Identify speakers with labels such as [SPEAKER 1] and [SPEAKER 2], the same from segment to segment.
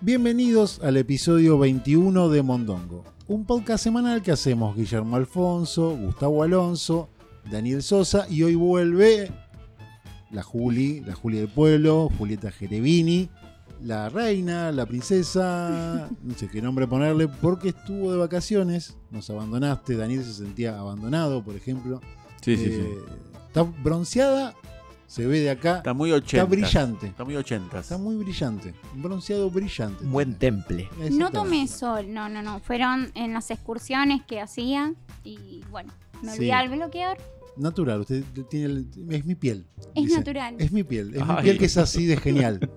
[SPEAKER 1] Bienvenidos al episodio 21 de Mondongo, un podcast semanal que hacemos Guillermo Alfonso, Gustavo Alonso, Daniel Sosa y hoy vuelve la Juli, la Juli del Pueblo, Julieta Gerevini, la reina, la princesa, no sé qué nombre ponerle, porque estuvo de vacaciones, nos abandonaste, Daniel se sentía abandonado, por ejemplo.
[SPEAKER 2] Sí, sí, sí.
[SPEAKER 1] Eh, Está bronceada, se ve de acá,
[SPEAKER 2] Está muy 80.
[SPEAKER 1] está brillante.
[SPEAKER 2] Está muy 80.
[SPEAKER 1] Está muy brillante. Un bronceado brillante.
[SPEAKER 3] Un buen temple.
[SPEAKER 4] No tomé sol, no, no, no. Fueron en las excursiones que hacía y bueno, me
[SPEAKER 1] Sí.
[SPEAKER 4] olvidé al bloquear.
[SPEAKER 1] Natural. Usted tiene el- es mi piel.
[SPEAKER 4] Es
[SPEAKER 1] dice.
[SPEAKER 4] natural.
[SPEAKER 1] Es mi piel. Es mi
[SPEAKER 2] Ay.
[SPEAKER 1] piel que es así de genial.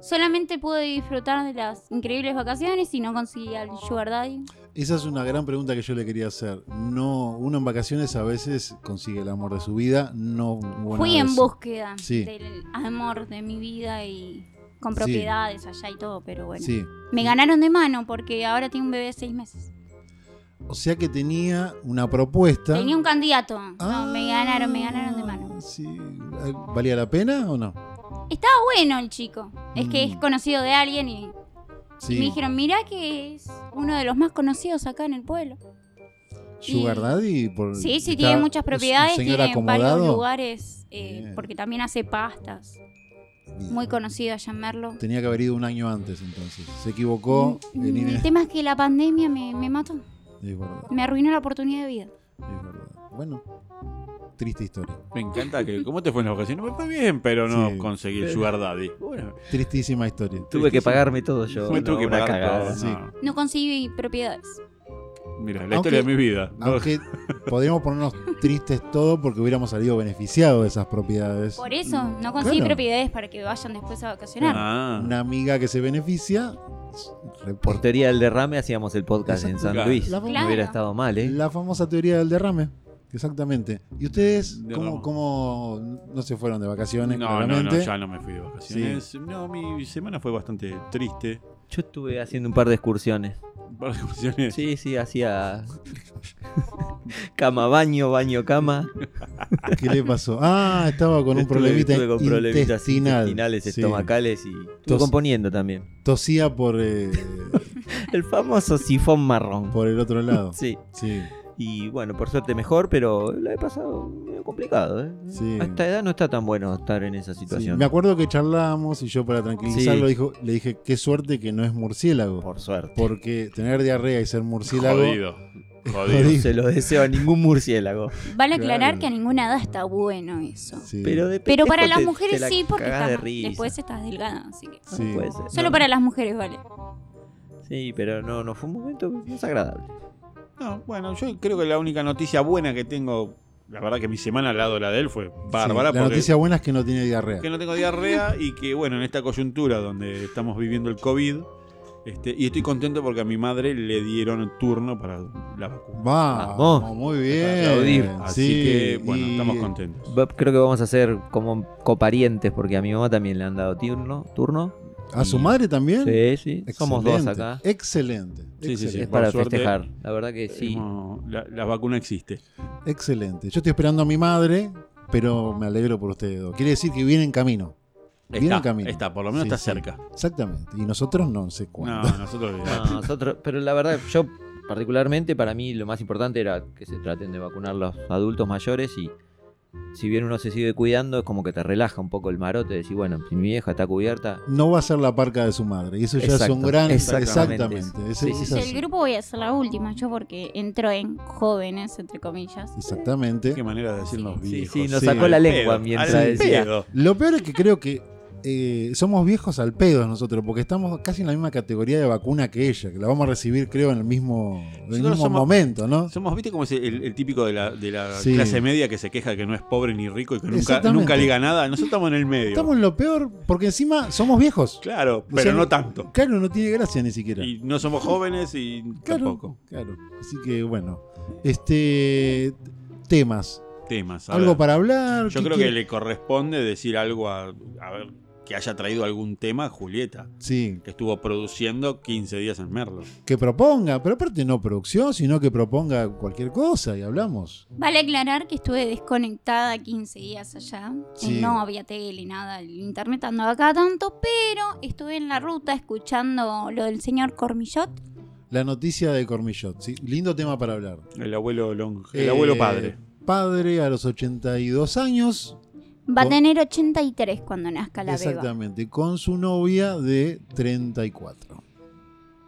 [SPEAKER 4] Solamente pude disfrutar de las increíbles vacaciones y no conseguí al Sugar Daddy.
[SPEAKER 1] Esa es una gran pregunta que yo le quería hacer. No, uno en vacaciones a veces consigue el amor de su vida. No. hubo
[SPEAKER 4] Fui
[SPEAKER 1] nada de
[SPEAKER 4] en
[SPEAKER 1] eso.
[SPEAKER 4] búsqueda
[SPEAKER 1] Sí.
[SPEAKER 4] del amor de mi vida y con
[SPEAKER 1] Sí.
[SPEAKER 4] propiedades allá y todo, pero bueno.
[SPEAKER 1] Sí.
[SPEAKER 4] Me ganaron de mano porque ahora tiene un bebé de seis meses.
[SPEAKER 1] O sea que tenía una propuesta.
[SPEAKER 4] Tenía un candidato.
[SPEAKER 1] Ah,
[SPEAKER 4] No, me ganaron, me ganaron de mano.
[SPEAKER 1] Sí. ¿Valía la pena o no?
[SPEAKER 4] Estaba bueno el chico. Es que
[SPEAKER 1] Mm.
[SPEAKER 4] es conocido de alguien y
[SPEAKER 1] Sí.
[SPEAKER 4] me dijeron, mirá que es uno de los más conocidos acá en el pueblo.
[SPEAKER 1] Sugar
[SPEAKER 4] y-
[SPEAKER 1] Daddy. Por,
[SPEAKER 4] Sí, sí,
[SPEAKER 1] Mm, está-
[SPEAKER 4] tiene muchas
[SPEAKER 1] es un
[SPEAKER 4] propiedades,
[SPEAKER 1] señor
[SPEAKER 4] tiene
[SPEAKER 1] acomodado.
[SPEAKER 4] varios lugares, eh,
[SPEAKER 1] Bien.
[SPEAKER 4] porque también hace pastas,
[SPEAKER 1] Bien.
[SPEAKER 4] muy conocido allá en Merlo.
[SPEAKER 1] Tenía que haber ido un año antes entonces. Se equivocó. en ir-
[SPEAKER 4] Mm, El tema es que la pandemia me, me mató,
[SPEAKER 1] Es verdad,
[SPEAKER 4] me arruinó la oportunidad de vida.
[SPEAKER 1] es verdad. Bueno, triste historia.
[SPEAKER 2] Me encanta que. ¿Cómo te fue en las vacaciones? Me fue bien, pero no
[SPEAKER 1] Sí.
[SPEAKER 2] conseguí el
[SPEAKER 3] Pero-
[SPEAKER 2] Sugar Daddy. Bueno,
[SPEAKER 1] Tristísima historia.
[SPEAKER 3] Tuve que pagarme todo yo.
[SPEAKER 2] me
[SPEAKER 3] no,
[SPEAKER 2] tuve que
[SPEAKER 3] una
[SPEAKER 2] pagar
[SPEAKER 3] cagada.
[SPEAKER 2] todo.
[SPEAKER 1] Sí.
[SPEAKER 2] no.
[SPEAKER 4] No conseguí propiedades.
[SPEAKER 2] Mira,
[SPEAKER 1] Aunque-
[SPEAKER 2] la historia de mi vida. No,
[SPEAKER 1] Aunque podríamos ponernos tristes todo porque hubiéramos salido beneficiados de esas propiedades.
[SPEAKER 4] Por eso, no conseguí
[SPEAKER 1] Mm, Claro.
[SPEAKER 4] propiedades para que vayan después a vacacionar.
[SPEAKER 2] Ah,
[SPEAKER 1] Una amiga que se beneficia.
[SPEAKER 3] Por
[SPEAKER 1] reporte.
[SPEAKER 3] teoría del derrame hacíamos el podcast en San
[SPEAKER 2] Claro.
[SPEAKER 3] Luis.
[SPEAKER 1] La, fam-
[SPEAKER 3] No
[SPEAKER 4] Claro.
[SPEAKER 3] hubiera estado mal, ¿eh?
[SPEAKER 1] la famosa teoría del derrame. Exactamente. ¿Y ustedes cómo,
[SPEAKER 2] Derrama.
[SPEAKER 1] cómo no se fueron de vacaciones?
[SPEAKER 2] no, no,
[SPEAKER 1] claramente?
[SPEAKER 2] no, ya no me fui de vacaciones. No, mi semana fue bastante triste.
[SPEAKER 3] Yo estuve haciendo un par de excursiones.
[SPEAKER 2] Un par de vacaciones.
[SPEAKER 3] Sí, sí, hacía. cama, baño, baño, cama.
[SPEAKER 1] ¿Qué le pasó? Ah, estaba con un
[SPEAKER 3] Estuve-
[SPEAKER 1] problemita
[SPEAKER 3] estuve con problemitas
[SPEAKER 1] intestinal.
[SPEAKER 3] intestinales,
[SPEAKER 1] Sí.
[SPEAKER 3] estomacales y. Estuve
[SPEAKER 1] Tos-
[SPEAKER 3] componiendo también.
[SPEAKER 1] Tosía por, eh,
[SPEAKER 3] El famoso sifón marrón.
[SPEAKER 1] por el otro lado.
[SPEAKER 3] Sí.
[SPEAKER 1] Sí.
[SPEAKER 3] Y bueno, por suerte mejor, pero la he pasado medio complicado, ¿eh?
[SPEAKER 1] Sí.
[SPEAKER 3] A esta edad no está tan bueno estar en esa
[SPEAKER 1] Sí,
[SPEAKER 3] situación.
[SPEAKER 1] me acuerdo que charlamos y yo para tranquilizarlo
[SPEAKER 3] Sí.
[SPEAKER 1] dijo, le dije, qué suerte que no es murciélago.
[SPEAKER 3] Por suerte.
[SPEAKER 1] Porque tener diarrea y ser murciélago...
[SPEAKER 2] Jodido. Jodido.
[SPEAKER 1] Jodido.
[SPEAKER 3] No se lo deseo a ningún murciélago.
[SPEAKER 4] Vale aclarar
[SPEAKER 1] Claro.
[SPEAKER 4] que a ninguna edad está bueno eso.
[SPEAKER 1] Sí,
[SPEAKER 3] Pero, de
[SPEAKER 4] Pero
[SPEAKER 3] pendejo
[SPEAKER 4] para las
[SPEAKER 3] te-
[SPEAKER 4] mujeres
[SPEAKER 3] te la
[SPEAKER 4] sí, porque
[SPEAKER 3] cagás
[SPEAKER 4] está-
[SPEAKER 3] de risa.
[SPEAKER 4] después estás delgada, así que...
[SPEAKER 3] No
[SPEAKER 1] Sí.
[SPEAKER 3] puede ser.
[SPEAKER 4] Solo
[SPEAKER 3] No,
[SPEAKER 4] para las mujeres, vale.
[SPEAKER 3] Sí, pero no, no fue un momento desagradable.
[SPEAKER 2] No, bueno, yo creo que la única noticia buena que tengo. La verdad que mi semana al lado de la de él fue bárbara.
[SPEAKER 1] sí, La
[SPEAKER 2] porque
[SPEAKER 1] noticia buena es que no tiene diarrea.
[SPEAKER 2] que no tengo diarrea y que bueno, en esta coyuntura donde estamos viviendo el COVID, este, y estoy contento porque a mi madre le dieron turno para la vacuna.
[SPEAKER 1] Va,
[SPEAKER 3] Vamos.
[SPEAKER 1] muy
[SPEAKER 3] Para aplaudir.
[SPEAKER 1] bien.
[SPEAKER 2] Así
[SPEAKER 1] sí,
[SPEAKER 2] que bueno,
[SPEAKER 1] y-
[SPEAKER 2] estamos contentos.
[SPEAKER 3] Va- Creo que vamos a ser como coparientes, porque a mi mamá también le han dado turno. turno.
[SPEAKER 1] ¿A su madre también?
[SPEAKER 3] Sí, sí. Somos dos
[SPEAKER 1] Excelente,
[SPEAKER 3] acá.
[SPEAKER 1] Excelente.
[SPEAKER 2] Sí, sí, sí.
[SPEAKER 3] Es
[SPEAKER 1] excelente,
[SPEAKER 3] para
[SPEAKER 2] Por suerte,
[SPEAKER 3] festejar. La verdad que sí.
[SPEAKER 2] Hemos- La, la vacuna existe.
[SPEAKER 1] excelente. Yo estoy esperando a mi madre, pero me alegro por ustedes dos. Quiere decir que viene en camino. Bien
[SPEAKER 2] Está,
[SPEAKER 1] en camino.
[SPEAKER 2] está, por lo menos
[SPEAKER 1] Sí,
[SPEAKER 2] está
[SPEAKER 1] sí.
[SPEAKER 2] cerca.
[SPEAKER 1] Exactamente. Y nosotros no sé
[SPEAKER 2] No,
[SPEAKER 1] cuándo.
[SPEAKER 2] nosotros eh,
[SPEAKER 3] No, nosotros, pero la verdad, yo particularmente, para mí lo más importante era que se traten de vacunar los adultos mayores y si bien uno se sigue cuidando, es como que te relaja un poco el marote, decir, bueno, si mi vieja está cubierta,
[SPEAKER 1] No va a ser la parca de su madre. Y eso ya es
[SPEAKER 3] Exacto,
[SPEAKER 1] un gran. Exactamente.
[SPEAKER 3] exactamente.
[SPEAKER 1] Ese-
[SPEAKER 3] Sí, sí,
[SPEAKER 1] es
[SPEAKER 3] sí.
[SPEAKER 1] así.
[SPEAKER 4] Del grupo voy a ser la última, yo porque entro en jóvenes, entre comillas.
[SPEAKER 2] qué
[SPEAKER 1] Exactamente.
[SPEAKER 2] manera de decirnos
[SPEAKER 3] Sí,
[SPEAKER 2] viejos.
[SPEAKER 3] sí, nos
[SPEAKER 1] sí.
[SPEAKER 3] sacó la
[SPEAKER 2] Al
[SPEAKER 3] lengua
[SPEAKER 2] pedo,
[SPEAKER 3] mientras
[SPEAKER 2] al
[SPEAKER 3] decía.
[SPEAKER 2] pedo.
[SPEAKER 1] Lo peor es que creo que eh, somos viejos al pedo nosotros, porque estamos casi en la misma categoría de vacuna que ella, que la vamos a recibir, creo, en el mismo, en el
[SPEAKER 2] Nosotros
[SPEAKER 1] mismo
[SPEAKER 2] somos-
[SPEAKER 1] momento, ¿no?
[SPEAKER 2] Somos, viste, como es el, el típico de la, de la
[SPEAKER 1] Sí.
[SPEAKER 2] clase media que se queja que no es pobre ni rico y que nunca,
[SPEAKER 1] Exactamente.
[SPEAKER 2] nunca liga nada. Nosotros estamos en el medio.
[SPEAKER 1] Estamos en lo peor, porque encima somos viejos.
[SPEAKER 2] Claro,
[SPEAKER 1] O
[SPEAKER 2] pero
[SPEAKER 1] sea,
[SPEAKER 2] no tanto.
[SPEAKER 1] Claro, no tiene gracia ni siquiera.
[SPEAKER 2] Y no somos jóvenes y
[SPEAKER 1] claro,
[SPEAKER 2] tampoco.
[SPEAKER 1] claro. Así que bueno, este temas,
[SPEAKER 2] Temas. a
[SPEAKER 1] algo
[SPEAKER 2] ver.
[SPEAKER 1] para hablar.
[SPEAKER 2] Yo
[SPEAKER 1] ¿Qué
[SPEAKER 2] creo que
[SPEAKER 1] quiere-
[SPEAKER 2] le corresponde decir algo a. A ver, que haya traído algún tema Julieta,
[SPEAKER 1] Sí,
[SPEAKER 2] que estuvo produciendo 15 días en Merlo.
[SPEAKER 1] que proponga, pero aparte no producción, sino que proponga cualquier cosa y hablamos.
[SPEAKER 4] Vale aclarar que estuve desconectada 15 días allá.
[SPEAKER 1] Sí.
[SPEAKER 4] Eh, No había tele, nada, el internet andaba acá tanto, pero estuve en la ruta escuchando lo del señor Cormillot.
[SPEAKER 1] La noticia de Cormillot, ¿sí? lindo tema para hablar.
[SPEAKER 2] El abuelo Long, el
[SPEAKER 1] Eh,
[SPEAKER 2] abuelo padre.
[SPEAKER 1] Padre a los 82 años,
[SPEAKER 4] Va
[SPEAKER 1] Con-
[SPEAKER 4] a tener 83 cuando nazca la beba.
[SPEAKER 1] Oh. exactamente, con su novia de 34.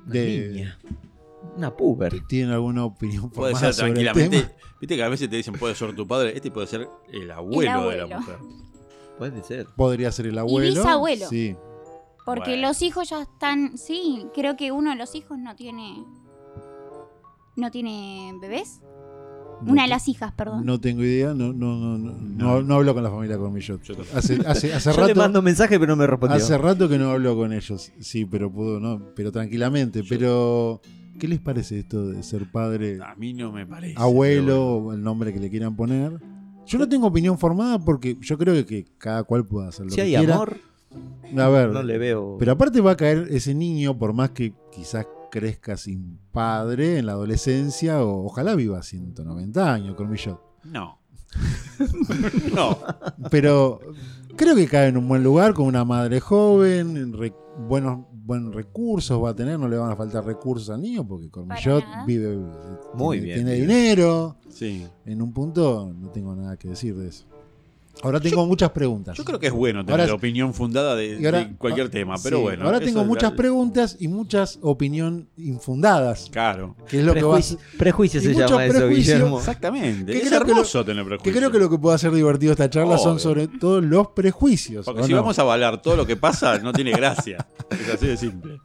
[SPEAKER 3] Una
[SPEAKER 1] De-
[SPEAKER 3] niña. Una puber.
[SPEAKER 1] ¿Tienen alguna opinión
[SPEAKER 2] Puede
[SPEAKER 1] formada
[SPEAKER 2] ser
[SPEAKER 1] sobre el tema?
[SPEAKER 2] tranquilamente. Viste que a veces te dicen puede ser tu padre, este puede ser el abuelo, de la
[SPEAKER 4] abuelo.
[SPEAKER 2] mujer.
[SPEAKER 3] Puede ser.
[SPEAKER 1] Podría ser el abuelo.
[SPEAKER 4] bisabuelo.
[SPEAKER 1] Sí.
[SPEAKER 4] Porque
[SPEAKER 2] Bueno.
[SPEAKER 4] los hijos ya están. Sí, creo que uno de los hijos no tiene. No tiene bebés.
[SPEAKER 1] No
[SPEAKER 4] Una de
[SPEAKER 1] te-
[SPEAKER 4] las hijas, perdón.
[SPEAKER 1] No tengo idea, no, no, no, no, no, no hablo con la familia Cormillot.
[SPEAKER 2] Yo tampoco.
[SPEAKER 1] Hace, hace, hace
[SPEAKER 3] Yo le
[SPEAKER 1] rato.
[SPEAKER 3] mando mensaje, pero no me respondió.
[SPEAKER 1] Hace rato que no hablo con ellos, sí, pero puedo, no, pero tranquilamente. Pero, ¿qué les parece esto de ser padre,
[SPEAKER 2] A mí no me parece.
[SPEAKER 1] abuelo, o el nombre que le quieran poner? Yo no tengo opinión formada porque yo creo que cada cual puede hacer lo
[SPEAKER 3] Si
[SPEAKER 1] que
[SPEAKER 3] hay
[SPEAKER 1] quiera.
[SPEAKER 3] amor,
[SPEAKER 1] A ver,
[SPEAKER 3] no le veo.
[SPEAKER 1] pero aparte va a caer ese niño, por más que quizás crezca sin padre en la adolescencia, o ojalá viva 190 años, Cormillot.
[SPEAKER 2] pero bueno. No. no.
[SPEAKER 1] Pero creo que cae en un buen lugar con una madre joven, re- buenos buenos recursos va a tener, no le van a faltar recursos al niño porque Cormillot
[SPEAKER 4] Para nada.
[SPEAKER 1] vive eh,
[SPEAKER 3] Muy
[SPEAKER 1] tiene,
[SPEAKER 3] bien,
[SPEAKER 1] tiene
[SPEAKER 3] bien.
[SPEAKER 1] dinero.
[SPEAKER 2] Sí.
[SPEAKER 1] En un punto no tengo nada que decir de eso. Ahora tengo muchas preguntas.
[SPEAKER 2] Yo creo que es bueno tener
[SPEAKER 1] Ahora-
[SPEAKER 2] la opinión fundada de,
[SPEAKER 1] Y ahora- ah,
[SPEAKER 2] de cualquier tema,
[SPEAKER 1] Sí,
[SPEAKER 2] pero bueno.
[SPEAKER 1] Ahora
[SPEAKER 2] eso
[SPEAKER 1] tengo
[SPEAKER 2] es la-
[SPEAKER 1] muchas preguntas y muchas opinión infundadas,
[SPEAKER 2] Claro.
[SPEAKER 1] que es lo que va a
[SPEAKER 3] Prejuicio,
[SPEAKER 1] ser-
[SPEAKER 3] prejuicio
[SPEAKER 1] Y
[SPEAKER 3] se
[SPEAKER 1] mucho
[SPEAKER 3] llama eso,
[SPEAKER 1] prejuicio.
[SPEAKER 3] Guillermo.
[SPEAKER 2] Exactamente.
[SPEAKER 1] Que
[SPEAKER 2] Es
[SPEAKER 1] creo que lo-
[SPEAKER 2] hermoso tener
[SPEAKER 1] que
[SPEAKER 2] prejuicios.
[SPEAKER 1] creo que lo que puede hacer divertido esta charla son
[SPEAKER 2] Obvio.
[SPEAKER 1] sobre todo los prejuicios.
[SPEAKER 2] Porque
[SPEAKER 1] ¿o
[SPEAKER 2] si
[SPEAKER 1] no?
[SPEAKER 2] vamos a avalar todo lo que pasa, no tiene gracia. es así de simple.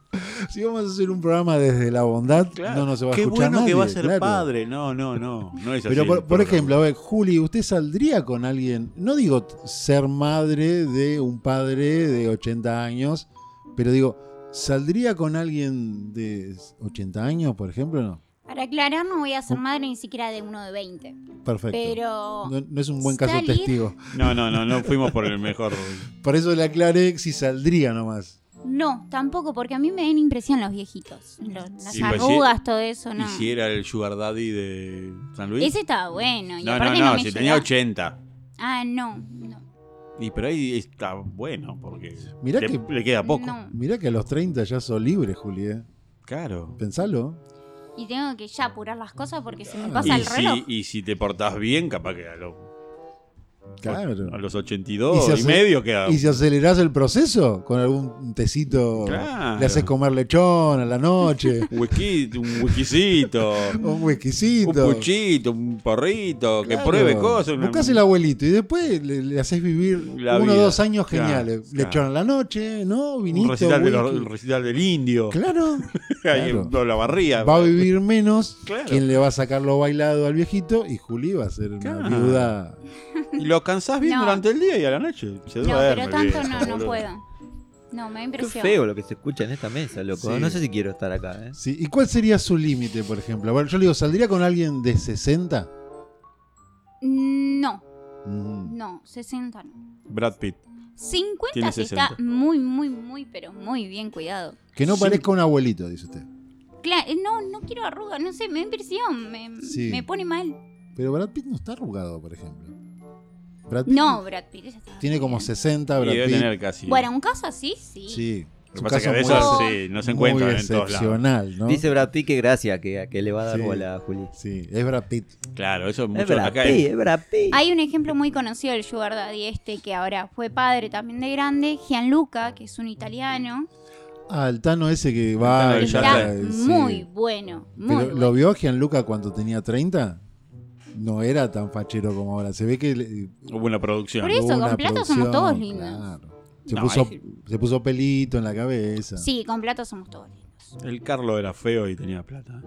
[SPEAKER 1] Si vamos a hacer un programa desde la bondad,
[SPEAKER 2] Claro.
[SPEAKER 1] no nos va a
[SPEAKER 2] Qué
[SPEAKER 1] escuchar
[SPEAKER 2] bueno que
[SPEAKER 1] nadie,
[SPEAKER 2] va a ser
[SPEAKER 1] claro.
[SPEAKER 2] padre. No, no, no. No es así.
[SPEAKER 1] Pero por,
[SPEAKER 2] el
[SPEAKER 1] por
[SPEAKER 2] programa.
[SPEAKER 1] ejemplo, a ver, Juli, ¿usted saldría con alguien? No digo t- ser madre de un padre de 80 años, pero digo, ¿saldría con alguien de 80 años, por ejemplo? No.
[SPEAKER 4] Para aclarar, no voy a ser madre ni siquiera de uno de 20.
[SPEAKER 1] Perfecto.
[SPEAKER 4] Pero.
[SPEAKER 1] no, no es un buen caso
[SPEAKER 4] salir-
[SPEAKER 1] testigo.
[SPEAKER 2] No, no, no, no fuimos por el mejor.
[SPEAKER 1] Por eso le aclaré si saldría nomás.
[SPEAKER 4] No, tampoco, porque a mí me dan impresión los viejitos. Lo- las
[SPEAKER 2] Sí, pues,
[SPEAKER 4] arrugas, todo eso,
[SPEAKER 2] Hiciera
[SPEAKER 4] no.
[SPEAKER 2] si era el Sugar Daddy de San Luis?
[SPEAKER 4] Ese estaba bueno. Y
[SPEAKER 2] no, no,
[SPEAKER 4] aparte
[SPEAKER 2] no,
[SPEAKER 4] me
[SPEAKER 2] si
[SPEAKER 4] llega.
[SPEAKER 2] tenía 80.
[SPEAKER 4] Ah, no. no.
[SPEAKER 2] Y pero ahí está bueno, porque
[SPEAKER 1] Mirá
[SPEAKER 2] le,
[SPEAKER 1] que-
[SPEAKER 2] le queda poco.
[SPEAKER 4] No.
[SPEAKER 1] Mirá que a los 30 ya sos libre, Juli, ¿eh?
[SPEAKER 2] Claro.
[SPEAKER 1] Pensalo.
[SPEAKER 4] Y tengo que ya apurar las cosas porque se me
[SPEAKER 1] Ah.
[SPEAKER 4] pasa
[SPEAKER 2] Y
[SPEAKER 4] el reloj.
[SPEAKER 2] si, y si te portás bien, capaz que a, lo- a
[SPEAKER 1] Claro.
[SPEAKER 2] los
[SPEAKER 1] Y
[SPEAKER 2] 82
[SPEAKER 1] si
[SPEAKER 2] y,
[SPEAKER 1] hace-
[SPEAKER 2] medio queda.
[SPEAKER 1] Y si acelerás el proceso con algún tecito,
[SPEAKER 2] Claro.
[SPEAKER 1] le haces comer lechón a la noche.
[SPEAKER 2] Un whisky, un whiskycito,
[SPEAKER 1] Un
[SPEAKER 2] un
[SPEAKER 1] whiskycito.
[SPEAKER 2] puchito, un porrito, que
[SPEAKER 1] Claro.
[SPEAKER 2] pruebe cosas. una-
[SPEAKER 1] Buscás el abuelito y después le, le haces vivir
[SPEAKER 2] La
[SPEAKER 1] uno o
[SPEAKER 2] vida.
[SPEAKER 1] dos años
[SPEAKER 2] Claro,
[SPEAKER 1] geniales.
[SPEAKER 2] claro.
[SPEAKER 1] Lechón a la noche, ¿no? Vinito.
[SPEAKER 2] un recital, de los-
[SPEAKER 1] whisky.
[SPEAKER 2] un recital del indio.
[SPEAKER 1] Claro.
[SPEAKER 2] Ahí
[SPEAKER 1] claro.
[SPEAKER 2] en toda la barría.
[SPEAKER 1] Va a vivir menos.
[SPEAKER 2] Claro.
[SPEAKER 1] Quien le va a sacar lo bailado al viejito y Juli va a ser una
[SPEAKER 2] Claro.
[SPEAKER 1] viuda.
[SPEAKER 2] Y lo cansás bien
[SPEAKER 4] No.
[SPEAKER 2] durante el día y a la noche. Se
[SPEAKER 4] No,
[SPEAKER 2] duerme,
[SPEAKER 4] pero tanto
[SPEAKER 2] viejo,
[SPEAKER 4] no, no
[SPEAKER 2] boludo.
[SPEAKER 4] puedo. No, me da
[SPEAKER 3] Qué
[SPEAKER 4] impresión.
[SPEAKER 3] feo lo que se escucha en esta mesa, loco.
[SPEAKER 1] Sí.
[SPEAKER 3] No sé si quiero estar acá, ¿eh?
[SPEAKER 1] Sí. ¿Y cuál sería su límite, por ejemplo? Bueno, yo le digo, ¿saldría con alguien de 60?
[SPEAKER 4] No,
[SPEAKER 1] Mm.
[SPEAKER 4] no, 60 no.
[SPEAKER 2] Brad Pitt.
[SPEAKER 4] 50
[SPEAKER 2] Tiene
[SPEAKER 4] sí
[SPEAKER 2] 60.
[SPEAKER 4] está muy, muy, muy, pero muy bien cuidado.
[SPEAKER 1] Que no
[SPEAKER 2] Sí.
[SPEAKER 1] parezca un abuelito, dice usted.
[SPEAKER 4] Claro, no, no quiero arrugas, no sé, me da impresión, me,
[SPEAKER 1] Sí.
[SPEAKER 4] me pone mal.
[SPEAKER 1] Pero Brad Pitt no está arrugado, por ejemplo. Brad Pitt
[SPEAKER 4] No, Brad Pitt ya está
[SPEAKER 1] tiene como
[SPEAKER 4] bien.
[SPEAKER 1] 60,
[SPEAKER 2] Y
[SPEAKER 1] Ah, Brad
[SPEAKER 2] debe
[SPEAKER 1] Pitt.
[SPEAKER 2] tener casi.
[SPEAKER 4] Bueno, un caso así, sí.
[SPEAKER 1] Sí.
[SPEAKER 2] Lo
[SPEAKER 1] Es un
[SPEAKER 2] que pasa es que a
[SPEAKER 1] caso
[SPEAKER 2] veces
[SPEAKER 4] muy-
[SPEAKER 2] sí, no se
[SPEAKER 1] muy
[SPEAKER 2] encuentran en todos lados.
[SPEAKER 1] excepcional, ¿no?
[SPEAKER 3] Dice Brad Pitt que gracias, que, que le va a dar
[SPEAKER 1] Sí.
[SPEAKER 3] bola a Juli.
[SPEAKER 1] Sí, es Brad Pitt.
[SPEAKER 2] Claro, eso es
[SPEAKER 3] Es
[SPEAKER 2] mucho.
[SPEAKER 3] Brad
[SPEAKER 2] acá
[SPEAKER 3] Pitt,
[SPEAKER 2] es-
[SPEAKER 3] es Brad Pitt.
[SPEAKER 4] Hay un ejemplo muy conocido del Sugar Daddy este que ahora fue padre también de grande, Gianluca, que es un italiano.
[SPEAKER 1] Ah, el Tano ese que va...
[SPEAKER 2] Tano
[SPEAKER 1] y
[SPEAKER 2] ya
[SPEAKER 4] Está
[SPEAKER 1] va, Ah, sí.
[SPEAKER 4] muy bueno, muy
[SPEAKER 1] Pero,
[SPEAKER 4] bueno.
[SPEAKER 1] ¿Lo vio Gianluca cuando tenía 30? No era tan fachero como ahora. Se ve que... le-
[SPEAKER 2] hubo una producción.
[SPEAKER 4] Por eso,
[SPEAKER 1] hubo
[SPEAKER 4] con
[SPEAKER 1] una
[SPEAKER 4] plata somos
[SPEAKER 1] producción,
[SPEAKER 4] todos lindos.
[SPEAKER 1] claro. Se,
[SPEAKER 2] No,
[SPEAKER 1] puso,
[SPEAKER 2] hay-
[SPEAKER 1] se puso pelito en la cabeza.
[SPEAKER 4] Sí, con plata somos todos lindos.
[SPEAKER 2] El Carlo era feo y tenía plata.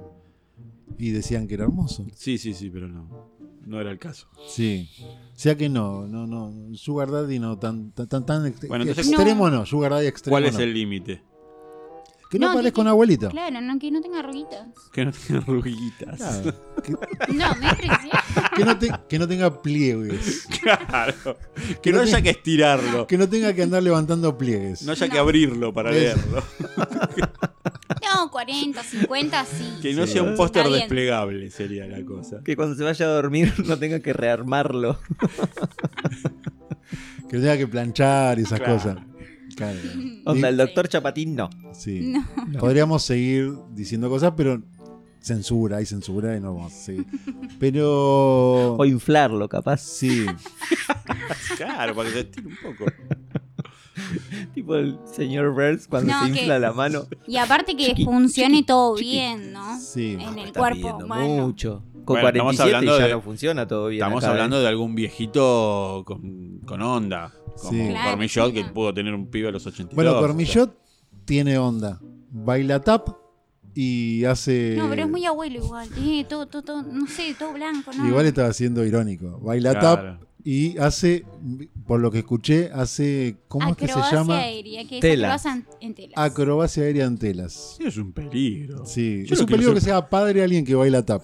[SPEAKER 1] Y decían que era hermoso.
[SPEAKER 2] Sí, sí, sí, pero no. No era el caso.
[SPEAKER 1] Sí. O sea que no, no, no. Sugar Daddy no, tan, tan, tan, tan ex-
[SPEAKER 2] Bueno, entonces-
[SPEAKER 1] extremo no. Sugar Daddy extremo
[SPEAKER 2] ¿Cuál es
[SPEAKER 1] no.
[SPEAKER 2] el límite?
[SPEAKER 1] Que no,
[SPEAKER 4] No,
[SPEAKER 1] parezca
[SPEAKER 4] que-
[SPEAKER 1] un abuelito.
[SPEAKER 4] Claro, no, que no tenga arruguitas.
[SPEAKER 2] Que no tenga ruguitas.
[SPEAKER 1] Claro. Que-
[SPEAKER 4] No, me da impresión.
[SPEAKER 1] Que no, te- que no tenga pliegues.
[SPEAKER 2] Claro. Que
[SPEAKER 1] Que
[SPEAKER 2] no
[SPEAKER 1] no
[SPEAKER 2] haya
[SPEAKER 1] te-
[SPEAKER 2] que estirarlo.
[SPEAKER 1] Que no tenga que andar levantando pliegues.
[SPEAKER 2] No haya que
[SPEAKER 4] No.
[SPEAKER 2] abrirlo para
[SPEAKER 1] Es-
[SPEAKER 2] leerlo.
[SPEAKER 4] No, 40, 50, sí.
[SPEAKER 2] Que no
[SPEAKER 3] Sí.
[SPEAKER 2] sea un póster
[SPEAKER 4] Está bien.
[SPEAKER 2] desplegable sería la cosa.
[SPEAKER 3] Que cuando se vaya a dormir no tenga que rearmarlo.
[SPEAKER 1] Que tenga que planchar y esas
[SPEAKER 2] Claro.
[SPEAKER 1] cosas. Claro.
[SPEAKER 3] Onda, el
[SPEAKER 4] Sí.
[SPEAKER 3] doctor Chapatín no.
[SPEAKER 1] Sí.
[SPEAKER 4] No.
[SPEAKER 1] Podríamos seguir diciendo cosas, pero censura, hay censura y no vamos a seguir. Pero.
[SPEAKER 3] O inflarlo, capaz.
[SPEAKER 1] Sí.
[SPEAKER 2] Claro, para que se estire un poco.
[SPEAKER 3] Tipo el señor Burns cuando
[SPEAKER 4] No,
[SPEAKER 3] se
[SPEAKER 4] que-
[SPEAKER 3] infla la mano.
[SPEAKER 4] Y aparte que
[SPEAKER 3] Chiqui,
[SPEAKER 4] funcione
[SPEAKER 3] chiqui,
[SPEAKER 4] todo
[SPEAKER 3] chiqui.
[SPEAKER 4] bien, ¿no?
[SPEAKER 1] Sí.
[SPEAKER 4] En el
[SPEAKER 3] Está
[SPEAKER 4] cuerpo
[SPEAKER 3] pidiendo
[SPEAKER 4] humano.
[SPEAKER 3] Mucho. Con
[SPEAKER 2] Bueno, estamos
[SPEAKER 3] 47
[SPEAKER 2] hablando
[SPEAKER 3] ya
[SPEAKER 2] de-
[SPEAKER 3] no funciona todo bien.
[SPEAKER 2] Estamos
[SPEAKER 3] acá, ¿eh?
[SPEAKER 2] hablando de algún viejito con, con onda. Como
[SPEAKER 1] Sí.
[SPEAKER 4] Claro,
[SPEAKER 2] Cormillot, que
[SPEAKER 4] claro.
[SPEAKER 2] pudo tener un pibe a los 82.
[SPEAKER 1] Bueno, Cormillot tiene onda. Baila tap y hace.
[SPEAKER 4] No, pero es muy abuelo igual. Tiene todo, todo, todo, no sé, todo blanco, ¿no?
[SPEAKER 1] Igual estaba siendo irónico. Baila tap
[SPEAKER 2] Claro.
[SPEAKER 1] y hace, por lo que escuché, hace. ¿Cómo es que se
[SPEAKER 4] Acrobacia
[SPEAKER 1] llama?
[SPEAKER 4] aérea, que es
[SPEAKER 3] Tela.
[SPEAKER 4] acrobacia en, en telas.
[SPEAKER 1] Acrobacia aérea en telas.
[SPEAKER 2] Sí, es un peligro.
[SPEAKER 1] Sí.
[SPEAKER 2] Yo
[SPEAKER 1] es
[SPEAKER 2] lo
[SPEAKER 1] un
[SPEAKER 2] que no
[SPEAKER 1] peligro
[SPEAKER 2] sé-
[SPEAKER 1] que sea padre alguien que baila tap.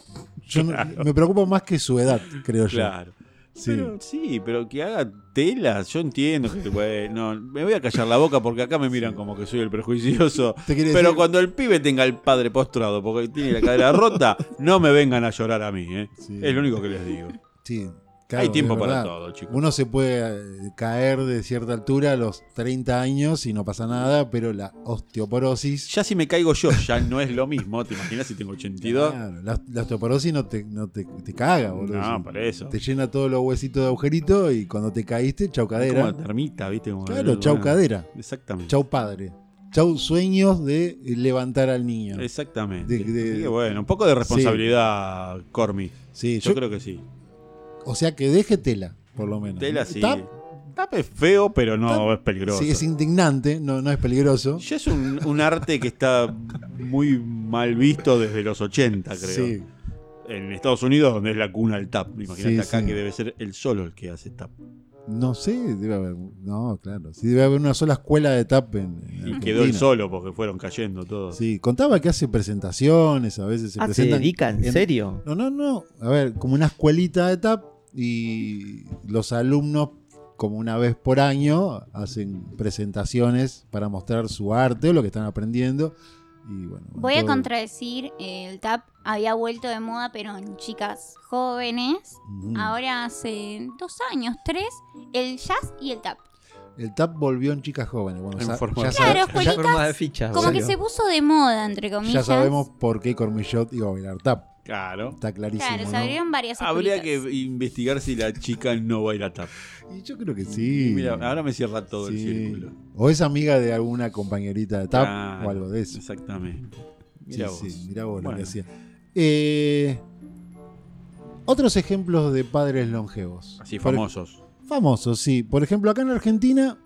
[SPEAKER 1] Yo no- me preocupa más que su edad, creo
[SPEAKER 2] Claro.
[SPEAKER 1] yo. Sí.
[SPEAKER 2] Pero, sí, pero que haga telas, yo entiendo que, bueno, me voy a callar la boca porque acá me miran como que soy el prejuicioso.
[SPEAKER 1] Te quiere
[SPEAKER 2] Pero
[SPEAKER 1] decir-
[SPEAKER 2] cuando el pibe tenga el padre postrado porque tiene la cadera rota, no me vengan a llorar a mí, ¿eh?
[SPEAKER 1] Sí.
[SPEAKER 2] Es lo único que les digo.
[SPEAKER 1] Sí, claro,
[SPEAKER 2] Hay tiempo
[SPEAKER 1] es
[SPEAKER 2] para
[SPEAKER 1] verdad.
[SPEAKER 2] todo, chicos.
[SPEAKER 1] Uno se puede eh, caer de cierta altura a los 30 años y no pasa nada, pero la osteoporosis.
[SPEAKER 2] Ya si me caigo yo, ya no es lo mismo. ¿Te imaginas si tengo 82?
[SPEAKER 1] Claro, la, la osteoporosis no te, no te, te caga, boludo.
[SPEAKER 2] No,
[SPEAKER 1] Sí.
[SPEAKER 2] por eso.
[SPEAKER 1] Te llena todos los huesitos de agujerito y cuando te caíste, chau
[SPEAKER 2] Es como
[SPEAKER 1] cadera.
[SPEAKER 2] la termita, ¿viste? Como-
[SPEAKER 1] Claro, chau
[SPEAKER 2] bueno,
[SPEAKER 1] cadera.
[SPEAKER 2] Exactamente.
[SPEAKER 1] Chau padre. Chau sueños de levantar al niño.
[SPEAKER 2] Exactamente.
[SPEAKER 1] De- de-
[SPEAKER 2] Así que, bueno, un poco de responsabilidad, Cormi.
[SPEAKER 1] Sí,
[SPEAKER 2] Yo
[SPEAKER 1] yo-
[SPEAKER 2] creo que sí.
[SPEAKER 1] O sea que deje tela, por lo menos.
[SPEAKER 2] Tela sí.
[SPEAKER 1] Está-
[SPEAKER 2] Tap es feo, pero no
[SPEAKER 1] Tap-
[SPEAKER 2] es peligroso.
[SPEAKER 1] sí, es indignante, no, no es peligroso.
[SPEAKER 2] Ya es un, un arte que está muy mal visto desde los 80, creo.
[SPEAKER 1] Sí,
[SPEAKER 2] En Estados Unidos, donde es la cuna del tap. Imagínate
[SPEAKER 1] Sí,
[SPEAKER 2] acá
[SPEAKER 1] sí.
[SPEAKER 2] que debe ser el solo el que hace tap.
[SPEAKER 1] No sé, debe haber. No, claro. Sí, debe haber una sola escuela de tap en, en
[SPEAKER 2] Y
[SPEAKER 1] Argentina.
[SPEAKER 2] quedó el solo porque fueron cayendo todos.
[SPEAKER 1] Sí, contaba que hace presentaciones, a veces se
[SPEAKER 3] Ah, ¿se
[SPEAKER 1] presentan.
[SPEAKER 3] dedica en serio?
[SPEAKER 1] No, no, no. A ver, como una escuelita de tap y los alumnos, como una vez por año, hacen presentaciones para mostrar su arte o lo que están aprendiendo. Y bueno.
[SPEAKER 4] Voy a
[SPEAKER 1] todo-
[SPEAKER 4] contradecir, eh, el tap había vuelto de moda, pero en chicas jóvenes.
[SPEAKER 1] Ujú.
[SPEAKER 4] Ahora hace dos años, tres, el jazz y el tap.
[SPEAKER 1] El tap volvió en chicas jóvenes. Bueno,
[SPEAKER 2] En
[SPEAKER 1] sa-
[SPEAKER 2] forma-
[SPEAKER 1] ya,
[SPEAKER 4] Claro,
[SPEAKER 1] sab-
[SPEAKER 4] escuelita.
[SPEAKER 1] ya-
[SPEAKER 3] Forma de fichas,
[SPEAKER 4] Como que
[SPEAKER 3] boludo.
[SPEAKER 4] se puso de moda, entre comillas.
[SPEAKER 1] Ah, ya sabemos por qué Cormillot iba a bailar tap.
[SPEAKER 2] Claro.
[SPEAKER 1] Está clarísimo.
[SPEAKER 4] Claro, se
[SPEAKER 1] ¿no?
[SPEAKER 4] abrieron varias
[SPEAKER 2] Habría que
[SPEAKER 4] escuelitas.
[SPEAKER 2] investigar si la chica no baila tap.
[SPEAKER 1] Y yo creo que sí.
[SPEAKER 2] Mira, ahora me cierra todo el
[SPEAKER 1] Sí.
[SPEAKER 2] círculo.
[SPEAKER 1] O es amiga de alguna compañerita de TAP
[SPEAKER 2] Claro,
[SPEAKER 1] o algo de eso.
[SPEAKER 2] Exactamente. Mira
[SPEAKER 1] Mira
[SPEAKER 2] vos.
[SPEAKER 1] sí, sí, mirá vos lo
[SPEAKER 2] Bueno.
[SPEAKER 1] que hacía. Eh, otros ejemplos de padres longevos.
[SPEAKER 2] Así
[SPEAKER 1] Por-
[SPEAKER 2] famosos.
[SPEAKER 1] Famosos, sí. Por ejemplo, acá en Argentina,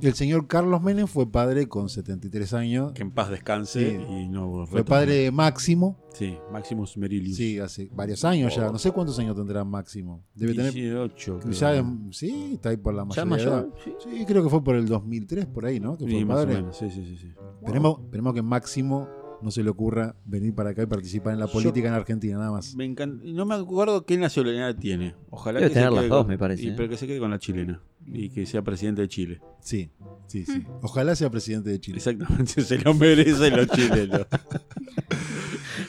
[SPEAKER 1] el señor Carlos Menem fue padre con 73 años.
[SPEAKER 2] Que en paz descanse
[SPEAKER 1] Sí.
[SPEAKER 2] y no
[SPEAKER 1] Fue
[SPEAKER 2] retorne.
[SPEAKER 1] padre de Máximo.
[SPEAKER 2] Sí, Maximus Merilius.
[SPEAKER 1] Sí, hace varios años ya.
[SPEAKER 2] Oh.
[SPEAKER 1] No sé cuántos años tendrá Máximo. Debe tener.
[SPEAKER 2] 18.
[SPEAKER 1] ya
[SPEAKER 2] creo.
[SPEAKER 1] es- sí, está ahí por la
[SPEAKER 3] ¿Ya
[SPEAKER 1] mayoría. de edad.
[SPEAKER 3] mayor? Sí.
[SPEAKER 1] Sí, creo que fue por el 2003, por ahí, ¿no? Que fue
[SPEAKER 2] Sí, más o
[SPEAKER 1] padre.
[SPEAKER 2] menos, sí, sí, sí, sí.
[SPEAKER 1] Esperemos, esperemos que Máximo no se le ocurra venir para acá y participar en la
[SPEAKER 2] Yo-
[SPEAKER 1] política en Argentina, nada más.
[SPEAKER 2] Me encanta. No me acuerdo qué nacionalidad tiene. Ojalá
[SPEAKER 3] Debe
[SPEAKER 2] que
[SPEAKER 3] tener
[SPEAKER 2] se
[SPEAKER 3] las
[SPEAKER 2] quede
[SPEAKER 3] dos,
[SPEAKER 2] con-
[SPEAKER 3] me parece,
[SPEAKER 2] y-
[SPEAKER 3] ¿eh?
[SPEAKER 2] pero que se quede con la chilena. Y que sea presidente de Chile.
[SPEAKER 1] Sí, sí, sí. Ojalá sea presidente de Chile.
[SPEAKER 2] Exactamente, se lo merecen los chilenos.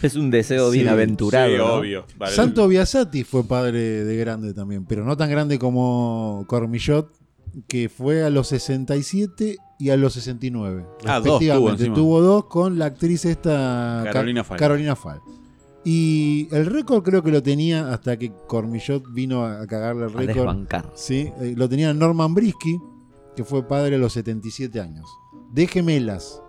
[SPEAKER 3] Es un deseo bien
[SPEAKER 1] Sí,
[SPEAKER 3] aventurado.
[SPEAKER 2] Sí,
[SPEAKER 3] ¿no?
[SPEAKER 2] obvio. Vale.
[SPEAKER 1] Santo Biasati fue padre de grande también, pero no tan grande como Cormillot, que fue a los 67 y a los 69.
[SPEAKER 2] Ah, dos tuvo
[SPEAKER 1] respectivamente.
[SPEAKER 2] encima.
[SPEAKER 1] tuvo dos con la actriz esta Ca-
[SPEAKER 2] Carolina Fal.
[SPEAKER 1] Carolina Fal. Y el récord creo que lo tenía hasta que Cormillot vino a a cagarle el
[SPEAKER 3] A
[SPEAKER 1] récord.
[SPEAKER 3] desbancar.
[SPEAKER 1] Sí, eh, lo tenía Norman Brisky, que fue padre a los 77 años. De gemelas.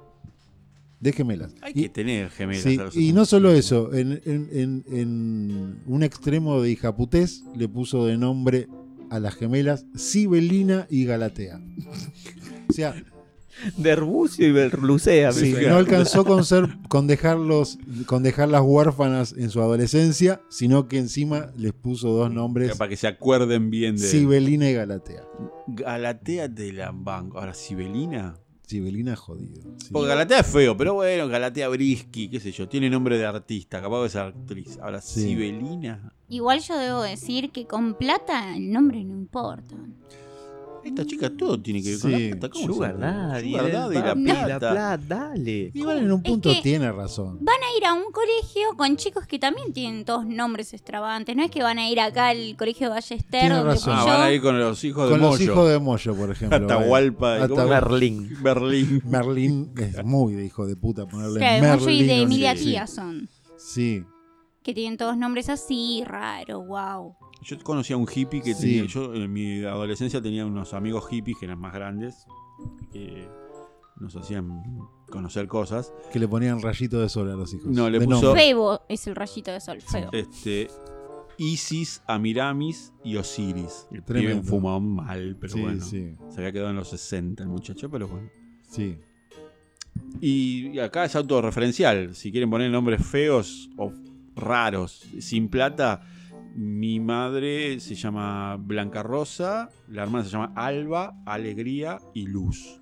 [SPEAKER 1] De gemelas.
[SPEAKER 2] Hay
[SPEAKER 1] Y-
[SPEAKER 2] que tener gemelas.
[SPEAKER 1] sí,
[SPEAKER 2] a los
[SPEAKER 1] y no solo eso, en, en- en- en un extremo de hijaputés le puso de nombre a las gemelas Sibelina y Galatea. O sea,
[SPEAKER 3] De Herbucio y Berlucea.
[SPEAKER 1] sí,
[SPEAKER 2] claro.
[SPEAKER 1] no alcanzó con ser con dejarlos con dejarlas huérfanas en su adolescencia, sino que encima les puso dos nombres,
[SPEAKER 2] Para que se acuerden bien de.
[SPEAKER 1] Sibelina y Galatea.
[SPEAKER 2] Galatea de la banco. Ahora, Sibelina.
[SPEAKER 1] Sibelina es jodido. sí.
[SPEAKER 2] Porque Galatea es feo, pero bueno, Galatea Brisky, qué sé yo, tiene nombre de artista, capaz que es actriz. Ahora,
[SPEAKER 1] Sí.
[SPEAKER 2] Sibelina.
[SPEAKER 4] Igual yo debo decir que con plata el nombre no importa.
[SPEAKER 2] Esta chica todo tiene que ver con
[SPEAKER 1] Sí.
[SPEAKER 2] la plata. ¿Cómo
[SPEAKER 3] Sugar
[SPEAKER 2] se
[SPEAKER 3] Daddy,
[SPEAKER 2] Sugar
[SPEAKER 3] el
[SPEAKER 2] Daddy,
[SPEAKER 3] papi,
[SPEAKER 2] la plata.
[SPEAKER 3] dale.
[SPEAKER 1] Igual en un punto
[SPEAKER 4] que-
[SPEAKER 1] tiene razón.
[SPEAKER 4] Van a ir a un colegio con chicos que también tienen todos nombres extravagantes. No es que van a ir acá al colegio Ballester,
[SPEAKER 1] Tiene
[SPEAKER 4] donde
[SPEAKER 1] razón.
[SPEAKER 4] fui
[SPEAKER 2] Ah,
[SPEAKER 4] yo.
[SPEAKER 2] van a ir con los hijos de
[SPEAKER 1] Con los hijos
[SPEAKER 2] Moyo.
[SPEAKER 1] de Moyo, por ejemplo.
[SPEAKER 2] Atahualpa.
[SPEAKER 1] Atahualpa.
[SPEAKER 2] ¿cómo se llama?
[SPEAKER 3] Merlín.
[SPEAKER 2] Berlín.
[SPEAKER 1] Merlín es muy de hijo de puta ponerle
[SPEAKER 4] Claro, de
[SPEAKER 1] Merlín.
[SPEAKER 4] Moyo y de
[SPEAKER 1] o sea,
[SPEAKER 4] Emilia
[SPEAKER 1] sí.
[SPEAKER 4] Tía son.
[SPEAKER 1] Sí,
[SPEAKER 4] Que tienen todos nombres así, raro, wow.
[SPEAKER 2] Yo conocí a un hippie que
[SPEAKER 1] Sí.
[SPEAKER 2] tenía. Yo en mi adolescencia tenía unos amigos hippies que eran más grandes. Que nos hacían conocer cosas.
[SPEAKER 1] que le ponían rayito de sol a los hijos.
[SPEAKER 2] No, le
[SPEAKER 1] de
[SPEAKER 2] puso-
[SPEAKER 1] nombre.
[SPEAKER 4] Febo es el rayito de sol, feo.
[SPEAKER 2] Este. Isis, Amiramis y Osiris. El pibe
[SPEAKER 1] Tremendo.
[SPEAKER 2] un fumón mal, pero
[SPEAKER 1] sí,
[SPEAKER 2] bueno.
[SPEAKER 1] sí,
[SPEAKER 2] Se había quedado en los 60 el muchacho, pero bueno.
[SPEAKER 1] sí.
[SPEAKER 2] Y y acá es autorreferencial. Si quieren poner nombres feos o raros, sin plata, mi madre se llama Blanca Rosa, la hermana se llama Alba, Alegría y Luz.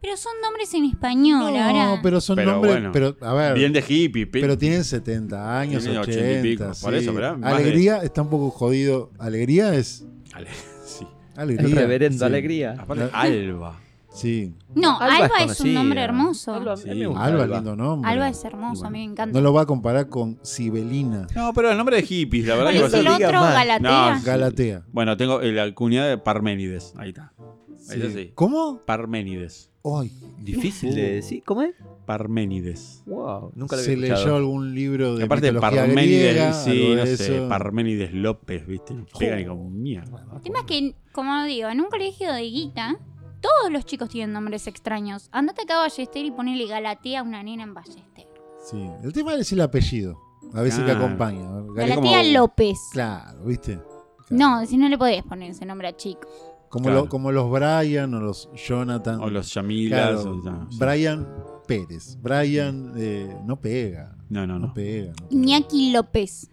[SPEAKER 4] Pero son nombres en español ahora.
[SPEAKER 1] pero son
[SPEAKER 2] Pero
[SPEAKER 1] nombres.
[SPEAKER 2] bueno.
[SPEAKER 1] pero, a ver.
[SPEAKER 2] Bien de hippie, pe-
[SPEAKER 1] Pero tienen 70 años,
[SPEAKER 2] Tienen
[SPEAKER 1] 80,
[SPEAKER 2] 80 y pico, por
[SPEAKER 1] sí.
[SPEAKER 2] eso, ¿verdad? Más
[SPEAKER 1] Alegría está un poco jodido. Alegría es.
[SPEAKER 2] Ale- sí.
[SPEAKER 1] Alegría.
[SPEAKER 3] El reverendo
[SPEAKER 1] sí.
[SPEAKER 3] Alegría.
[SPEAKER 2] Aparte,
[SPEAKER 1] La-
[SPEAKER 2] Alba.
[SPEAKER 1] Sí.
[SPEAKER 4] No, Alba, es, un
[SPEAKER 3] conocida.
[SPEAKER 4] nombre hermoso.
[SPEAKER 3] Alba,
[SPEAKER 4] Alba,
[SPEAKER 3] a mí
[SPEAKER 2] Sí,
[SPEAKER 3] me gusta
[SPEAKER 1] Alba,
[SPEAKER 2] Alba.
[SPEAKER 1] lindo nombre.
[SPEAKER 4] es hermoso,
[SPEAKER 2] Y bueno.
[SPEAKER 4] a mí me encanta.
[SPEAKER 1] No lo va a comparar con Sibelina.
[SPEAKER 2] No, pero el nombre de hippies, la verdad
[SPEAKER 4] ¿Cuál
[SPEAKER 2] que
[SPEAKER 3] Alba
[SPEAKER 4] es el
[SPEAKER 2] bastante-
[SPEAKER 3] digas
[SPEAKER 4] otro?
[SPEAKER 3] más.
[SPEAKER 4] Galatea.
[SPEAKER 2] No,
[SPEAKER 1] Galatea.
[SPEAKER 2] Bueno, tengo eh, la cuñada de Parménides. Ahí está. Ahí está, sí.
[SPEAKER 1] ¿Cómo?
[SPEAKER 2] Parménides.
[SPEAKER 1] Ay,
[SPEAKER 3] Difícil de decir. ¿cómo es?
[SPEAKER 2] Parménides.
[SPEAKER 3] Wow, nunca lo
[SPEAKER 1] se
[SPEAKER 3] había
[SPEAKER 1] leyó
[SPEAKER 3] escuchado.
[SPEAKER 1] algún libro de
[SPEAKER 2] Aparte,
[SPEAKER 1] mitología
[SPEAKER 2] Parménides,
[SPEAKER 1] griega,
[SPEAKER 2] sí,
[SPEAKER 1] algo
[SPEAKER 2] no
[SPEAKER 1] de
[SPEAKER 2] sé,
[SPEAKER 1] eso.
[SPEAKER 2] Parménides López, ¿viste? No pega ni con mierda.
[SPEAKER 4] El tema es que, como digo, en un colegio de guita, todos los chicos tienen nombres extraños. Andate acá a Ballester y ponele Galatea a una nena en Ballester.
[SPEAKER 1] Sí, el tema es el apellido. A veces que
[SPEAKER 2] Ah.
[SPEAKER 1] acompaña. ¿verdad?
[SPEAKER 2] Gal-
[SPEAKER 4] Galatea
[SPEAKER 2] como-
[SPEAKER 4] López.
[SPEAKER 1] Claro, ¿viste?
[SPEAKER 4] No, si no le podés poner ese nombre a chico.
[SPEAKER 1] Como,
[SPEAKER 2] Claro.
[SPEAKER 1] lo- como los Brian o los Jonathan.
[SPEAKER 2] O los Yamilas.
[SPEAKER 1] Claro,
[SPEAKER 2] o- no, sí.
[SPEAKER 1] Brian Pérez. Brian eh, no pega.
[SPEAKER 2] no, no,
[SPEAKER 1] No,
[SPEAKER 2] no.
[SPEAKER 1] pega. no pega.
[SPEAKER 4] Iñaki López.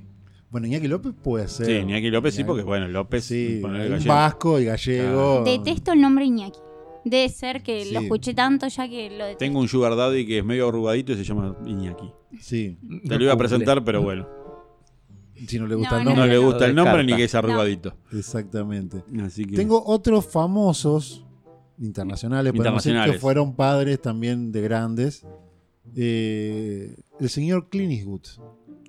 [SPEAKER 1] Bueno, Iñaki López puede ser.
[SPEAKER 2] Sí, Iñaki López sí, porque bueno, López
[SPEAKER 1] Sí,
[SPEAKER 2] ponerle
[SPEAKER 1] un
[SPEAKER 2] gallego.
[SPEAKER 1] vasco y gallego.
[SPEAKER 4] Detesto el nombre Iñaki. Debe ser que
[SPEAKER 1] Oh.
[SPEAKER 4] lo
[SPEAKER 1] Sí.
[SPEAKER 4] escuché tanto ya que lo detesto.
[SPEAKER 2] Tengo un Sugar Daddy que es medio arrugadito y se llama Iñaki.
[SPEAKER 1] Sí,
[SPEAKER 2] Te lo iba a presentar, pero bueno.
[SPEAKER 1] si no le gusta el
[SPEAKER 4] No,
[SPEAKER 2] No,
[SPEAKER 1] nombre.
[SPEAKER 2] le
[SPEAKER 4] no,
[SPEAKER 2] gusta el nombre ni
[SPEAKER 3] descarta.
[SPEAKER 2] que es arrugadito.
[SPEAKER 1] Exactamente.
[SPEAKER 2] Así que.
[SPEAKER 1] Tengo otros famosos internacionales, podemos decir, que
[SPEAKER 2] Internacionales.
[SPEAKER 1] fueron padres también de grandes. Eh, el señor Clint Eastwood,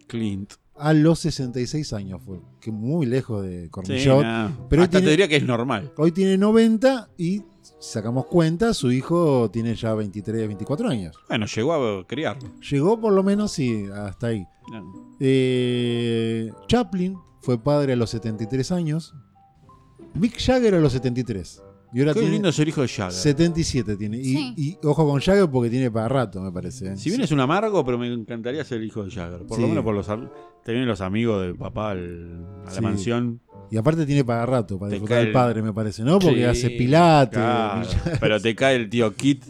[SPEAKER 2] Clint.
[SPEAKER 1] a los 66 años fue, que muy lejos de
[SPEAKER 2] Sí,
[SPEAKER 1] Cormillot.
[SPEAKER 2] nada.
[SPEAKER 1] Pero
[SPEAKER 2] Hasta
[SPEAKER 1] tiene-
[SPEAKER 2] te diría que es normal.
[SPEAKER 1] Hoy tiene 90 y si sacamos cuenta, su hijo tiene ya 23, 24 años.
[SPEAKER 2] Bueno, llegó a criarlo.
[SPEAKER 1] Llegó por lo menos y hasta ahí.
[SPEAKER 2] No.
[SPEAKER 1] Eh, Chaplin fue padre a los 73 años. Mick Jagger a los 73. Y ahora
[SPEAKER 2] Qué
[SPEAKER 1] tiene
[SPEAKER 2] lindo es el hijo de Jagger.
[SPEAKER 1] 77 tiene. Y,
[SPEAKER 4] Sí.
[SPEAKER 1] y ojo con Jagger porque tiene para rato, me parece. ¿eh?
[SPEAKER 2] Si bien es un amargo, pero me encantaría ser el hijo de Jagger. Por
[SPEAKER 1] Sí.
[SPEAKER 2] lo menos por los am- te vienen los amigos de papá al- a la
[SPEAKER 1] Sí.
[SPEAKER 2] mansión.
[SPEAKER 1] Y aparte tiene para rato, para
[SPEAKER 2] Te
[SPEAKER 1] disfrutar
[SPEAKER 2] cae
[SPEAKER 1] del
[SPEAKER 2] el-
[SPEAKER 1] padre, me parece, ¿no? Porque
[SPEAKER 3] Sí.
[SPEAKER 1] hace pilate.
[SPEAKER 2] Claro. Pero te cae el tío Kit.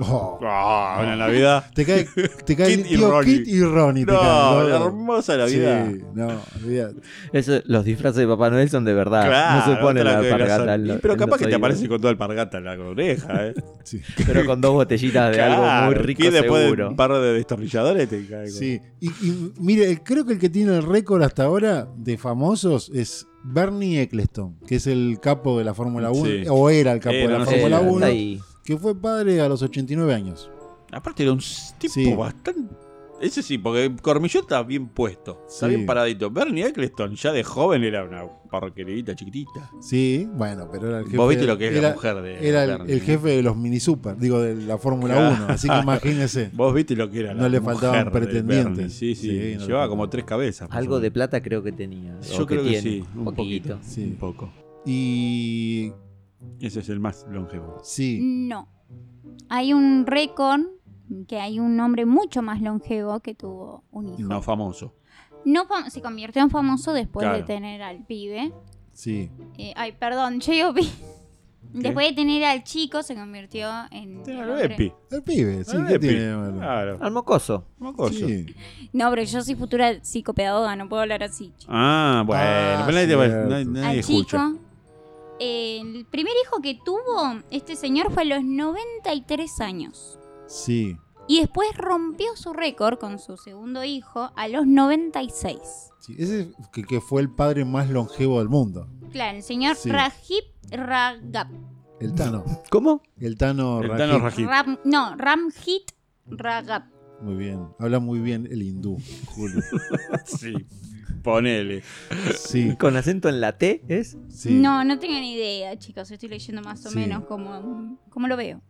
[SPEAKER 1] Oh.
[SPEAKER 2] Ah, una Navidad.
[SPEAKER 1] Te cae, te cae el
[SPEAKER 2] Kit y
[SPEAKER 1] tío
[SPEAKER 2] Ronnie.
[SPEAKER 1] Kit y Ronnie. te
[SPEAKER 2] No,
[SPEAKER 1] caen,
[SPEAKER 2] la
[SPEAKER 1] ¿no?
[SPEAKER 2] hermosa la
[SPEAKER 1] Sí,
[SPEAKER 2] vida.
[SPEAKER 1] no, olvidate.
[SPEAKER 3] Eso, los disfraces de Papá Noel son de verdad.
[SPEAKER 2] Claro,
[SPEAKER 3] Ah, no se pone
[SPEAKER 2] otra
[SPEAKER 3] la
[SPEAKER 2] que
[SPEAKER 3] pargata.
[SPEAKER 2] son-
[SPEAKER 3] en lo-
[SPEAKER 2] Y Pero
[SPEAKER 3] en
[SPEAKER 2] capaz
[SPEAKER 3] los
[SPEAKER 2] que te
[SPEAKER 3] oídos.
[SPEAKER 2] aparece con toda la alpargata en la oreja, ¿eh?
[SPEAKER 1] Sí,
[SPEAKER 3] Pero con dos botellitas de algo muy
[SPEAKER 2] Claro,
[SPEAKER 3] rico
[SPEAKER 2] que después de
[SPEAKER 3] seguro.
[SPEAKER 2] un par de destornilladores te cae. con-
[SPEAKER 1] sí. Y, y mire, creo que el que tiene el récord hasta ahora de famosos es Bernie Eccleston, que es el capo de la Fórmula 1,
[SPEAKER 2] Sí.
[SPEAKER 1] o era el capo
[SPEAKER 2] Era,
[SPEAKER 1] de la
[SPEAKER 2] no sé,
[SPEAKER 1] Fórmula
[SPEAKER 2] era,
[SPEAKER 1] 1,
[SPEAKER 3] Está Eh, ahí.
[SPEAKER 1] que fue padre a los 89 años.
[SPEAKER 2] Aparte era un tipo
[SPEAKER 1] Sí.
[SPEAKER 2] bastante... Ese sí, porque Cormillot está bien puesto, está
[SPEAKER 1] Sí.
[SPEAKER 2] bien paradito. Bernie Eccleston ya de joven era una porquerita chiquitita.
[SPEAKER 1] Sí, bueno, pero era el jefe.
[SPEAKER 2] Vos viste lo que es
[SPEAKER 1] era,
[SPEAKER 2] la mujer de
[SPEAKER 1] Era el,
[SPEAKER 2] Bernie,
[SPEAKER 1] el
[SPEAKER 2] ¿no?
[SPEAKER 1] jefe de los mini super, digo, de la Fórmula
[SPEAKER 2] Claro.
[SPEAKER 1] 1, así que imagínese.
[SPEAKER 2] Vos viste lo que era
[SPEAKER 1] No
[SPEAKER 2] la
[SPEAKER 1] le faltaban
[SPEAKER 2] mujer de
[SPEAKER 1] pretendientes.
[SPEAKER 2] Bernie. Sí, sí,
[SPEAKER 1] Sí, no le
[SPEAKER 2] llevaba
[SPEAKER 1] faltaban.
[SPEAKER 2] como tres cabezas. más o
[SPEAKER 3] Algo de
[SPEAKER 2] menos.
[SPEAKER 3] plata creo que tenía. o
[SPEAKER 2] Yo creo que,
[SPEAKER 3] tiene.
[SPEAKER 2] sí, un
[SPEAKER 3] Poquito.
[SPEAKER 2] poquito.
[SPEAKER 1] Sí.
[SPEAKER 2] Un poco.
[SPEAKER 1] Y
[SPEAKER 2] Ese es el más longevo.
[SPEAKER 1] sí,
[SPEAKER 4] No. Hay un récord que hay un hombre mucho más longevo que tuvo un hijo.
[SPEAKER 2] No famoso.
[SPEAKER 4] No fam- se convirtió en famoso después de
[SPEAKER 2] Claro.
[SPEAKER 4] tener al pibe.
[SPEAKER 1] sí.
[SPEAKER 4] Eh, ay, perdón, yo digo pi- Después de tener al chico se convirtió en... el
[SPEAKER 2] Era
[SPEAKER 4] hombre-
[SPEAKER 2] Epi.
[SPEAKER 1] El pibe, sí,
[SPEAKER 2] Era
[SPEAKER 1] ¿qué
[SPEAKER 2] Epi.
[SPEAKER 1] tiene de malo?
[SPEAKER 2] Claro.
[SPEAKER 3] Al mocoso.
[SPEAKER 2] Mocoso.
[SPEAKER 1] Sí.
[SPEAKER 4] No, pero yo soy futura psicopedagoga, no puedo hablar así.
[SPEAKER 2] Ah, bueno,
[SPEAKER 1] Ah,
[SPEAKER 2] pero nadie, te va-
[SPEAKER 1] cierto.
[SPEAKER 2] nadie- nadie
[SPEAKER 4] al
[SPEAKER 2] escucha.
[SPEAKER 4] chico el primer hijo que tuvo este señor fue a los 93 años.
[SPEAKER 1] Sí.
[SPEAKER 4] Y después rompió su récord con su segundo hijo a los 96.
[SPEAKER 1] sí. Ese que, que fue el padre más longevo del mundo.
[SPEAKER 4] Claro, el señor
[SPEAKER 1] Sí.
[SPEAKER 4] Rajib Ragab.
[SPEAKER 1] El Tano.
[SPEAKER 3] ¿Cómo?
[SPEAKER 1] El Tano
[SPEAKER 2] El
[SPEAKER 1] Rajib.
[SPEAKER 2] Tano Rajib.
[SPEAKER 4] Ram- no, Ramhit Ragab.
[SPEAKER 1] Muy bien. Habla muy bien el hindú, Julio.
[SPEAKER 2] Sí, ponele.
[SPEAKER 1] Sí,
[SPEAKER 3] ¿Con acento en la T es?
[SPEAKER 1] sí.
[SPEAKER 4] No, no tengo ni idea, chicos. Estoy leyendo más o
[SPEAKER 1] Sí.
[SPEAKER 4] menos como, como lo veo.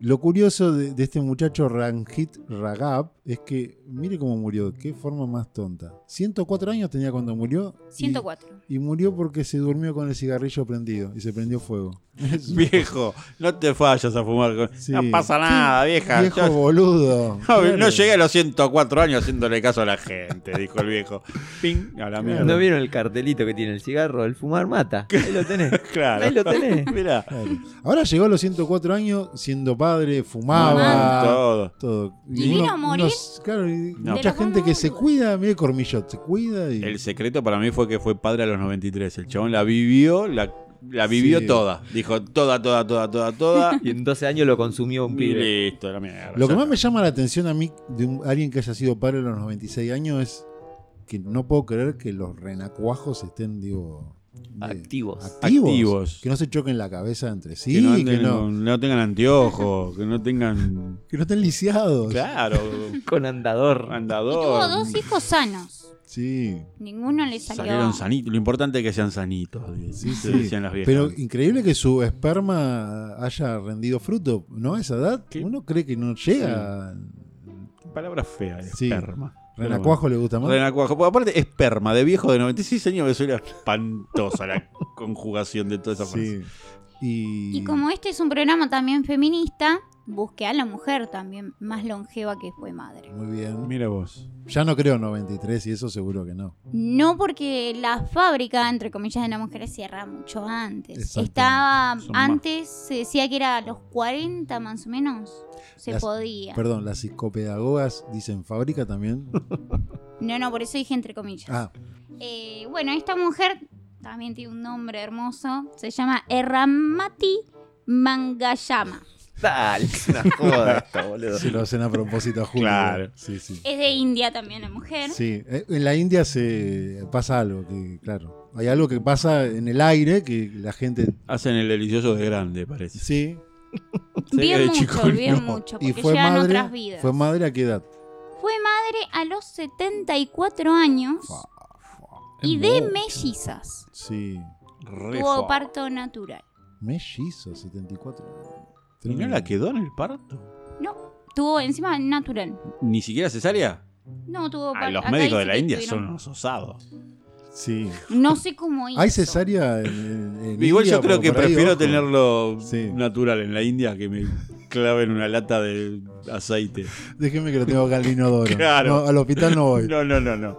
[SPEAKER 1] Lo curioso de, de este muchacho Ranjit Ragab es que, mire cómo murió, qué forma más tonta. 104 años tenía cuando murió. y-
[SPEAKER 4] 104.
[SPEAKER 1] Y, murió porque se durmió con el cigarrillo prendido y se prendió fuego. Es un
[SPEAKER 2] Viejo, no te fallas a fumar. con-
[SPEAKER 1] Sí.
[SPEAKER 2] No pasa nada, vieja.
[SPEAKER 1] viejo
[SPEAKER 2] Yo-
[SPEAKER 1] boludo.
[SPEAKER 2] no,
[SPEAKER 1] Claro.
[SPEAKER 2] no llegué a los 104 años haciéndole caso a la gente, dijo el viejo. Ping, a la mierda.
[SPEAKER 3] ¿No vieron el cartelito que tiene el cigarro? El fumar mata. Ahí lo tenés.
[SPEAKER 2] Claro.
[SPEAKER 3] Ahí lo tenés.
[SPEAKER 2] Mirá.
[SPEAKER 1] Claro. Ahora llegó a los 104 años siendo padre,
[SPEAKER 4] Mamá.
[SPEAKER 1] fumaba.
[SPEAKER 2] Todo.
[SPEAKER 1] Todo.
[SPEAKER 4] Y vino a morir
[SPEAKER 1] claro, y
[SPEAKER 2] No.
[SPEAKER 1] mucha
[SPEAKER 4] De la
[SPEAKER 1] gente
[SPEAKER 4] forma
[SPEAKER 1] que
[SPEAKER 4] más
[SPEAKER 1] se
[SPEAKER 4] boluda.
[SPEAKER 1] cuida, mire Cormillot, se cuida y.
[SPEAKER 2] El secreto para mí fue que fue padre a los 93. El chabón la vivió, la, la vivió
[SPEAKER 1] Sí.
[SPEAKER 2] toda. Dijo toda, toda, toda, toda, toda.
[SPEAKER 3] Y en 12 años lo consumió un
[SPEAKER 2] y
[SPEAKER 3] pibe.
[SPEAKER 2] listo, la mierda.
[SPEAKER 1] Lo que
[SPEAKER 2] Ya
[SPEAKER 1] más me llama la atención a mí de un- alguien que haya sido padre a los 96 años es que no puedo creer que los renacuajos estén, digo, de-
[SPEAKER 3] Activos.
[SPEAKER 1] activos,
[SPEAKER 2] Activos.
[SPEAKER 1] Que no se choquen la cabeza entre sí,
[SPEAKER 2] Que, no,
[SPEAKER 1] que,
[SPEAKER 2] anden
[SPEAKER 1] no,
[SPEAKER 2] con- no tengan anteojos, que no tengan.
[SPEAKER 1] que no estén lisiados.
[SPEAKER 2] Claro,
[SPEAKER 3] Con andador.
[SPEAKER 4] Y tuvo
[SPEAKER 2] andador.
[SPEAKER 4] dos hijos sanos.
[SPEAKER 1] Sí.
[SPEAKER 4] Ninguno le salió.
[SPEAKER 2] Salieron sanitos. Lo importante es que sean sanitos.
[SPEAKER 1] Sí,
[SPEAKER 2] se
[SPEAKER 1] sí.
[SPEAKER 2] decían las viejas.
[SPEAKER 1] Pero increíble que su esperma haya rendido fruto, ¿no? A esa edad,
[SPEAKER 2] ¿Qué?
[SPEAKER 1] uno cree que no llega.
[SPEAKER 2] Palabra fea,
[SPEAKER 1] Sí.
[SPEAKER 2] esperma.
[SPEAKER 1] Renacuajo le gusta más.
[SPEAKER 2] Renacuajo. Porque aparte, esperma de viejo de 96 años me suena espantosa la conjugación de toda esa frase.
[SPEAKER 1] Sí. Y,
[SPEAKER 4] Y como este es un programa también feminista, busqué a la mujer también más longeva que fue madre.
[SPEAKER 1] Muy bien.
[SPEAKER 2] Mira vos.
[SPEAKER 1] Ya no creo 93 y eso seguro que no.
[SPEAKER 4] No porque la fábrica, entre comillas, de la mujer cierra mucho antes.
[SPEAKER 1] Exacto.
[SPEAKER 4] Estaba
[SPEAKER 2] Son más.
[SPEAKER 4] antes, se decía que era a los 40 más o menos. Se
[SPEAKER 1] Las-
[SPEAKER 4] podía.
[SPEAKER 1] Perdón, las psicopedagogas dicen fábrica también.
[SPEAKER 4] No, no, por eso dije entre comillas.
[SPEAKER 1] Ah,
[SPEAKER 4] Eh, bueno, esta mujer también tiene un nombre hermoso. Se llama Erramati Mangayama.
[SPEAKER 3] Dale, es una joda esto, boludo.
[SPEAKER 1] se lo hacen a propósito a Julio.
[SPEAKER 2] Claro.
[SPEAKER 1] Sí, sí.
[SPEAKER 4] Es de India también la mujer.
[SPEAKER 1] Sí, eh, en la India se pasa algo que, claro, hay algo que pasa en el aire que la gente
[SPEAKER 2] Hacen el delicioso de grande, parece.
[SPEAKER 1] sí
[SPEAKER 2] Sé que de
[SPEAKER 4] Bien mucho,
[SPEAKER 2] chico
[SPEAKER 4] bien
[SPEAKER 2] no.
[SPEAKER 4] mucho.
[SPEAKER 1] y
[SPEAKER 4] Porque
[SPEAKER 1] fue
[SPEAKER 4] llevan
[SPEAKER 1] madre,
[SPEAKER 4] otras vidas.
[SPEAKER 1] fue madre a qué edad?
[SPEAKER 4] Fue madre a los 74 años
[SPEAKER 1] Fa,
[SPEAKER 4] y de
[SPEAKER 2] Mucho.
[SPEAKER 4] mellizas.
[SPEAKER 1] Sí,
[SPEAKER 2] Re
[SPEAKER 4] Tuvo
[SPEAKER 2] fo-
[SPEAKER 4] parto natural.
[SPEAKER 1] mellizo 74.
[SPEAKER 2] ¿Y no la quedó en el parto?
[SPEAKER 4] No, tuvo encima natural.
[SPEAKER 2] ¿Ni siquiera cesárea?
[SPEAKER 4] No tuvo
[SPEAKER 2] A
[SPEAKER 4] parto.
[SPEAKER 2] Ah, los
[SPEAKER 4] Acá
[SPEAKER 2] médicos de
[SPEAKER 4] dice
[SPEAKER 2] la
[SPEAKER 4] que
[SPEAKER 2] India son
[SPEAKER 4] tuvieron-
[SPEAKER 2] unos osados.
[SPEAKER 1] Sí.
[SPEAKER 4] No sé cómo hizo.
[SPEAKER 1] Hay cesárea en, en- en
[SPEAKER 2] Igual
[SPEAKER 1] India,
[SPEAKER 2] yo creo
[SPEAKER 1] por-
[SPEAKER 2] que
[SPEAKER 1] por ahí,
[SPEAKER 2] prefiero
[SPEAKER 1] ojo.
[SPEAKER 2] tenerlo
[SPEAKER 1] Sí.
[SPEAKER 2] natural en la India que me claven una lata de aceite.
[SPEAKER 1] Déjeme que lo tengo acá al inodoro.
[SPEAKER 2] Claro.
[SPEAKER 1] No, al hospital no voy.
[SPEAKER 2] No, no, no, no.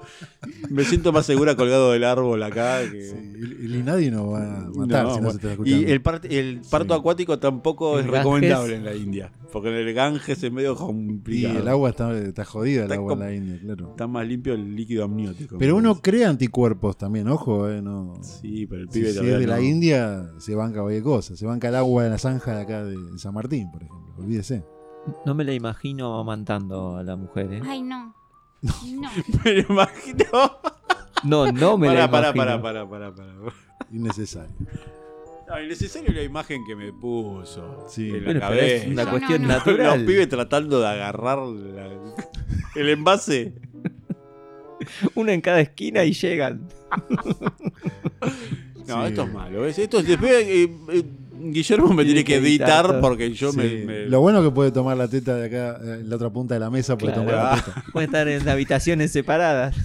[SPEAKER 2] Me siento más segura colgado del árbol acá que.
[SPEAKER 1] Sí, el, el INADI no va a matar
[SPEAKER 2] No,
[SPEAKER 1] si no
[SPEAKER 2] bueno.
[SPEAKER 1] se está escuchando.
[SPEAKER 2] Y el, part- el parto
[SPEAKER 1] Sí.
[SPEAKER 2] acuático tampoco
[SPEAKER 3] El
[SPEAKER 2] es
[SPEAKER 3] Ganges.
[SPEAKER 2] recomendable en la India. Porque en el Ganges es medio
[SPEAKER 1] Y
[SPEAKER 2] complicado.
[SPEAKER 1] el agua está, está jodida, el
[SPEAKER 2] Está
[SPEAKER 1] agua en
[SPEAKER 2] com-
[SPEAKER 1] la India, claro.
[SPEAKER 2] Está más limpio el líquido amniótico.
[SPEAKER 1] Pero
[SPEAKER 2] me
[SPEAKER 1] uno
[SPEAKER 2] parece.
[SPEAKER 1] crea anticuerpos también, ojo, eh, no.
[SPEAKER 2] Sí, pero el
[SPEAKER 1] Si,
[SPEAKER 2] pibe
[SPEAKER 1] si
[SPEAKER 2] todavía
[SPEAKER 1] es de la
[SPEAKER 2] no.
[SPEAKER 1] India, se banca cualquier cosa. Se banca el agua de la zanja de acá de San Martín, por ejemplo. Olvídese.
[SPEAKER 3] No me la imagino amamantando a la mujer, ¿eh?
[SPEAKER 4] Ay, no. No.
[SPEAKER 2] Me lo imagino.
[SPEAKER 3] No, no me la
[SPEAKER 2] Pará, pará,
[SPEAKER 3] imagino.
[SPEAKER 2] pará, pará, pará, pará.
[SPEAKER 1] Innecesario.
[SPEAKER 2] No, innecesario la imagen que me puso.
[SPEAKER 1] Sí.
[SPEAKER 2] En la
[SPEAKER 3] Bueno, pero
[SPEAKER 2] cabeza.
[SPEAKER 3] es una
[SPEAKER 4] No,
[SPEAKER 3] cuestión
[SPEAKER 4] no, no.
[SPEAKER 3] natural.
[SPEAKER 2] Los pibes tratando de agarrar la- el envase.
[SPEAKER 3] Una en cada esquina y llegan.
[SPEAKER 2] No,
[SPEAKER 1] Sí.
[SPEAKER 2] esto es malo. ¿ves? Esto es- después, eh, eh, Guillermo me tiene que editar,
[SPEAKER 3] todo.
[SPEAKER 2] porque yo
[SPEAKER 1] Sí.
[SPEAKER 2] me. me-
[SPEAKER 1] Lo bueno que puede tomar la teta de acá, eh, en la otra punta de la mesa puede
[SPEAKER 3] Claro.
[SPEAKER 1] tomar
[SPEAKER 2] Ah.
[SPEAKER 1] la teta.
[SPEAKER 3] Pueden estar en habitaciones separadas.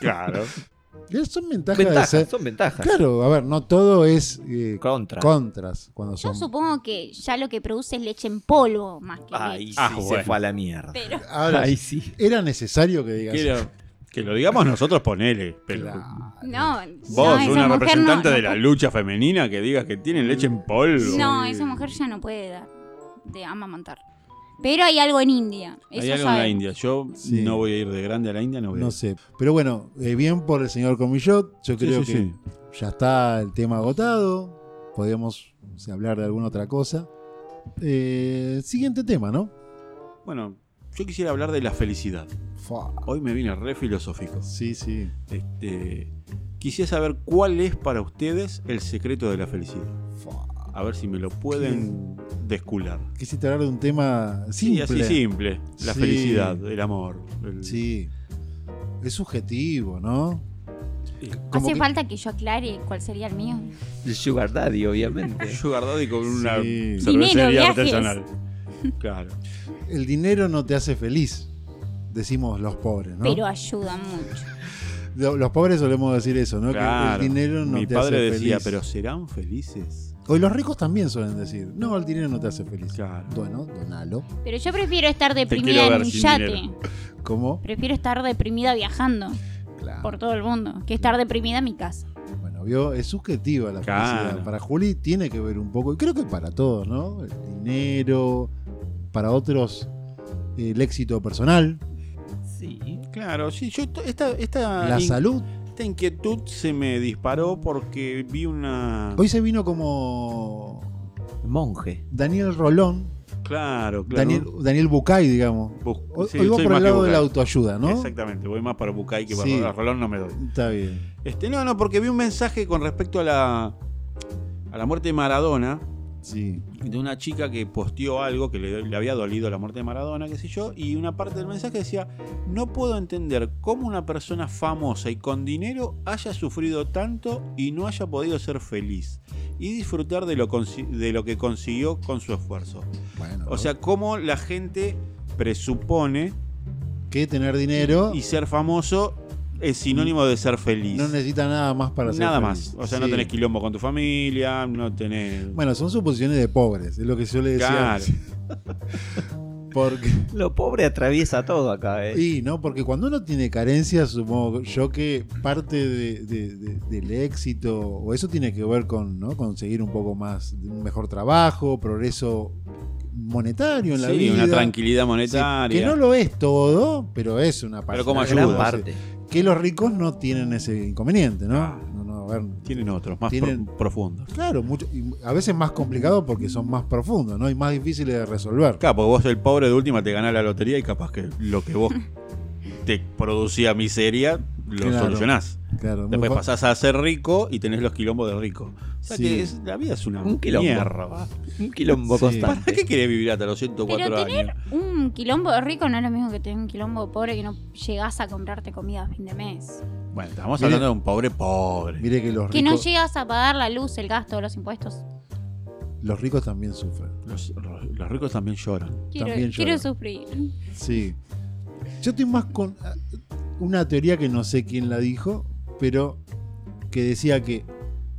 [SPEAKER 2] Claro.
[SPEAKER 1] Y Son ventajas
[SPEAKER 3] Ventajas,
[SPEAKER 1] de ser.
[SPEAKER 3] son ventajas.
[SPEAKER 1] Claro, a ver, no todo es eh,
[SPEAKER 3] Contra.
[SPEAKER 1] contras cuando
[SPEAKER 4] Yo
[SPEAKER 1] son.
[SPEAKER 4] supongo que ya lo que produce es leche en polvo más que
[SPEAKER 3] Ahí sí
[SPEAKER 4] leche.
[SPEAKER 2] Ah, bueno.
[SPEAKER 3] se fue a la mierda.
[SPEAKER 4] Pero
[SPEAKER 1] Ahora,
[SPEAKER 3] Ahí sí.
[SPEAKER 1] era necesario que digas.
[SPEAKER 2] Quiero- que lo digamos nosotros, ponele. Pero
[SPEAKER 1] Claro.
[SPEAKER 4] no. no,
[SPEAKER 2] vos,
[SPEAKER 4] esa
[SPEAKER 2] una
[SPEAKER 4] mujer
[SPEAKER 2] representante
[SPEAKER 4] no-
[SPEAKER 2] de
[SPEAKER 4] no
[SPEAKER 2] la
[SPEAKER 4] pu-
[SPEAKER 2] lucha femenina, que digas que tienen leche en polvo.
[SPEAKER 4] No, esa mujer ya no puede dar de amamantar. Pero hay algo en India. Eso
[SPEAKER 2] Hay algo en la
[SPEAKER 4] sabemos.
[SPEAKER 2] India. Yo
[SPEAKER 1] Sí.
[SPEAKER 2] no voy a ir de grande a la India, no voy a
[SPEAKER 1] No
[SPEAKER 2] ir.
[SPEAKER 1] sé. Pero bueno, eh, bien por el señor Comillot. Yo
[SPEAKER 2] Sí,
[SPEAKER 1] creo
[SPEAKER 2] sí,
[SPEAKER 1] que
[SPEAKER 2] sí.
[SPEAKER 1] ya está el tema agotado. Podemos no sé, hablar de alguna otra cosa. Eh, siguiente tema, ¿no?
[SPEAKER 2] Bueno, yo quisiera hablar de la felicidad.
[SPEAKER 1] Fua.
[SPEAKER 2] Hoy me vine re filosófico.
[SPEAKER 1] Sí, sí.
[SPEAKER 2] Este, quisiera saber cuál es para ustedes el secreto de la felicidad.
[SPEAKER 1] Fua.
[SPEAKER 2] A ver si me lo pueden descular.
[SPEAKER 1] Quisiste hablar de un tema
[SPEAKER 2] Sí,
[SPEAKER 1] simple.
[SPEAKER 2] así simple. La
[SPEAKER 1] Sí.
[SPEAKER 2] felicidad, el amor. el-
[SPEAKER 1] Sí. Es subjetivo, ¿no? Como
[SPEAKER 4] Hace
[SPEAKER 1] que-
[SPEAKER 4] falta que yo aclare cuál sería el mío.
[SPEAKER 3] El Sugar Daddy, obviamente.
[SPEAKER 2] Sugar Daddy con una
[SPEAKER 1] Sí.
[SPEAKER 2] cervecería
[SPEAKER 4] Dinero, viajes.
[SPEAKER 2] artesanal. Claro.
[SPEAKER 1] El dinero no te hace feliz, decimos los pobres, ¿no?
[SPEAKER 4] Pero ayuda mucho.
[SPEAKER 1] Lo- Los pobres solemos decir eso, ¿no?
[SPEAKER 2] claro.
[SPEAKER 1] que el dinero no
[SPEAKER 2] Mi
[SPEAKER 1] te
[SPEAKER 2] padre
[SPEAKER 1] hace
[SPEAKER 2] decía,
[SPEAKER 1] feliz.
[SPEAKER 2] pero ¿serán felices?
[SPEAKER 1] O los ricos también suelen decir, no, el dinero no te hace feliz.
[SPEAKER 2] Claro.
[SPEAKER 1] Bueno, donalo.
[SPEAKER 4] Pero yo prefiero estar
[SPEAKER 2] quiero
[SPEAKER 4] deprimida en
[SPEAKER 2] ver
[SPEAKER 4] un
[SPEAKER 2] sin
[SPEAKER 4] yate.
[SPEAKER 2] dinero.
[SPEAKER 1] ¿Cómo?
[SPEAKER 4] Prefiero estar deprimida viajando
[SPEAKER 1] Claro.
[SPEAKER 4] por todo el mundo que estar deprimida en mi casa.
[SPEAKER 1] Bueno, vio, es subjetiva la
[SPEAKER 2] Claro.
[SPEAKER 1] felicidad. Para Juli tiene que ver un poco, y creo que para todos, ¿no? El dinero, para otros eh, el éxito personal,
[SPEAKER 3] sí.
[SPEAKER 2] Claro, sí, yo to- esta, esta,
[SPEAKER 1] la
[SPEAKER 2] in-
[SPEAKER 1] salud.
[SPEAKER 2] esta inquietud se me disparó porque vi una...
[SPEAKER 1] Hoy se vino como
[SPEAKER 3] Monje.
[SPEAKER 1] Daniel Rolón,
[SPEAKER 2] Claro, claro.
[SPEAKER 1] Daniel, Daniel Bucay, digamos.
[SPEAKER 2] Bus-
[SPEAKER 1] Hoy,
[SPEAKER 2] sí,
[SPEAKER 1] hoy va
[SPEAKER 2] soy
[SPEAKER 1] por
[SPEAKER 2] más
[SPEAKER 1] el
[SPEAKER 2] que
[SPEAKER 1] lado de la
[SPEAKER 2] Bucay.
[SPEAKER 1] autoayuda, ¿no?
[SPEAKER 2] Exactamente, voy más para Bucay que para
[SPEAKER 1] Sí.
[SPEAKER 2] Rolón, Rolón no me doy.
[SPEAKER 1] Está bien.
[SPEAKER 2] Este, no, no, porque vi un mensaje con respecto a la, a la muerte de Maradona,
[SPEAKER 1] Sí.
[SPEAKER 2] de una chica que posteó algo que le, le había dolido la muerte de Maradona, qué sé yo, y una parte del mensaje decía, no puedo entender cómo una persona famosa y con dinero haya sufrido tanto y no haya podido ser feliz y disfrutar de lo, consi- de lo que consiguió con su esfuerzo.
[SPEAKER 1] Bueno.
[SPEAKER 2] O sea, cómo la gente presupone
[SPEAKER 1] que tener dinero
[SPEAKER 2] y ser famoso es sinónimo de ser feliz.
[SPEAKER 1] no necesita nada más para ser
[SPEAKER 2] Nada
[SPEAKER 1] feliz.
[SPEAKER 2] más. O sea, no
[SPEAKER 1] Sí.
[SPEAKER 2] tenés quilombo con tu familia, no tenés.
[SPEAKER 1] Bueno, son suposiciones de pobres, es lo que yo le decía.
[SPEAKER 2] Claro.
[SPEAKER 1] Porque,
[SPEAKER 3] Lo pobre atraviesa todo acá, ¿eh?
[SPEAKER 1] y no, porque cuando uno tiene carencias, supongo yo que parte de- de- de- del éxito, o eso tiene que ver con ¿no? conseguir un poco más, un mejor trabajo, progreso monetario en la
[SPEAKER 2] Sí,
[SPEAKER 1] vida.
[SPEAKER 2] una tranquilidad
[SPEAKER 1] Sí,
[SPEAKER 2] monetaria.
[SPEAKER 1] que no lo es todo, pero es una parte.
[SPEAKER 2] Pero como
[SPEAKER 1] una
[SPEAKER 2] ayuda.
[SPEAKER 1] gran
[SPEAKER 3] Gran parte.
[SPEAKER 1] Que los ricos no tienen ese inconveniente, ¿no? no, no, a ver,
[SPEAKER 2] Tienen otros, más
[SPEAKER 1] Tienen-
[SPEAKER 2] pro- profundos.
[SPEAKER 1] Claro, mucho, y a veces más complicado porque son más profundos, ¿no? Y más difíciles de resolver.
[SPEAKER 2] Claro, porque vos el pobre de última te ganás la lotería y capaz que lo que vos te producía miseria lo
[SPEAKER 1] Claro.
[SPEAKER 2] solucionás.
[SPEAKER 1] Claro, muy
[SPEAKER 2] Después
[SPEAKER 1] fa-
[SPEAKER 2] pasás a ser rico y tenés los quilombos de rico. O sea
[SPEAKER 1] Sí.
[SPEAKER 2] que es- la vida es una
[SPEAKER 3] Un quilombo.
[SPEAKER 2] mierda.
[SPEAKER 3] Un quilombo
[SPEAKER 1] Sí.
[SPEAKER 2] ¿Para
[SPEAKER 3] constante.
[SPEAKER 2] qué querés vivir hasta los 104
[SPEAKER 4] Pero tener-
[SPEAKER 2] años?
[SPEAKER 4] Un quilombo de rico no es lo mismo que tener un quilombo de pobre que no llegás a comprarte comida a fin de mes.
[SPEAKER 2] Bueno, estamos
[SPEAKER 1] Mire-
[SPEAKER 2] hablando de un pobre pobre.
[SPEAKER 1] Mire que los
[SPEAKER 4] Que no
[SPEAKER 1] ricos,
[SPEAKER 4] llegas a pagar la luz, el gasto, los impuestos.
[SPEAKER 1] los ricos también sufren.
[SPEAKER 2] Los, los ricos también lloran.
[SPEAKER 4] Quiero,
[SPEAKER 1] También yo
[SPEAKER 4] quiero
[SPEAKER 1] no.
[SPEAKER 4] sufrir.
[SPEAKER 1] Sí. Yo estoy más con ah, una teoría que no sé quién la dijo, pero que decía que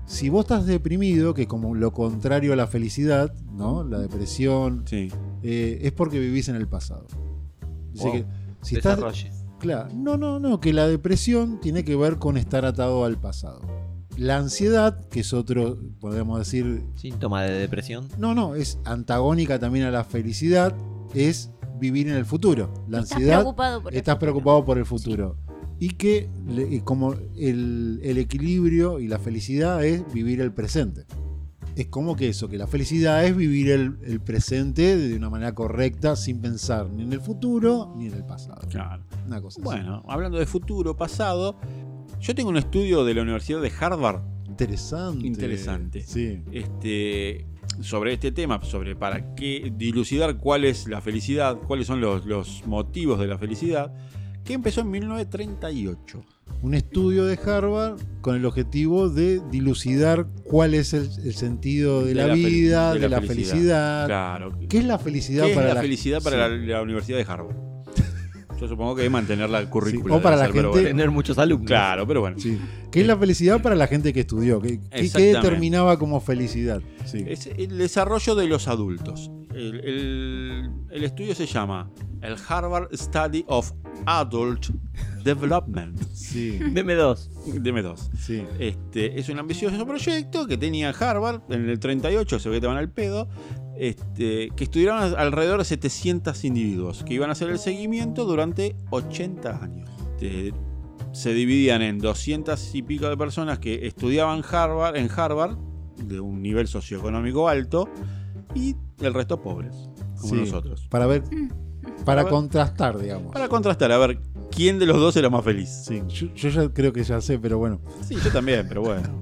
[SPEAKER 1] si vos estás deprimido, que como lo contrario a la felicidad, ¿no? La depresión,
[SPEAKER 2] Sí.
[SPEAKER 1] eh, es porque vivís en el pasado. Dice
[SPEAKER 3] Wow.
[SPEAKER 1] que si estás,
[SPEAKER 3] Desarrolle.
[SPEAKER 1] Claro, no, no, no, que la depresión tiene que ver con estar atado al pasado. La ansiedad, que es otro, podemos decir,
[SPEAKER 3] Síntoma de depresión.
[SPEAKER 1] no, no, es antagónica también a la felicidad, es vivir en el futuro. La ansiedad,
[SPEAKER 4] preocupado por el
[SPEAKER 1] estás
[SPEAKER 4] futuro.
[SPEAKER 1] preocupado por el futuro. Y que le- y como el, el equilibrio y la felicidad es vivir el presente. Es como que eso, que la felicidad es vivir el, el presente de una manera correcta, sin pensar ni en el futuro ni en el pasado.
[SPEAKER 2] Claro.
[SPEAKER 1] Una cosa así.
[SPEAKER 2] Bueno, hablando de futuro, pasado, yo tengo un estudio de la Universidad de Harvard
[SPEAKER 1] Interesante.
[SPEAKER 2] Interesante.
[SPEAKER 1] Sí.
[SPEAKER 2] este, sobre este tema, sobre para qué dilucidar cuál es la felicidad, cuáles son los, los motivos de la felicidad, que empezó en 1938.
[SPEAKER 1] Un estudio de Harvard con el objetivo de dilucidar cuál es el, el sentido de,
[SPEAKER 2] De
[SPEAKER 1] la,
[SPEAKER 2] la fel-
[SPEAKER 1] vida,
[SPEAKER 2] de
[SPEAKER 1] de,
[SPEAKER 2] la
[SPEAKER 1] la
[SPEAKER 2] felicidad.
[SPEAKER 1] felicidad.
[SPEAKER 2] Claro.
[SPEAKER 1] Ah, ¿Qué es la felicidad
[SPEAKER 2] ¿Qué es
[SPEAKER 1] para
[SPEAKER 2] la felicidad para
[SPEAKER 1] sí,
[SPEAKER 2] la, la Universidad de Harvard? Yo supongo que es mantener la currícula.
[SPEAKER 1] o para
[SPEAKER 2] debe
[SPEAKER 1] la
[SPEAKER 2] ser, pero
[SPEAKER 1] gente-
[SPEAKER 2] bueno.
[SPEAKER 3] Tener muchos alumnos.
[SPEAKER 2] Claro, pero bueno.
[SPEAKER 1] sí. ¿Qué es la felicidad para la gente que estudió? ¿Qué, qué- qué
[SPEAKER 2] Exactamente.
[SPEAKER 1] determinaba como felicidad? Sí.
[SPEAKER 2] Es el desarrollo de los adultos. El, el- el estudio se llama el Harvard Study of Adult Development.
[SPEAKER 1] Sí.
[SPEAKER 3] Deme dos.
[SPEAKER 2] Deme dos.
[SPEAKER 1] Sí.
[SPEAKER 2] Este, es un ambicioso proyecto que tenía Harvard en el 38, se ve que te van al pedo, este, que estudiaron al- alrededor de 700 individuos que iban a hacer el seguimiento durante 80 años. Este, se dividían en 200 y pico de personas que estudiaban Harvard, en Harvard, de un nivel socioeconómico alto, y el resto pobres, como
[SPEAKER 1] Sí,
[SPEAKER 2] nosotros.
[SPEAKER 1] Para ver,
[SPEAKER 2] A
[SPEAKER 1] para
[SPEAKER 2] ver.
[SPEAKER 1] contrastar, digamos.
[SPEAKER 2] Para contrastar, a ver, ¿quién de los dos era más feliz?
[SPEAKER 1] Sí, yo, yo ya creo que ya sé, pero bueno.
[SPEAKER 2] Sí, yo también, pero bueno.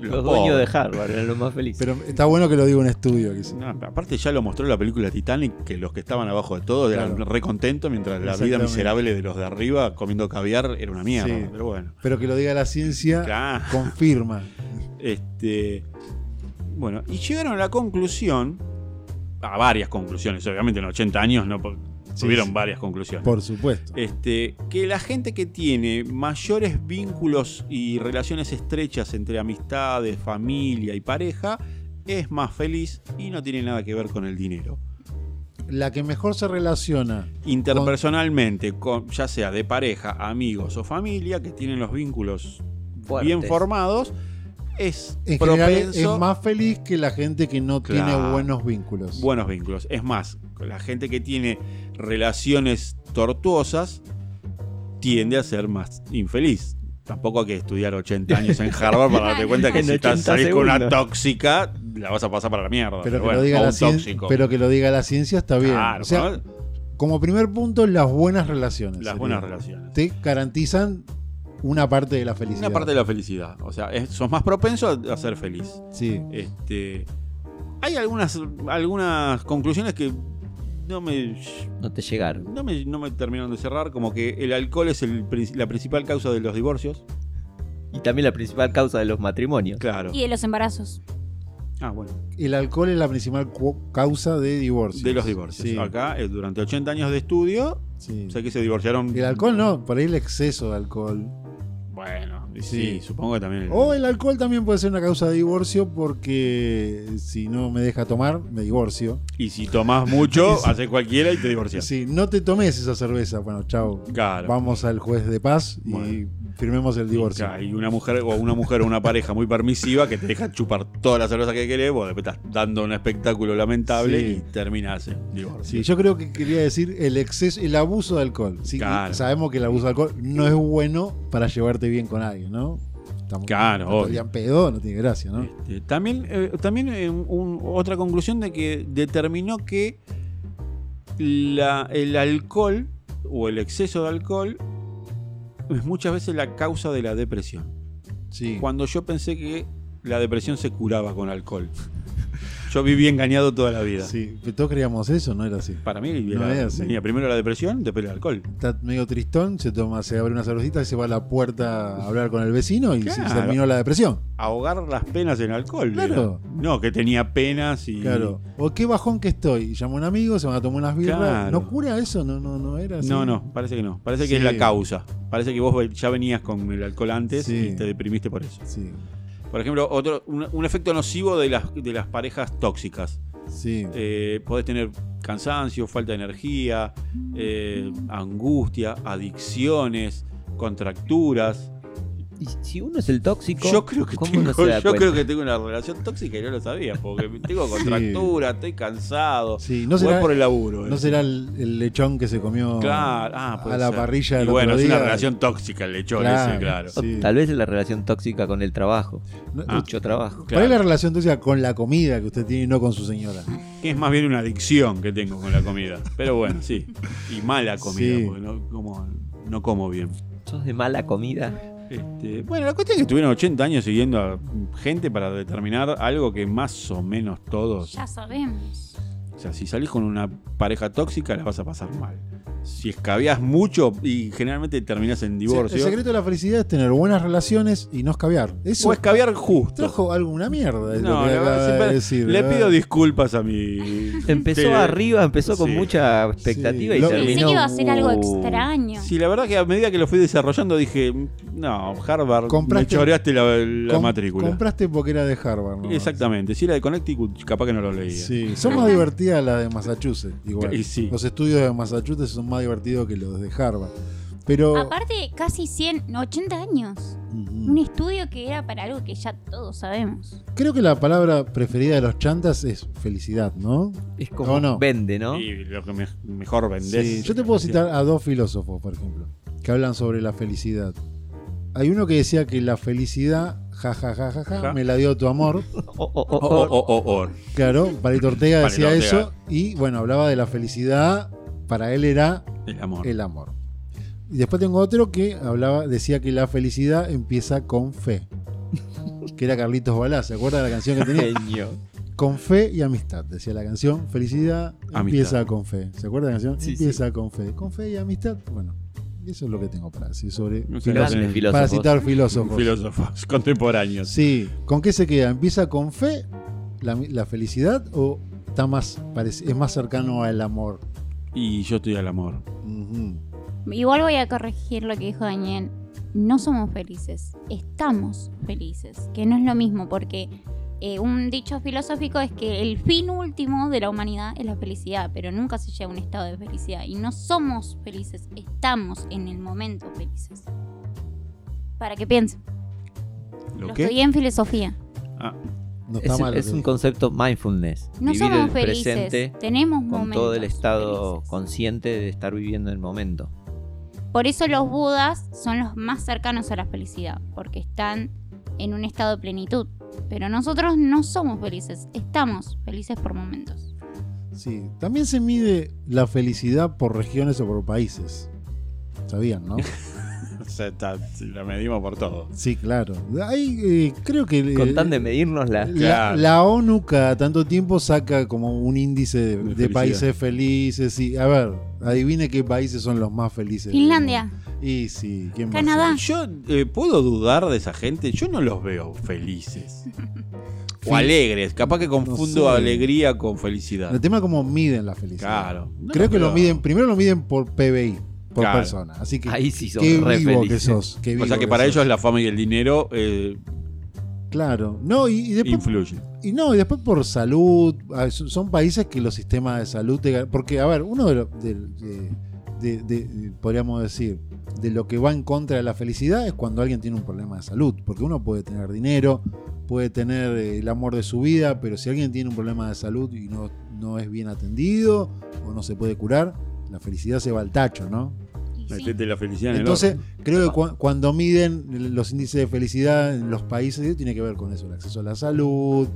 [SPEAKER 3] Los dueños
[SPEAKER 2] pobres.
[SPEAKER 3] de Harvard eran los más felices.
[SPEAKER 1] Pero está bueno que lo diga un estudio. Que sí.
[SPEAKER 2] No, aparte ya lo mostró la película Titanic, que los que estaban abajo de todo eran
[SPEAKER 1] Claro.
[SPEAKER 2] re contentos, mientras la vida
[SPEAKER 1] Exactamente.
[SPEAKER 2] miserable de los de arriba comiendo caviar era una mierda.
[SPEAKER 1] Sí.
[SPEAKER 2] Pero bueno.
[SPEAKER 1] Pero que lo diga la ciencia
[SPEAKER 2] Claro.
[SPEAKER 1] confirma.
[SPEAKER 2] Este, bueno, y llegaron a la conclusión, a varias conclusiones, obviamente en 80 años no po-
[SPEAKER 1] Sí,
[SPEAKER 2] tuvieron
[SPEAKER 1] sí.
[SPEAKER 2] varias conclusiones.
[SPEAKER 1] Por supuesto.
[SPEAKER 2] Este, que la gente que tiene mayores vínculos y relaciones estrechas entre amistades, familia y pareja es más feliz y no tiene nada que ver con el dinero.
[SPEAKER 1] La que mejor se relaciona
[SPEAKER 2] Interpersonalmente, con, ya sea de pareja, amigos o familia, que tienen los vínculos bien
[SPEAKER 3] Fuertes.
[SPEAKER 2] formados, es
[SPEAKER 1] en general
[SPEAKER 2] propenso
[SPEAKER 1] es más feliz que la gente que no tiene
[SPEAKER 2] Claro.
[SPEAKER 1] buenos vínculos.
[SPEAKER 2] buenos vínculos. Es más, la gente que tiene relaciones tortuosas tiende a ser más infeliz. Tampoco hay que estudiar 80 años en Harvard para darte cuenta que
[SPEAKER 3] En
[SPEAKER 2] si estás
[SPEAKER 3] 80
[SPEAKER 2] salís con una
[SPEAKER 3] segundos.
[SPEAKER 2] tóxica, la vas a pasar para la mierda.
[SPEAKER 1] pero, que
[SPEAKER 2] bueno,
[SPEAKER 1] lo diga
[SPEAKER 2] o
[SPEAKER 1] la
[SPEAKER 2] un
[SPEAKER 1] cien-
[SPEAKER 2] tóxico.
[SPEAKER 1] pero que lo diga la ciencia está bien.
[SPEAKER 2] Claro,
[SPEAKER 1] o sea,
[SPEAKER 2] ¿no?
[SPEAKER 1] como primer punto, las buenas relaciones.
[SPEAKER 2] las
[SPEAKER 1] sería.
[SPEAKER 2] buenas relaciones.
[SPEAKER 1] Te garantizan una parte de la felicidad.
[SPEAKER 2] Una parte de la felicidad. O sea, es- sos más propenso a- a ser feliz.
[SPEAKER 1] Sí.
[SPEAKER 2] Este, hay algunas, algunas conclusiones que no me
[SPEAKER 3] No te llegaron.
[SPEAKER 2] No me, no me terminaron de cerrar, como que el alcohol es el prin- la principal causa de los divorcios.
[SPEAKER 3] Y también la principal causa de los matrimonios.
[SPEAKER 2] Claro.
[SPEAKER 4] Y de los embarazos.
[SPEAKER 2] Ah, bueno.
[SPEAKER 1] El alcohol es la principal cu- causa de divorcios.
[SPEAKER 2] De los divorcios.
[SPEAKER 1] Sí,
[SPEAKER 2] Acá, eh, durante 80 años de estudio,
[SPEAKER 1] sí.
[SPEAKER 2] o sea que se divorciaron.
[SPEAKER 1] El alcohol no, por ahí el exceso de alcohol.
[SPEAKER 2] Bueno, y sí,
[SPEAKER 1] Sí.
[SPEAKER 2] supongo que también. el-
[SPEAKER 1] O el alcohol también puede ser una causa de divorcio porque si no me deja tomar, me divorcio.
[SPEAKER 2] Y si tomás mucho, haces cualquiera y te divorcias.
[SPEAKER 1] Si no te tomes esa cerveza, bueno, chao.
[SPEAKER 2] Claro.
[SPEAKER 1] Vamos al juez de paz y
[SPEAKER 2] Bueno.
[SPEAKER 1] firmemos el divorcio.
[SPEAKER 2] Claro, Y una mujer o una mujer o una pareja muy permisiva que te deja chupar toda la cerveza que querés, vos después estás dando un espectáculo lamentable
[SPEAKER 1] Sí.
[SPEAKER 2] y terminás en divorcio.
[SPEAKER 1] Sí, yo creo que quería decir el exceso, el abuso de alcohol. Sí,
[SPEAKER 2] Claro.
[SPEAKER 1] Sabemos que el abuso de alcohol no es bueno para llevarte bien con alguien, ¿no? Estamos
[SPEAKER 2] Claro,
[SPEAKER 1] estamos
[SPEAKER 2] obvio.
[SPEAKER 1] en pedo, no tiene gracia, ¿no?
[SPEAKER 2] Este, también eh, también eh, un- otra conclusión de que determinó que la- el alcohol o el exceso de alcohol es muchas veces la causa de la depresión.
[SPEAKER 1] Sí.
[SPEAKER 2] Cuando yo pensé que la depresión se curaba con alcohol. Yo viví engañado toda la vida.
[SPEAKER 1] Sí, pero todos creíamos eso, no era así.
[SPEAKER 2] Para mí
[SPEAKER 1] No
[SPEAKER 2] era-
[SPEAKER 1] es así.
[SPEAKER 2] venía primero la depresión, después el alcohol.
[SPEAKER 1] Está medio tristón, se toma, se abre una cervecita y se va a la puerta a hablar con el vecino y se
[SPEAKER 2] Claro.
[SPEAKER 1] terminó la depresión.
[SPEAKER 2] Ahogar las penas en alcohol.
[SPEAKER 1] Claro.
[SPEAKER 2] era. No, que tenía penas y...
[SPEAKER 1] Claro. O qué bajón que estoy. Llamo a un amigo, se van a tomar unas birras.
[SPEAKER 2] Claro.
[SPEAKER 1] ¿No cura eso? No, no, no era así.
[SPEAKER 2] No, no, parece que no. Parece que es
[SPEAKER 1] Sí.
[SPEAKER 2] la causa. Parece que vos ve- ya venías con el alcohol antes
[SPEAKER 1] Sí.
[SPEAKER 2] y te deprimiste por eso.
[SPEAKER 1] Sí,
[SPEAKER 2] Por ejemplo, otro, un, un efecto nocivo de las, de las parejas tóxicas.
[SPEAKER 1] sí.
[SPEAKER 2] Eh, podés tener cansancio, falta de energía, eh, angustia, adicciones, contracturas.
[SPEAKER 3] Y si uno es el tóxico,
[SPEAKER 2] Yo creo que,
[SPEAKER 3] ¿cómo
[SPEAKER 2] tengo,
[SPEAKER 3] no se da
[SPEAKER 2] yo
[SPEAKER 3] cuenta?
[SPEAKER 2] creo que tengo una relación tóxica y no lo sabía, porque tengo contracturas, estoy cansado.
[SPEAKER 1] Sí,
[SPEAKER 2] No
[SPEAKER 1] No será,
[SPEAKER 2] por el laburo.
[SPEAKER 1] no
[SPEAKER 2] eh.
[SPEAKER 1] será el, el lechón que se comió
[SPEAKER 2] Claro, ah, puede
[SPEAKER 1] a la
[SPEAKER 2] ser.
[SPEAKER 1] parrilla
[SPEAKER 2] Y
[SPEAKER 1] del
[SPEAKER 2] bueno,
[SPEAKER 1] otro
[SPEAKER 2] es
[SPEAKER 1] día.
[SPEAKER 2] una relación tóxica el lechón ese, claro.
[SPEAKER 3] O
[SPEAKER 1] sí.
[SPEAKER 3] Tal vez la relación tóxica con el trabajo.
[SPEAKER 1] No,
[SPEAKER 2] Ah.
[SPEAKER 3] Mucho trabajo.
[SPEAKER 1] ¿Cuál es la
[SPEAKER 2] Claro.
[SPEAKER 1] relación tuya con la comida que usted tiene y no con su señora?
[SPEAKER 2] Que es más bien una adicción que tengo con la comida. Pero bueno, sí. Y mala comida,
[SPEAKER 1] Sí.
[SPEAKER 2] porque no como, no como bien.
[SPEAKER 3] ¿Sos de mala comida?
[SPEAKER 2] Este, bueno, la cuestión es que estuvieron 80 años siguiendo a gente para determinar algo que más o menos todos.
[SPEAKER 4] Ya sabemos.
[SPEAKER 2] O sea, si salís con una pareja tóxica, la vas a pasar mal. Si escabeás mucho y generalmente terminás en
[SPEAKER 1] El
[SPEAKER 2] divorcio.
[SPEAKER 1] secreto de la felicidad es tener buenas relaciones y no escabiar. Eso
[SPEAKER 2] O escabear justo.
[SPEAKER 1] trajo alguna mierda. es
[SPEAKER 2] Pues, No,
[SPEAKER 1] lo que
[SPEAKER 2] la
[SPEAKER 1] acaba
[SPEAKER 2] verdad,
[SPEAKER 1] de
[SPEAKER 2] siempre-
[SPEAKER 1] decir, ¿eh?
[SPEAKER 2] le
[SPEAKER 1] ¿verdad?
[SPEAKER 2] pido disculpas a mi.
[SPEAKER 3] Empezó
[SPEAKER 2] tele-
[SPEAKER 3] arriba, empezó con
[SPEAKER 2] Sí.
[SPEAKER 3] mucha expectativa
[SPEAKER 1] Sí.
[SPEAKER 3] y
[SPEAKER 1] Lo-
[SPEAKER 4] Pensé que
[SPEAKER 3] terminó.
[SPEAKER 4] iba a ser algo
[SPEAKER 3] Uh,
[SPEAKER 4] extraño.
[SPEAKER 2] Sí, la verdad que a medida que lo fui desarrollando dije, no, Harvard,
[SPEAKER 1] Compraste-
[SPEAKER 2] me choreaste la, la
[SPEAKER 1] Com-
[SPEAKER 2] matrícula.
[SPEAKER 1] Compraste porque era de Harvard. ¿no?
[SPEAKER 2] Exactamente, si era de Connecticut, capaz que no lo leía.
[SPEAKER 1] Sí, son más divertidas las de Massachusetts. Igual.
[SPEAKER 2] Y sí.
[SPEAKER 1] Los estudios de Massachusetts son más divertidos que los de Harvard. Pero.
[SPEAKER 4] Aparte, casi 100, no, 80 años.
[SPEAKER 1] Ujú.
[SPEAKER 4] Un estudio que era para algo que ya todos sabemos.
[SPEAKER 1] mm, Creo que la palabra preferida de los chantas es felicidad, ¿no?
[SPEAKER 3] Es como
[SPEAKER 1] No, no.
[SPEAKER 3] vende, ¿no?
[SPEAKER 2] Y lo que me- mejor vendés.
[SPEAKER 1] Sí, Yo te puedo citar a dos filósofos, por ejemplo. que hablan sobre la felicidad. Hay uno que decía que la felicidad, ja, ja, ja, ja, ja,
[SPEAKER 2] Ja.
[SPEAKER 1] me la dio tu amor.
[SPEAKER 3] Oh, oh,
[SPEAKER 2] O,
[SPEAKER 3] oh,
[SPEAKER 2] o,
[SPEAKER 3] oh.
[SPEAKER 2] o, o, o.
[SPEAKER 1] Claro, Palito Ortega
[SPEAKER 2] Palito
[SPEAKER 1] decía
[SPEAKER 2] Ortega.
[SPEAKER 1] eso. Y bueno, hablaba de la felicidad. Para él era
[SPEAKER 2] El amor.
[SPEAKER 1] el amor. Y después tengo otro que hablaba, decía que la felicidad empieza con fe. Que era Carlitos Balá, ¿se acuerda de la canción que tenía?
[SPEAKER 3] Genio.
[SPEAKER 1] Con fe y amistad, decía la canción. Felicidad empieza con fe. ¿Se acuerda de la canción?
[SPEAKER 3] Sí,
[SPEAKER 1] empieza con fe. Con fe y amistad. Bueno, eso es lo que tengo para decir sobre.
[SPEAKER 2] No sé,
[SPEAKER 1] filos-
[SPEAKER 2] no
[SPEAKER 3] Grandes filósofos.
[SPEAKER 1] para citar filósofos.
[SPEAKER 2] Filósofos contemporáneos.
[SPEAKER 1] Sí. ¿Con qué se queda? ¿Empieza con fe la, la felicidad o está más, parece- es más cercano al amor?
[SPEAKER 2] Y yo estoy al amor.
[SPEAKER 1] Ujú.
[SPEAKER 4] Igual voy a corregir lo que dijo Daniel. No somos felices, estamos felices, que no es lo mismo, porque eh, un dicho filosófico es que el fin último de la humanidad es la felicidad, pero nunca se llega a un estado de felicidad. Y no somos felices, estamos en el momento felices. Para que piensen,
[SPEAKER 2] ¿Lo
[SPEAKER 4] lo
[SPEAKER 2] qué?
[SPEAKER 4] estudié en filosofía.
[SPEAKER 2] Ah,
[SPEAKER 1] No está
[SPEAKER 3] Es,
[SPEAKER 1] mal. lo
[SPEAKER 3] es
[SPEAKER 1] que
[SPEAKER 3] un
[SPEAKER 1] digo.
[SPEAKER 3] concepto mindfulness.
[SPEAKER 4] No
[SPEAKER 3] vivir
[SPEAKER 4] somos
[SPEAKER 3] el
[SPEAKER 4] felices,
[SPEAKER 3] presente
[SPEAKER 4] tenemos
[SPEAKER 3] con
[SPEAKER 4] momentos
[SPEAKER 3] todo el estado
[SPEAKER 4] felices.
[SPEAKER 3] consciente de estar viviendo el momento.
[SPEAKER 4] Por eso los budas son los más cercanos a la felicidad, porque están en un estado de plenitud. Pero nosotros no somos felices, estamos felices por momentos.
[SPEAKER 1] Sí, también se mide la felicidad por regiones o por países. ¿Sabían, no?
[SPEAKER 2] o sea, está- la medimos por todo.
[SPEAKER 1] Sí, claro. Ahí eh, creo que eh,
[SPEAKER 3] Con tan de medirnos la...
[SPEAKER 1] la,
[SPEAKER 2] Claro.
[SPEAKER 1] la ONU cada tanto tiempo saca como un índice de, de
[SPEAKER 2] felicidad.
[SPEAKER 1] países felices. Y, a ver, adivine qué países son los más felices. del
[SPEAKER 4] Finlandia,
[SPEAKER 1] mundo. Y sí, ¿quién más?
[SPEAKER 4] Canadá,
[SPEAKER 2] Yo eh, puedo dudar de esa gente. Yo no los veo felices.
[SPEAKER 1] Fin-
[SPEAKER 2] O alegres. Capaz que confundo
[SPEAKER 1] sé.
[SPEAKER 2] alegría con felicidad.
[SPEAKER 1] El tema es cómo miden la felicidad.
[SPEAKER 2] Claro. No
[SPEAKER 1] creo que lo
[SPEAKER 2] veo.
[SPEAKER 1] miden, primero lo miden por PBI, por
[SPEAKER 2] Claro.
[SPEAKER 1] persona. Así que
[SPEAKER 3] Ahí sí son
[SPEAKER 1] qué
[SPEAKER 3] re
[SPEAKER 1] vivo que
[SPEAKER 3] felices.
[SPEAKER 1] sos. qué
[SPEAKER 2] O
[SPEAKER 1] vivo
[SPEAKER 2] sea que para
[SPEAKER 1] sos.
[SPEAKER 2] ellos la fama y el dinero eh,
[SPEAKER 1] Claro. No, y, y después
[SPEAKER 2] influyen.
[SPEAKER 1] Y no, y después por salud, a- son- son países que los sistemas de salud, te gar- porque a ver, uno de, lo- de- de- de- de- de- podríamos decir, de lo que va en contra de la felicidad es cuando alguien tiene un problema de salud, porque uno puede tener dinero, puede tener eh, el amor de su vida, pero si alguien tiene un problema de salud y no, no es bien atendido o no se puede curar, la felicidad se va al tacho, ¿no?
[SPEAKER 4] y sí,
[SPEAKER 2] Metete la felicidad en
[SPEAKER 1] Entonces,
[SPEAKER 2] el
[SPEAKER 1] creo que cua- cuando miden los índices de felicidad en los países, tiene que ver con eso, el acceso a la salud,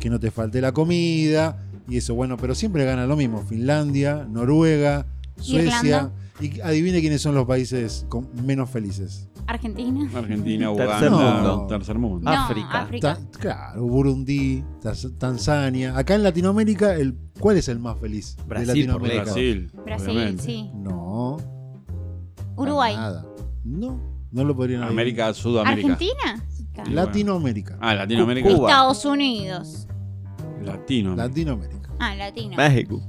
[SPEAKER 1] que no te falte la comida y eso. Bueno, pero siempre gana lo mismo, Finlandia, Noruega, Suecia.
[SPEAKER 4] Irlanda.
[SPEAKER 1] Y adivine quiénes son los países con menos felices.
[SPEAKER 4] Argentina,
[SPEAKER 2] horno. Argentina, Uganda,
[SPEAKER 3] Tercer
[SPEAKER 1] mundo.
[SPEAKER 2] tercer mundo.
[SPEAKER 4] no,
[SPEAKER 3] África.
[SPEAKER 4] África.
[SPEAKER 1] Ta- claro, Burundi, Taz- Tanzania. Acá en Latinoamérica, el, ¿cuál es el más feliz de
[SPEAKER 3] Brasil, por
[SPEAKER 1] Latinoamérica?
[SPEAKER 2] Brasil.
[SPEAKER 4] Brasil,
[SPEAKER 2] obviamente.
[SPEAKER 4] sí,
[SPEAKER 1] No. para
[SPEAKER 4] Uruguay,
[SPEAKER 1] Nada. No, no lo podrían adivinar.
[SPEAKER 2] América, Sudamérica.
[SPEAKER 4] Argentina, Ca-
[SPEAKER 2] bueno.
[SPEAKER 1] Latinoamérica.
[SPEAKER 2] Ah, Latinoamérica.
[SPEAKER 3] Cuba.
[SPEAKER 4] Estados Unidos,
[SPEAKER 2] Latino.
[SPEAKER 1] Latinoamérica.
[SPEAKER 4] ah, latino.
[SPEAKER 3] México.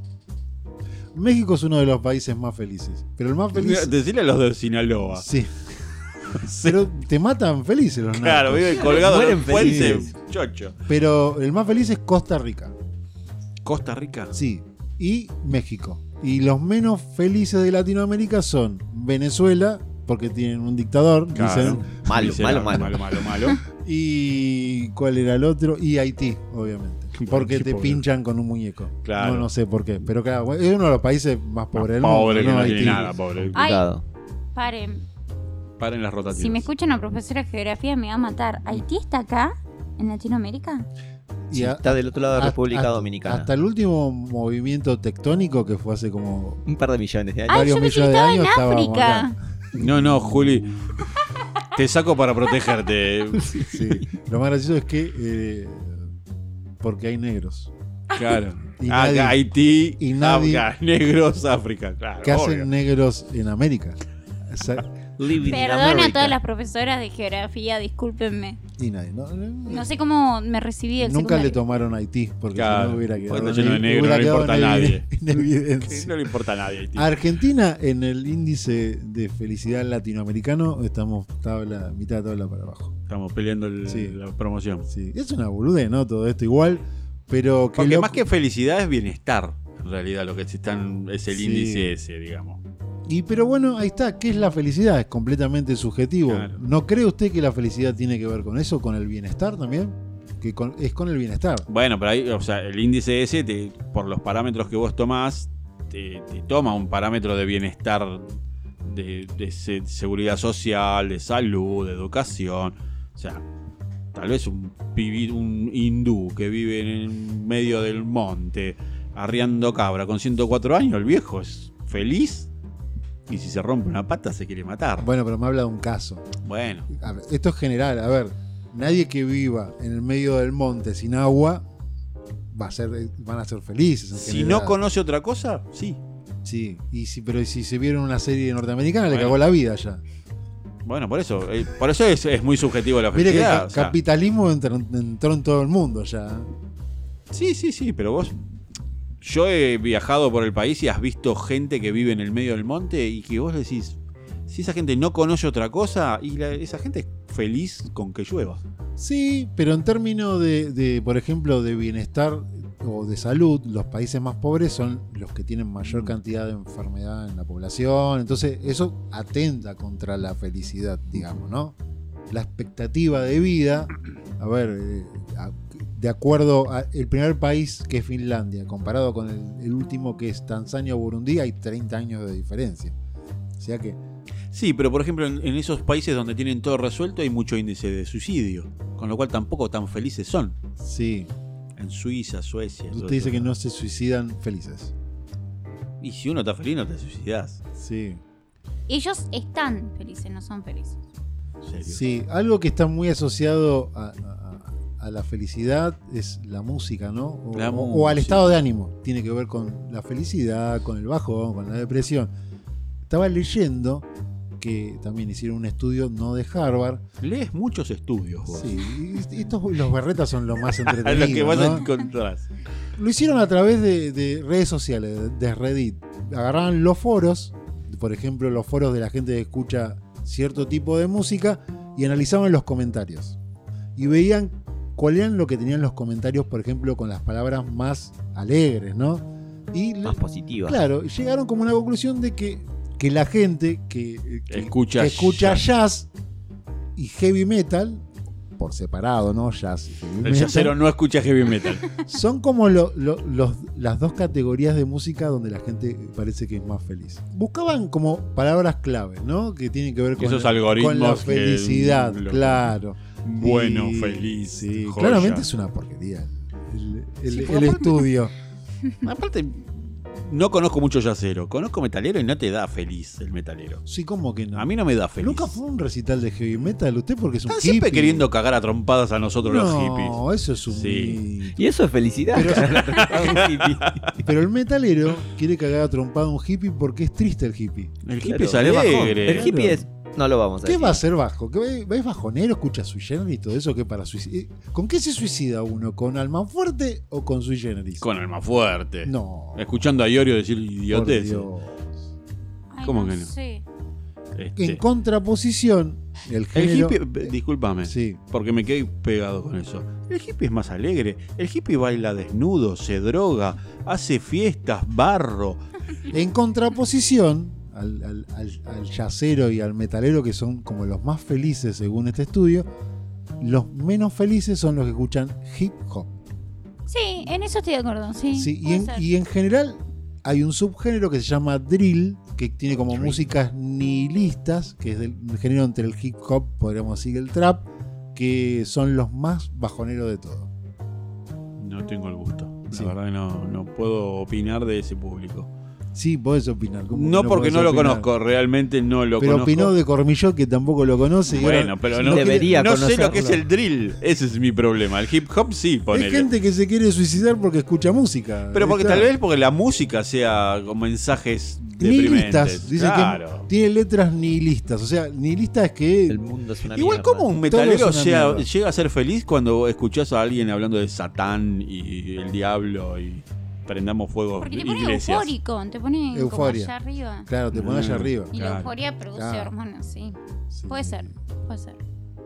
[SPEAKER 1] México es uno de los países más felices. Pero el más feliz.
[SPEAKER 2] Decirle a los de Sinaloa.
[SPEAKER 1] Sí. Pero te matan felices los
[SPEAKER 2] Claro,
[SPEAKER 1] narcos.
[SPEAKER 2] viven colgados en
[SPEAKER 3] Mueren
[SPEAKER 2] un puente.
[SPEAKER 1] felices.
[SPEAKER 2] Chocho.
[SPEAKER 1] Pero el más feliz es Costa Rica.
[SPEAKER 2] Costa Rica.
[SPEAKER 1] Sí. Y México. Y los menos felices de Latinoamérica son Venezuela, porque tienen un dictador,
[SPEAKER 2] Claro.
[SPEAKER 1] dicen.
[SPEAKER 3] Malo,
[SPEAKER 2] Miserable,
[SPEAKER 3] malo,
[SPEAKER 2] malo,
[SPEAKER 3] malo.
[SPEAKER 2] malo, malo.
[SPEAKER 1] Y cuál era el otro. Y Haití, obviamente. Porque
[SPEAKER 2] Qué
[SPEAKER 1] te
[SPEAKER 2] pobre.
[SPEAKER 1] pinchan con un muñeco.
[SPEAKER 2] Claro.
[SPEAKER 1] No, no sé por qué. Pero claro, es uno de los países más pobres del mundo.
[SPEAKER 2] Pobre que no
[SPEAKER 1] Haití.
[SPEAKER 2] tiene nada,
[SPEAKER 1] Ah,
[SPEAKER 2] pobre.
[SPEAKER 4] Ay.
[SPEAKER 3] Complicado.
[SPEAKER 4] Paren,
[SPEAKER 2] Paren las rotativas.
[SPEAKER 4] si me escuchan a profesora de geografía me va a matar. ¿Haití está acá? ¿En Latinoamérica?
[SPEAKER 1] Y
[SPEAKER 3] Sí,
[SPEAKER 1] a-
[SPEAKER 3] está del otro lado de
[SPEAKER 1] hasta-
[SPEAKER 3] la República
[SPEAKER 1] hasta-
[SPEAKER 3] Dominicana.
[SPEAKER 1] Hasta el último movimiento tectónico que fue hace como
[SPEAKER 3] Un par de millones de años.
[SPEAKER 4] Ay,
[SPEAKER 1] Varios
[SPEAKER 4] yo pensé que
[SPEAKER 1] millones de
[SPEAKER 4] estaba
[SPEAKER 1] años
[SPEAKER 4] en
[SPEAKER 1] estábamos
[SPEAKER 4] África.
[SPEAKER 1] acá.
[SPEAKER 2] No, no, Juli. Te saco para protegerte.
[SPEAKER 1] Sí. Lo más gracioso es que. eh, porque hay negros.
[SPEAKER 2] Claro.
[SPEAKER 1] Y
[SPEAKER 2] Acá,
[SPEAKER 1] nadie-
[SPEAKER 2] Haití,
[SPEAKER 1] y nadie-
[SPEAKER 2] Afga, negros, África. Claro,
[SPEAKER 1] ¿Qué
[SPEAKER 2] obvio.
[SPEAKER 1] hacen negros en América? O sea,
[SPEAKER 3] Living in
[SPEAKER 4] Perdona Ah, a
[SPEAKER 3] America.
[SPEAKER 4] todas las profesoras de geografía, discúlpenme.
[SPEAKER 1] y nadie. ¿no?
[SPEAKER 4] No sé cómo me recibí del
[SPEAKER 1] Nunca le
[SPEAKER 4] secundario.
[SPEAKER 1] tomaron Haití, porque
[SPEAKER 2] Claro.
[SPEAKER 1] si no hubiera
[SPEAKER 2] Porque
[SPEAKER 1] quedado.
[SPEAKER 2] está lleno de
[SPEAKER 1] en-
[SPEAKER 2] negros,
[SPEAKER 1] hubiera
[SPEAKER 2] no le
[SPEAKER 1] quedado
[SPEAKER 2] importa
[SPEAKER 1] en
[SPEAKER 2] a
[SPEAKER 1] evi-
[SPEAKER 2] nadie.
[SPEAKER 1] en evidencia.
[SPEAKER 2] No le importa a nadie. Haití.
[SPEAKER 1] Ah. Argentina, en el índice de felicidad latinoamericano, estamos tabla, mitad de tabla para abajo.
[SPEAKER 2] Estamos peleando el-
[SPEAKER 1] Sí.
[SPEAKER 2] la promoción.
[SPEAKER 1] Sí. Es una boludez, ¿no? Todo esto igual. Pero qué
[SPEAKER 2] Porque
[SPEAKER 1] loco-
[SPEAKER 2] más que felicidad es bienestar. En realidad, lo que se están es el
[SPEAKER 1] Sí.
[SPEAKER 2] índice ese, digamos.
[SPEAKER 1] Y pero bueno, ahí está, ¿qué es la felicidad? Es completamente subjetivo.
[SPEAKER 2] Claro.
[SPEAKER 1] ¿No cree usted que la felicidad tiene que ver con eso, con el bienestar también? Que con- es con el bienestar.
[SPEAKER 2] Bueno, pero ahí, o sea, el índice ese, te- por los parámetros que vos tomás, te, te toma un parámetro de bienestar de, de se- seguridad social, de salud, de educación. O sea, tal vez un, pibi- un hindú que vive en el medio del monte, arriando cabra con 104 años, el viejo es feliz. Y si se rompe una pata, se quiere matar.
[SPEAKER 1] Bueno, pero me habla de un caso.
[SPEAKER 2] Bueno,
[SPEAKER 1] A ver, esto es general, a ver, nadie que viva en el medio del monte sin agua va a ser, van a ser felices. en
[SPEAKER 2] si
[SPEAKER 1] general.
[SPEAKER 2] no conoce otra cosa, sí.
[SPEAKER 1] Sí, y si, pero si se vieron una serie norteamericana le
[SPEAKER 2] Bueno.
[SPEAKER 1] cagó la vida ya.
[SPEAKER 2] Bueno, por eso, eh, por eso es, es muy subjetivo la
[SPEAKER 1] Mire que el
[SPEAKER 2] felicidad.
[SPEAKER 1] ca-
[SPEAKER 2] o sea.
[SPEAKER 1] capitalismo entró, entró en todo el mundo ya. ¿eh?
[SPEAKER 2] Sí, sí, sí, pero vos. Yo he viajado por el país y has visto gente que vive en el medio del monte y que vos decís, si esa gente no conoce otra cosa, y la- esa gente es feliz con que llueva.
[SPEAKER 1] Sí, pero en términos de, de, por ejemplo, de bienestar o de salud, los países más pobres son los que tienen mayor cantidad de enfermedad en la población. Entonces, eso atenta contra la felicidad, digamos, ¿no? La expectativa de vida, a ver, eh, a- de acuerdo al primer país que es Finlandia, comparado con el, el último que es Tanzania o Burundi, hay 30 años de diferencia. O sea que,
[SPEAKER 2] Sí, pero por ejemplo, en, en esos países donde tienen todo resuelto hay mucho índice de suicidio, con lo cual tampoco tan felices son.
[SPEAKER 1] sí,
[SPEAKER 2] En Suiza, Suecia. todo
[SPEAKER 1] usted dice
[SPEAKER 2] eso.
[SPEAKER 1] que no se suicidan felices.
[SPEAKER 2] Y si uno está feliz, no te suicidas.
[SPEAKER 1] Sí.
[SPEAKER 4] Ellos están felices, no son felices.
[SPEAKER 2] en serio.
[SPEAKER 1] Sí, algo que está muy asociado a, a- a la felicidad es la música, ¿no? O,
[SPEAKER 2] La
[SPEAKER 1] o-
[SPEAKER 2] música.
[SPEAKER 1] o al estado de ánimo. Tiene que ver con la felicidad, con el bajón, con la depresión. Estaba leyendo que también hicieron un estudio, no de Harvard.
[SPEAKER 2] Lees muchos estudios vos.
[SPEAKER 1] Sí, y- y estos los berretas son los más entretenidos.
[SPEAKER 2] lo que vos
[SPEAKER 1] ¿no?
[SPEAKER 2] encontrás.
[SPEAKER 1] Lo hicieron a través de, de redes sociales, de- de Reddit. Agarraban los foros, por ejemplo, los foros de la gente que escucha cierto tipo de música, y analizaban los comentarios. Y veían cuál eran lo que tenían los comentarios, por ejemplo, con las palabras más alegres, ¿no? Y
[SPEAKER 3] Más positiva.
[SPEAKER 1] claro, llegaron como a una conclusión de que, que la gente que, que-
[SPEAKER 2] Escucha
[SPEAKER 1] que escucha
[SPEAKER 2] jazz.
[SPEAKER 1] jazz y heavy metal, por separado, ¿no? Jazz y heavy
[SPEAKER 2] El
[SPEAKER 1] metal
[SPEAKER 2] yacero no escucha heavy metal.
[SPEAKER 1] son como lo- lo- los- las dos categorías de música donde la gente parece que es más feliz. Buscaban como palabras claves, ¿no? Que tienen que ver con,
[SPEAKER 2] Esos
[SPEAKER 1] la-
[SPEAKER 2] algoritmos
[SPEAKER 1] con la
[SPEAKER 2] que-
[SPEAKER 1] felicidad,
[SPEAKER 2] lo-
[SPEAKER 1] claro.
[SPEAKER 2] Bueno,
[SPEAKER 1] Y-
[SPEAKER 2] feliz.
[SPEAKER 1] sí,
[SPEAKER 2] joya.
[SPEAKER 1] claramente es una porquería el, el-
[SPEAKER 2] Sí,
[SPEAKER 1] el
[SPEAKER 2] porque aparte-
[SPEAKER 1] estudio.
[SPEAKER 2] Aparte, no conozco mucho yacero. Conozco metalero y no te da feliz el metalero.
[SPEAKER 1] Sí, ¿cómo que no?
[SPEAKER 2] A mí no me da feliz.
[SPEAKER 1] Nunca fue un recital de heavy metal usted porque es un
[SPEAKER 2] Están siempre
[SPEAKER 1] hippie.
[SPEAKER 2] queriendo cagar a trompadas a nosotros los hippies.
[SPEAKER 1] No, eso es un
[SPEAKER 2] Sí.
[SPEAKER 1] mito.
[SPEAKER 3] Y eso es felicidad.
[SPEAKER 1] Pero el metalero quiere cagar a trompada a un hippie porque es triste el hippie.
[SPEAKER 2] El hippie es
[SPEAKER 3] Claro, es bajón.
[SPEAKER 2] alegre.
[SPEAKER 3] El hippie es. No lo vamos a
[SPEAKER 1] ¿Qué
[SPEAKER 3] decir.
[SPEAKER 1] va a ser bajo? ¿Qué, ¿Es bajonero? ¿Escucha sui generis y todo eso? que para suici- eh, ¿Con qué se suicida uno? ¿Con Almanfuerte o con sui generis?
[SPEAKER 2] Con eh, alma fuerte.
[SPEAKER 1] No.
[SPEAKER 2] Escuchando a Iorio decir
[SPEAKER 1] por
[SPEAKER 2] idiotez.
[SPEAKER 1] Dios.
[SPEAKER 4] Ay,
[SPEAKER 2] ¿Cómo
[SPEAKER 4] no
[SPEAKER 2] que no?
[SPEAKER 4] sé.
[SPEAKER 2] Este,
[SPEAKER 1] En contraposición, el
[SPEAKER 2] El
[SPEAKER 1] género.
[SPEAKER 2] hippie, eh, discúlpame,
[SPEAKER 1] Sí.
[SPEAKER 2] porque me quedé pegado con eso. El hippie es más alegre. El hippie baila desnudo, se droga, hace fiestas, barro.
[SPEAKER 1] En contraposición al, al, al- al yacero y al metalero, que son como los más felices según este estudio, los menos felices son los que escuchan hip hop.
[SPEAKER 4] Sí, en eso estoy de acuerdo, sí.
[SPEAKER 1] Sí, y
[SPEAKER 4] puede
[SPEAKER 1] en,
[SPEAKER 4] ser.
[SPEAKER 1] y en general hay un subgénero que se llama drill, que tiene como músicas nihilistas, que es del del género entre el hip hop, podríamos decir, el trap, que son los más bajoneros de todo.
[SPEAKER 2] No tengo el gusto. La
[SPEAKER 1] Sí.
[SPEAKER 2] verdad que no, no puedo opinar de ese público.
[SPEAKER 1] Sí, podés opinar. ¿cómo que
[SPEAKER 2] No porque
[SPEAKER 1] podés
[SPEAKER 2] no lo
[SPEAKER 1] opinar?
[SPEAKER 2] conozco, realmente no lo
[SPEAKER 1] Pero
[SPEAKER 2] conozco.
[SPEAKER 1] opinó de Cormillot que tampoco lo conoce. y
[SPEAKER 2] bueno,
[SPEAKER 1] ahora-
[SPEAKER 2] pero
[SPEAKER 3] no
[SPEAKER 2] no,
[SPEAKER 3] debería
[SPEAKER 2] no sé lo que es
[SPEAKER 3] conocerlo.
[SPEAKER 2] el drill. Ese es mi problema. El hip hop sí,
[SPEAKER 1] Hay
[SPEAKER 2] ponele.
[SPEAKER 1] gente que se quiere suicidar porque escucha música.
[SPEAKER 2] Pero porque
[SPEAKER 1] Está-
[SPEAKER 2] tal vez porque la música sea con mensajes deprimentes.
[SPEAKER 1] Nihilistas. Dicen
[SPEAKER 2] claro.
[SPEAKER 1] que tiene letras nihilistas. O sea, nihilista es que.
[SPEAKER 3] El mundo es una
[SPEAKER 2] Igual
[SPEAKER 3] mierda.
[SPEAKER 2] como un
[SPEAKER 1] Todo es
[SPEAKER 2] metalero
[SPEAKER 1] una
[SPEAKER 2] sea-
[SPEAKER 1] mierda.
[SPEAKER 2] llega a ser feliz cuando escuchás a alguien hablando de Satán y el diablo y prendamos fuego
[SPEAKER 4] Porque te pone
[SPEAKER 2] iglesias.
[SPEAKER 4] eufórico, te pone
[SPEAKER 1] Euforia.
[SPEAKER 4] como allá arriba.
[SPEAKER 1] Claro, te pones allá
[SPEAKER 2] Mm.
[SPEAKER 1] arriba.
[SPEAKER 4] Y
[SPEAKER 2] Claro.
[SPEAKER 4] la euforia produce
[SPEAKER 1] Claro.
[SPEAKER 4] hormonas, sí.
[SPEAKER 1] Sí.
[SPEAKER 4] Puede ser, puede ser.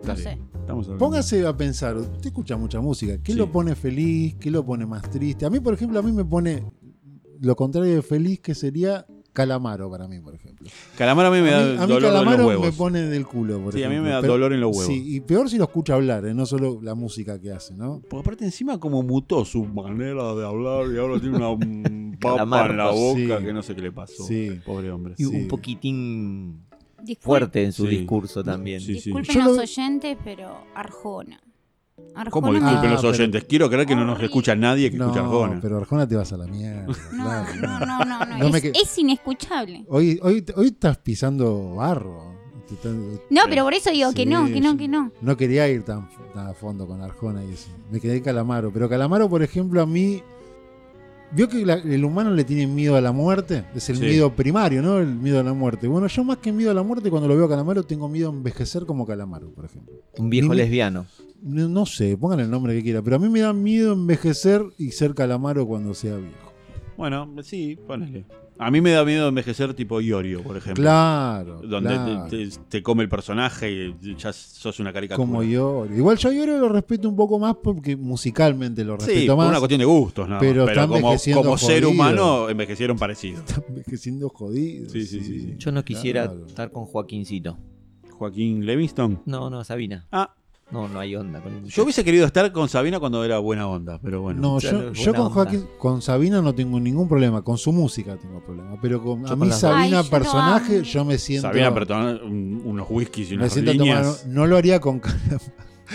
[SPEAKER 2] Está
[SPEAKER 4] No
[SPEAKER 2] bien.
[SPEAKER 4] sé.
[SPEAKER 2] Estamos hablando.
[SPEAKER 1] Póngase a pensar, usted escucha mucha música, ¿qué
[SPEAKER 2] Sí.
[SPEAKER 1] lo pone feliz? ¿Qué lo pone más triste? A mí, por ejemplo, a mí me pone lo contrario de feliz, que sería Calamaro para mí, por ejemplo.
[SPEAKER 2] Calamaro a mí me
[SPEAKER 1] a
[SPEAKER 2] da
[SPEAKER 1] mí, a mí
[SPEAKER 2] dolor en los
[SPEAKER 1] Calamaro me
[SPEAKER 2] huevos.
[SPEAKER 1] pone del culo, por
[SPEAKER 2] Sí, a mí
[SPEAKER 1] ejemplo.
[SPEAKER 2] me da
[SPEAKER 1] Pero-
[SPEAKER 2] dolor en los huevos.
[SPEAKER 1] Sí, y peor si lo escucha hablar, ¿eh? no solo la música que hace, ¿no?
[SPEAKER 2] Porque aparte encima como mutó su manera de hablar y ahora tiene una mm, papa en la
[SPEAKER 3] Calamarcos.
[SPEAKER 2] boca
[SPEAKER 1] Sí.
[SPEAKER 2] que no sé qué le pasó.
[SPEAKER 1] Sí.
[SPEAKER 2] Pobre hombre.
[SPEAKER 3] Y
[SPEAKER 1] Sí.
[SPEAKER 3] un poquitín
[SPEAKER 4] Discul-
[SPEAKER 3] fuerte en su
[SPEAKER 2] Sí.
[SPEAKER 3] discurso también.
[SPEAKER 2] Sí, sí.
[SPEAKER 4] Disculpen
[SPEAKER 1] Yo lo-
[SPEAKER 4] los oyentes, pero Arjona. Arjona
[SPEAKER 2] ¿Cómo
[SPEAKER 4] me-
[SPEAKER 2] disculpen
[SPEAKER 1] Ah,
[SPEAKER 2] los
[SPEAKER 1] pero-
[SPEAKER 2] oyentes? Quiero creer que no nos
[SPEAKER 4] Horrible.
[SPEAKER 2] escucha nadie que
[SPEAKER 1] No,
[SPEAKER 2] escucha Arjona.
[SPEAKER 1] pero Arjona te vas a la mierda.
[SPEAKER 4] No,
[SPEAKER 1] claro,
[SPEAKER 4] no, no, no, no.
[SPEAKER 1] No me
[SPEAKER 4] es,
[SPEAKER 1] que-
[SPEAKER 4] es inescuchable.
[SPEAKER 1] Hoy, hoy, hoy estás pisando barro. Te están-
[SPEAKER 4] No, pero por eso digo que
[SPEAKER 1] Sí,
[SPEAKER 4] no, que no,
[SPEAKER 1] yo
[SPEAKER 4] que no.
[SPEAKER 1] No quería ir tan, tan a fondo con Arjona y eso. Me quedé Calamaro. Pero Calamaro, por ejemplo, a mí. Vio que la- el humano le tiene miedo a la muerte. Es el
[SPEAKER 2] Sí.
[SPEAKER 1] miedo primario, ¿no? El miedo a la muerte. Bueno, yo más que miedo a la muerte, cuando lo veo a Calamaro, tengo miedo a envejecer como Calamaro, por ejemplo.
[SPEAKER 3] Un viejo
[SPEAKER 1] Ni-
[SPEAKER 3] lesbiano.
[SPEAKER 1] No, no sé, pongan el nombre que quiera. Pero a mí me da miedo envejecer y ser Calamaro cuando sea viejo.
[SPEAKER 2] Bueno, sí, ponele. A mí me da miedo envejecer tipo Iorio, por ejemplo.
[SPEAKER 1] Claro.
[SPEAKER 2] Donde te-
[SPEAKER 1] claro.
[SPEAKER 2] te, te come el personaje y ya sos una caricatura.
[SPEAKER 1] Como yo. Igual yo a Iorio lo respeto un poco más porque musicalmente lo respeto
[SPEAKER 2] Sí, por
[SPEAKER 1] más.
[SPEAKER 2] una cuestión de gustos, nada más.
[SPEAKER 1] Pero
[SPEAKER 2] Pero,
[SPEAKER 1] está
[SPEAKER 2] como,
[SPEAKER 1] envejeciendo
[SPEAKER 2] como ser
[SPEAKER 1] jodido.
[SPEAKER 2] humano envejecieron parecido.
[SPEAKER 1] Está envejeciendo jodido.
[SPEAKER 2] Sí, sí, sí, sí.
[SPEAKER 3] Yo no quisiera
[SPEAKER 1] Claro.
[SPEAKER 3] estar con Joaquincito.
[SPEAKER 2] Joaquín Livingston.
[SPEAKER 3] No, no, Sabina.
[SPEAKER 2] Ah,
[SPEAKER 3] No, no hay onda con el
[SPEAKER 2] yo hubiese querido estar con Sabina cuando era buena onda, pero bueno.
[SPEAKER 1] No,
[SPEAKER 3] ya no
[SPEAKER 1] yo,
[SPEAKER 3] es
[SPEAKER 1] yo
[SPEAKER 3] buena
[SPEAKER 1] con
[SPEAKER 3] onda.
[SPEAKER 1] Joaquín, con Sabina no tengo ningún problema, con su música tengo problema, pero con, a
[SPEAKER 3] con
[SPEAKER 1] mí
[SPEAKER 3] las
[SPEAKER 4] dos.
[SPEAKER 1] Sabina
[SPEAKER 4] Ay, yo lo
[SPEAKER 1] personaje
[SPEAKER 4] amo.
[SPEAKER 1] yo me siento
[SPEAKER 2] Sabina, perdón, un- unos whiskies y
[SPEAKER 1] me
[SPEAKER 2] unas
[SPEAKER 1] siento tomar,
[SPEAKER 2] líneas. Ah.
[SPEAKER 1] no lo haría con Cala-